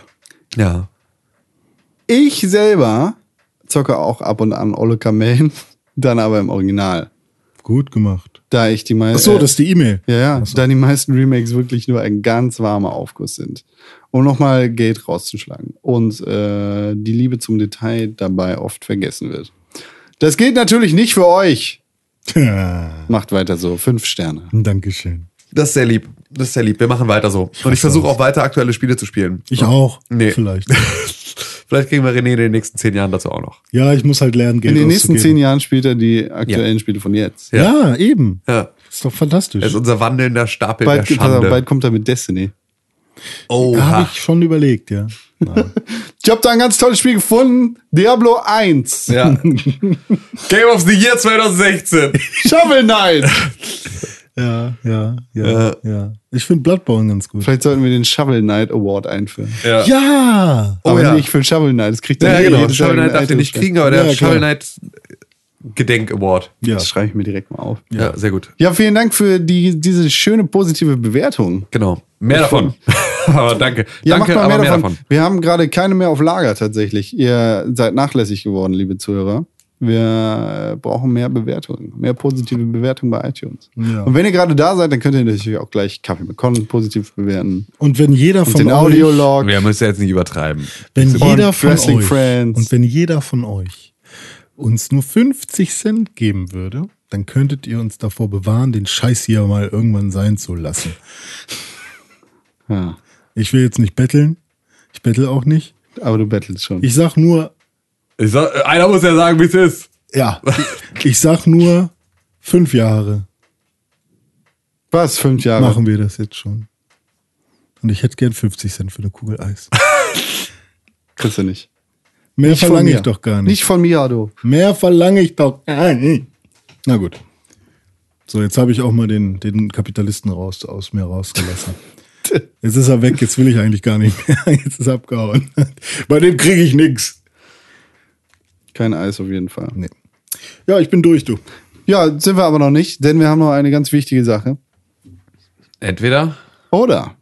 S3: ja.
S2: Ich selber zocke auch ab und an Olle Kamen, dann aber im Original.
S4: Gut gemacht.
S2: Da ich die meisten.
S4: Ach so, das ist die E-Mail.
S2: Ja, ja, da die meisten Remakes wirklich nur ein ganz warmer Aufguss sind. Um nochmal Geld rauszuschlagen und äh, die Liebe zum Detail dabei oft vergessen wird. Das gilt natürlich nicht für euch.
S4: Tja,
S2: Macht weiter so. Fünf Sterne.
S4: Dankeschön.
S3: Das ist sehr lieb. Das ist sehr lieb. Wir machen weiter so. und ich versuche auch weiter aktuelle Spiele zu spielen.
S4: Ich auch.
S3: Nee.
S4: Vielleicht.
S3: Vielleicht kriegen wir René in den nächsten zehn Jahren dazu auch noch.
S4: Ja, ich muss halt lernen,
S2: In
S4: Geld
S2: den nächsten zehn
S4: auszugeben.
S2: Jahren spielt er die aktuellen Spiele von jetzt.
S4: Ja, eben.
S3: Ja. Also,
S4: Ist doch fantastisch.
S3: Er ist unser wandelnder Stapel
S2: Bald,
S3: der
S2: pass auf,
S3: Schande.
S2: bald kommt er mit Destiny.
S3: oh,
S4: Habe ich schon überlegt, ja.
S2: Ich habe da ein ganz tolles Spiel gefunden. Diablo 1.
S3: ja. Game of the Year 2016.
S2: Shovel Knight.
S4: Ja, ja, ja,
S3: Äh.
S4: ja. Ich finde Bloodborne ganz gut.
S2: Vielleicht sollten wir den Shovel Knight Award einführen.
S3: Ja.
S4: Ja!
S2: aber
S3: Oh ja.
S2: nicht für Shovel Knight. Das kriegt er
S3: Ja,
S2: eh
S3: genau.
S2: jedes Jahr
S3: Shovel Knight
S2: einen
S3: darf den nicht
S2: iTunes.
S3: kriegen, aber der
S4: Ja, klar.
S3: Shovel Knight Gedenk Award.
S4: Ja,
S2: Das schreibe ich mir direkt mal auf.
S3: Ja. sehr gut.
S2: Ja, vielen Dank für die, diese schöne positive Bewertung.
S3: Genau. Mehr davon. aber danke.
S2: Ja,
S3: danke,
S2: macht mal
S3: aber
S2: mehr, davon. Wir haben gerade keine mehr auf Lager tatsächlich. Ihr seid nachlässig geworden, liebe Zuhörer. Wir äh, brauchen mehr Bewertungen, mehr positive Bewertungen bei iTunes.
S4: Ja.
S2: Und wenn ihr gerade da seid, dann könnt ihr natürlich auch gleich Kaffee mit Con positiv bewerten.
S4: Und wenn jeder
S2: Und
S4: von
S2: den
S4: euch,
S2: Audiolog.
S3: Wir müssen jetzt nicht übertreiben.
S4: wenn jeder
S2: Und
S4: von
S2: Wrestling
S4: euch,
S2: Friends.
S4: und wenn jeder von euch uns nur 50 Cent geben würde, dann könntet ihr uns davor bewahren, den Scheiß hier mal irgendwann sein zu lassen.
S2: Ja,
S4: Ich will jetzt nicht betteln. Ich bettel auch nicht.
S2: aber du bettelst schon.
S4: Ich sag nur,
S3: Ich sag, einer muss ja sagen, wie es ist.
S4: ja, ich sag nur fünf Jahre.
S2: Was? Fünf Jahre?
S4: machen wir das jetzt schon. Und ich hätte gern 50 Cent für eine Kugel Eis.
S2: Kriegst du nicht.
S4: Mehr
S2: von
S4: verlange ich
S2: mir.
S4: doch gar nicht.
S2: Nicht von mir, du.
S4: Mehr verlange ich doch gar nicht. Na gut. So, jetzt habe ich auch mal den, den Kapitalisten raus, aus mir rausgelassen. Jetzt ist er weg, jetzt will ich eigentlich gar nicht mehr. Jetzt ist er abgehauen. Bei dem kriege ich nichts.
S2: Kein Eis auf jeden Fall.
S4: Nee. Ja, ich bin durch, du.
S2: Ja, sind wir aber noch nicht, denn wir haben noch eine ganz wichtige Sache.
S3: Entweder.
S2: Oder.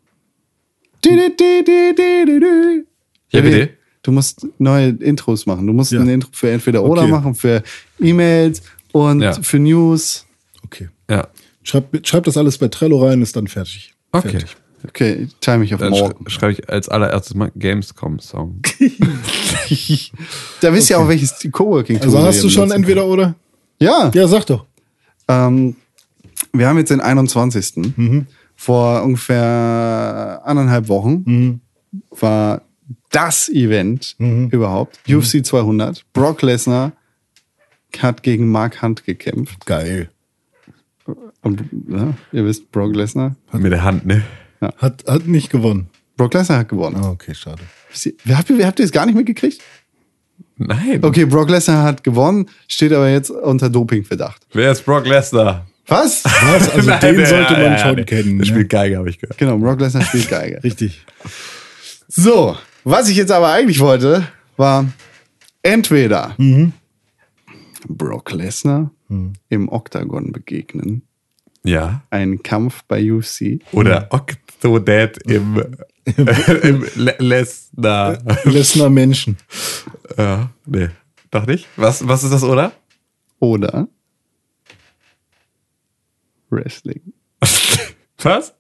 S2: Di, di, di, di, di, di, di.
S3: Ja, bitte.
S2: Du musst neue Intros machen. Du musst
S4: Ja.
S2: ein Intro für entweder oder
S4: Okay.
S2: machen, für E-Mails und
S3: Ja.
S2: für News.
S4: Okay.
S3: Ja.
S4: Schreib, schreib das alles bei Trello rein, ist dann fertig.
S3: Okay.
S4: Fertig.
S2: Okay, ich time mich auf
S3: Dann
S2: morgen.
S3: sch schreibe ich als allererstes mal Gamescom-Song.
S2: Da wisst ihr auch, welches Coworking
S4: Also hast du schon entweder oder?
S2: Ja.
S4: Ja, sag doch.
S2: Ähm, wir haben jetzt den 21.
S4: Mhm.
S2: Vor ungefähr anderthalb Wochen
S4: Mhm.
S2: war das Event überhaupt.
S4: Mhm.
S2: UFC 200. Brock Lesnar hat gegen Mark Hunt gekämpft.
S4: Geil.
S2: Und, ja, ihr wisst, Brock Lesnar.
S3: Mit der Hand, ne?
S4: Hat, hat nicht gewonnen.
S2: Brock Lesnar hat gewonnen.
S4: Ah, okay, schade.
S2: Wisst ihr- Wer- Habt ihr, habt ihr das gar nicht mitgekriegt?
S3: Nein.
S2: Okay, Brock Lesnar hat gewonnen, steht aber jetzt unter Dopingverdacht.
S3: Wer ist Brock Lesnar?
S2: Was?
S4: Was? Also
S3: Nein,
S4: den
S3: nein,
S4: sollte
S3: nein,
S4: man
S3: nein,
S4: schon
S3: nein.
S4: kennen.
S3: Der
S4: ne?
S3: spielt Geige, habe ich gehört.
S2: Genau, Brock Lesnar spielt Geige.
S4: Richtig.
S2: So, was ich jetzt aber eigentlich wollte, war entweder Brock Lesnar im Oktagon begegnen,
S3: Ja.
S2: einen Kampf bei UFC,
S3: Oder Octodad im, im Le Lesnar.
S4: Lesnar Menschen.
S3: Ja, nee. Doch nicht? Was, was ist das, oder?
S2: oder Wrestling.
S3: Was?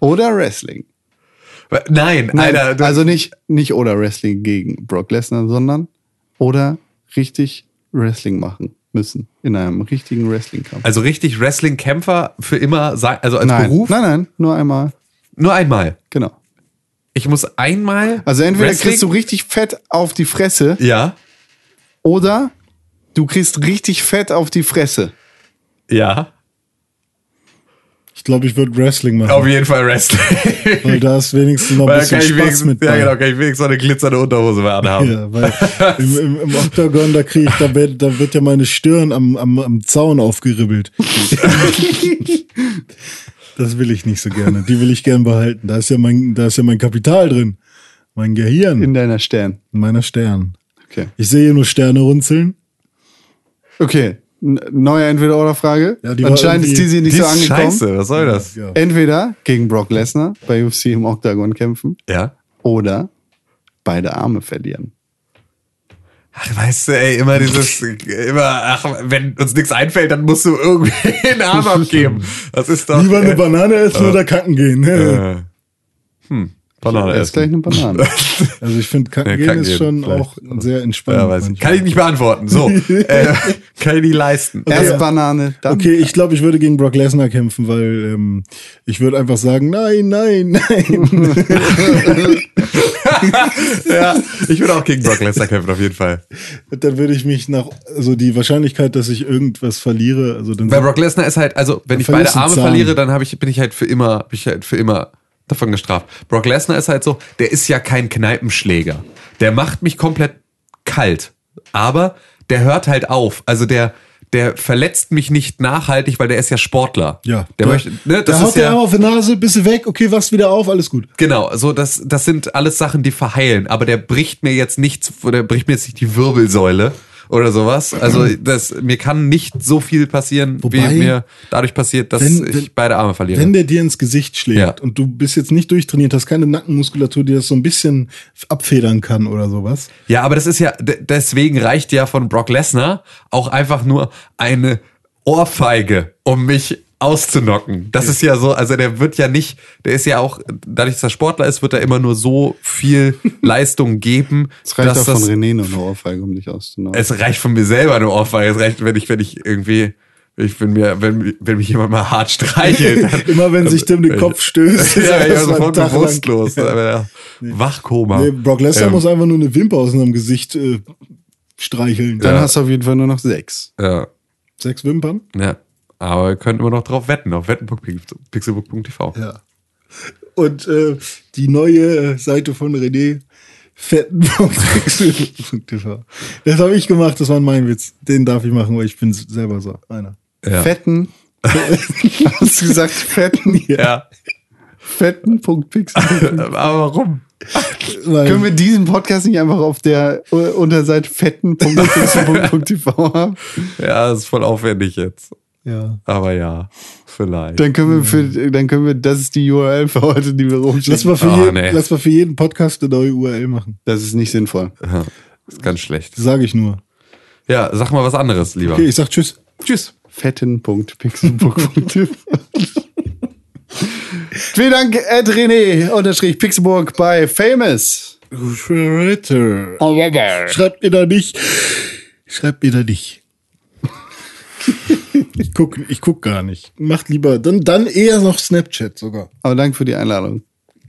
S2: Oder Wrestling.
S3: Nein,
S2: Nein,
S3: Alter. du-
S2: also nicht, nicht oder Wrestling gegen Brock Lesnar, sondern oder richtig Wrestling machen müssen. In einem richtigen Wrestling-Kampf.
S3: also richtig Wrestling-Kämpfer für immer sein, also als
S2: nein,
S3: Beruf?
S2: nein, nein, nur einmal.
S3: Nur einmal.
S2: Genau.
S3: Ich muss einmal.
S2: Also entweder
S3: Wrestling-
S2: kriegst du richtig fett auf die Fresse
S3: Ja.
S2: oder du kriegst richtig fett auf die Fresse.
S3: Ja.
S4: Ich glaube, ich würde Wrestling machen.
S3: Auf jeden Fall Wrestling.
S4: Weil da ist wenigstens noch ein
S3: Weil da
S4: bisschen
S3: kann ich
S4: Spaß
S3: wenigstens,
S4: mit
S3: ja,
S4: bei.
S3: genau, kann ich wenigstens noch eine glitzernde Unterhose mehr anhaben.
S4: Ja, weil im, im, im Octagon, da kriege ich, da wird, da wird ja meine Stirn am, am, am Zaun aufgeribbelt. Das will ich nicht so gerne. Die will ich gern behalten. Da ist ja mein, da ist ja mein Kapital drin. Mein Gehirn.
S2: In deiner Stern.
S4: meiner Stern.
S2: Okay.
S4: Ich sehe hier nur Sterne runzeln.
S2: Okay. N neue Entweder-Oder-Frage.
S4: Ja, die war
S2: Anscheinend ist
S4: irgendwie-
S2: diese nicht
S3: Die
S2: so
S3: ist
S2: angekommen.
S3: Scheiße, was soll das?
S4: Ja.
S2: Entweder gegen Brock Lesnar bei UFC im Octagon kämpfen
S3: Ja.
S2: oder beide Arme verlieren.
S3: Ach, weißt du, ey, immer dieses, immer, ach, wenn uns nichts einfällt, dann musst du irgendwie einen Arm abgeben. Das ist doch.
S4: Lieber eine
S3: äh,
S4: Banane essen oder kacken gehen.
S3: äh, Hm, Banane
S2: Das ist gleich
S3: essen.
S2: eine Banane.
S4: Also ich finde, kacken
S3: Ja,
S4: gehen
S3: kacken
S4: ist
S3: gehen
S4: schon
S3: vielleicht.
S4: auch sehr entspannend.
S3: Ja, weiß ich.
S4: manchmal.
S3: Kann ich nicht beantworten. So. äh, kann ich nicht leisten.
S2: Erst Banane, dann.
S4: Okay, ich glaube, ich würde gegen Brock Lesnar kämpfen, weil ähm, ich würde einfach sagen, nein, nein, nein.
S3: ja, ich würde auch gegen Brock Lesnar kämpfen, auf jeden Fall.
S4: dann würde ich mich nach, also die Wahrscheinlichkeit, dass ich irgendwas verliere, also dann
S3: Bei Brock Lesnar ist halt, also wenn ich beide
S4: verlierst einen
S3: Arme
S4: Zahn.
S3: verliere, dann hab ich, bin ich halt für immer, bin ich halt für immer davon gestraft. Brock Lesnar ist halt so, der ist ja kein Kneipenschläger. Der macht mich komplett kalt. Aber der hört halt auf. Also der, der verletzt mich nicht nachhaltig, weil der ist ja Sportler.
S4: ja,
S3: Der möchte, ne, das
S4: da
S3: ist
S4: haut der
S3: ja,
S4: Arm auf die Nase, bist du weg, okay, wachst wieder auf, alles gut.
S3: Genau, so das, das sind alles Sachen, die verheilen, aber der bricht mir jetzt nichts, der bricht mir jetzt nicht die Wirbelsäule oder sowas. Also das, mir kann nicht so viel passieren,
S4: Wobei,
S3: wie mir dadurch passiert, dass
S4: wenn- wenn-
S3: ich beide Arme verliere.
S4: Wenn der dir ins Gesicht schlägt
S3: Ja.
S4: und du bist jetzt nicht durchtrainiert, hast keine Nackenmuskulatur, die das so ein bisschen abfedern kann oder sowas.
S3: ja, aber das ist ja, de- deswegen reicht ja von Brock Lesnar auch einfach nur eine Ohrfeige, um mich auszunocken. Das ist ja so, also der wird ja nicht, der ist ja auch, dadurch, dass er Sportler ist, wird er immer nur so viel Leistung geben,
S2: Das reicht auch
S3: dass
S2: von
S3: das
S2: René nur eine Ohrfeige, um dich auszunehmen.
S3: es reicht von mir selber eine Ohrfeige. Es reicht, wenn ich, wenn ich irgendwie, ich bin mir, wenn, wenn mich jemand mal hart streichelt. dann-
S4: Immer wenn sich Tim den
S3: ich-
S4: Kopf stößt,
S3: ja, ich war
S4: erstmal einen
S3: sofort
S4: Tag lang-
S3: bewusstlos. Ja. Wachkoma.
S4: Nee, Brock Lesnar
S3: Ähm,
S4: muss einfach nur eine Wimper aus seinem Gesicht äh, streicheln.
S2: Dann hast du auf jeden Fall nur noch sechs.
S3: Ja,
S4: Sechs Wimpern?
S3: ja. Aber ihr könnt immer noch drauf wetten, auf wetten.pixelbook.tv.
S4: Ja. Und äh, die neue Seite von René fetten.pixel.tv. Das habe ich gemacht, das war mein Witz. Den darf ich machen, weil ich bin selber so einer.
S3: Ja.
S2: Fetten. hast du gesagt, fetten?
S3: Ja.
S2: Fetten Punkt Pixel.
S3: Aber warum?
S4: Weil,
S2: Können wir diesen Podcast nicht einfach auf der äh, Unterseite fetten.pixel.tv haben?
S3: Ja, das ist voll aufwendig jetzt.
S4: ja.
S3: Aber ja, vielleicht.
S2: Dann können wir für, dann können wir, das ist die URL für heute, die wir
S4: lass,
S2: rumschicken.
S4: mal für
S3: Oh,
S4: jeden,
S3: nee.
S4: lass mal für jeden Podcast eine neue URL machen.
S2: Das ist nicht sinnvoll.
S3: Ja, ist ganz schlecht.
S4: Sage ich nur.
S3: Ja, sag mal was anderes lieber.
S4: Okay, ich sag Tschüss.
S3: Tschüss.
S2: fetten.pixelburg.tv. Vielen Dank, Ed René, unterstrich Pixelburg bei Famous.
S4: Schreibt mir da nicht. Schreibt mir da nicht. Ich guck, ich guck gar nicht. Macht lieber, dann, dann eher noch Snapchat sogar.
S2: Aber danke für die Einladung.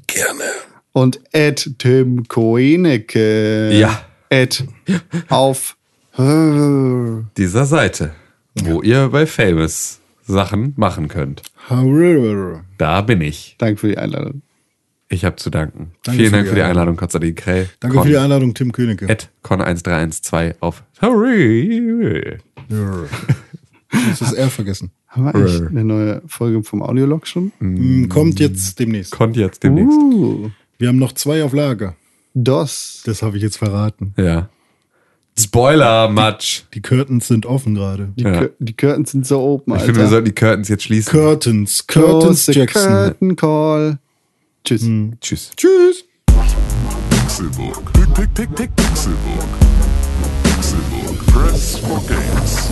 S4: Gerne.
S2: Und Ed Tim Koeneke.
S3: Ja.
S2: Ed auf.
S3: dieser Seite, wo ihr bei Famous Sachen machen könnt.
S4: However.
S3: Da bin ich.
S2: Danke für die Einladung.
S3: Ich habe zu danken.
S4: Danke
S3: Vielen
S4: für
S3: Dank
S4: die
S3: für die
S4: Einladung.
S3: Einladung, Konstantin Krell.
S4: Danke für die Einladung, Tim Königke.
S3: At con1312 auf Sorry.
S4: Brr. Ich muss das R vergessen.
S2: Haben wir eigentlich eine neue Folge vom Audiolog schon?
S4: Mm, Kommt jetzt demnächst.
S3: Kommt jetzt demnächst.
S2: Uh,
S4: Wir haben noch zwei auf Lager.
S2: DOS.
S4: Das habe ich jetzt verraten.
S3: Ja. Spoiler, Matsch.
S4: Uh. Die Curtains sind offen gerade.
S2: Die,
S3: Ja.
S2: Cur die Curtains sind so open,
S3: Ich
S2: Alter.
S3: finde, wir sollten die Curtains jetzt schließen.
S4: Curtains. Curtains
S2: Close the
S4: Jackson.
S2: Curtain Call. Tschüss.
S3: Tschüss.
S4: Tschüss.
S1: Pixelbook. Pick, pick, pick, pick, Pixelbook. Pixelbook. Press for games.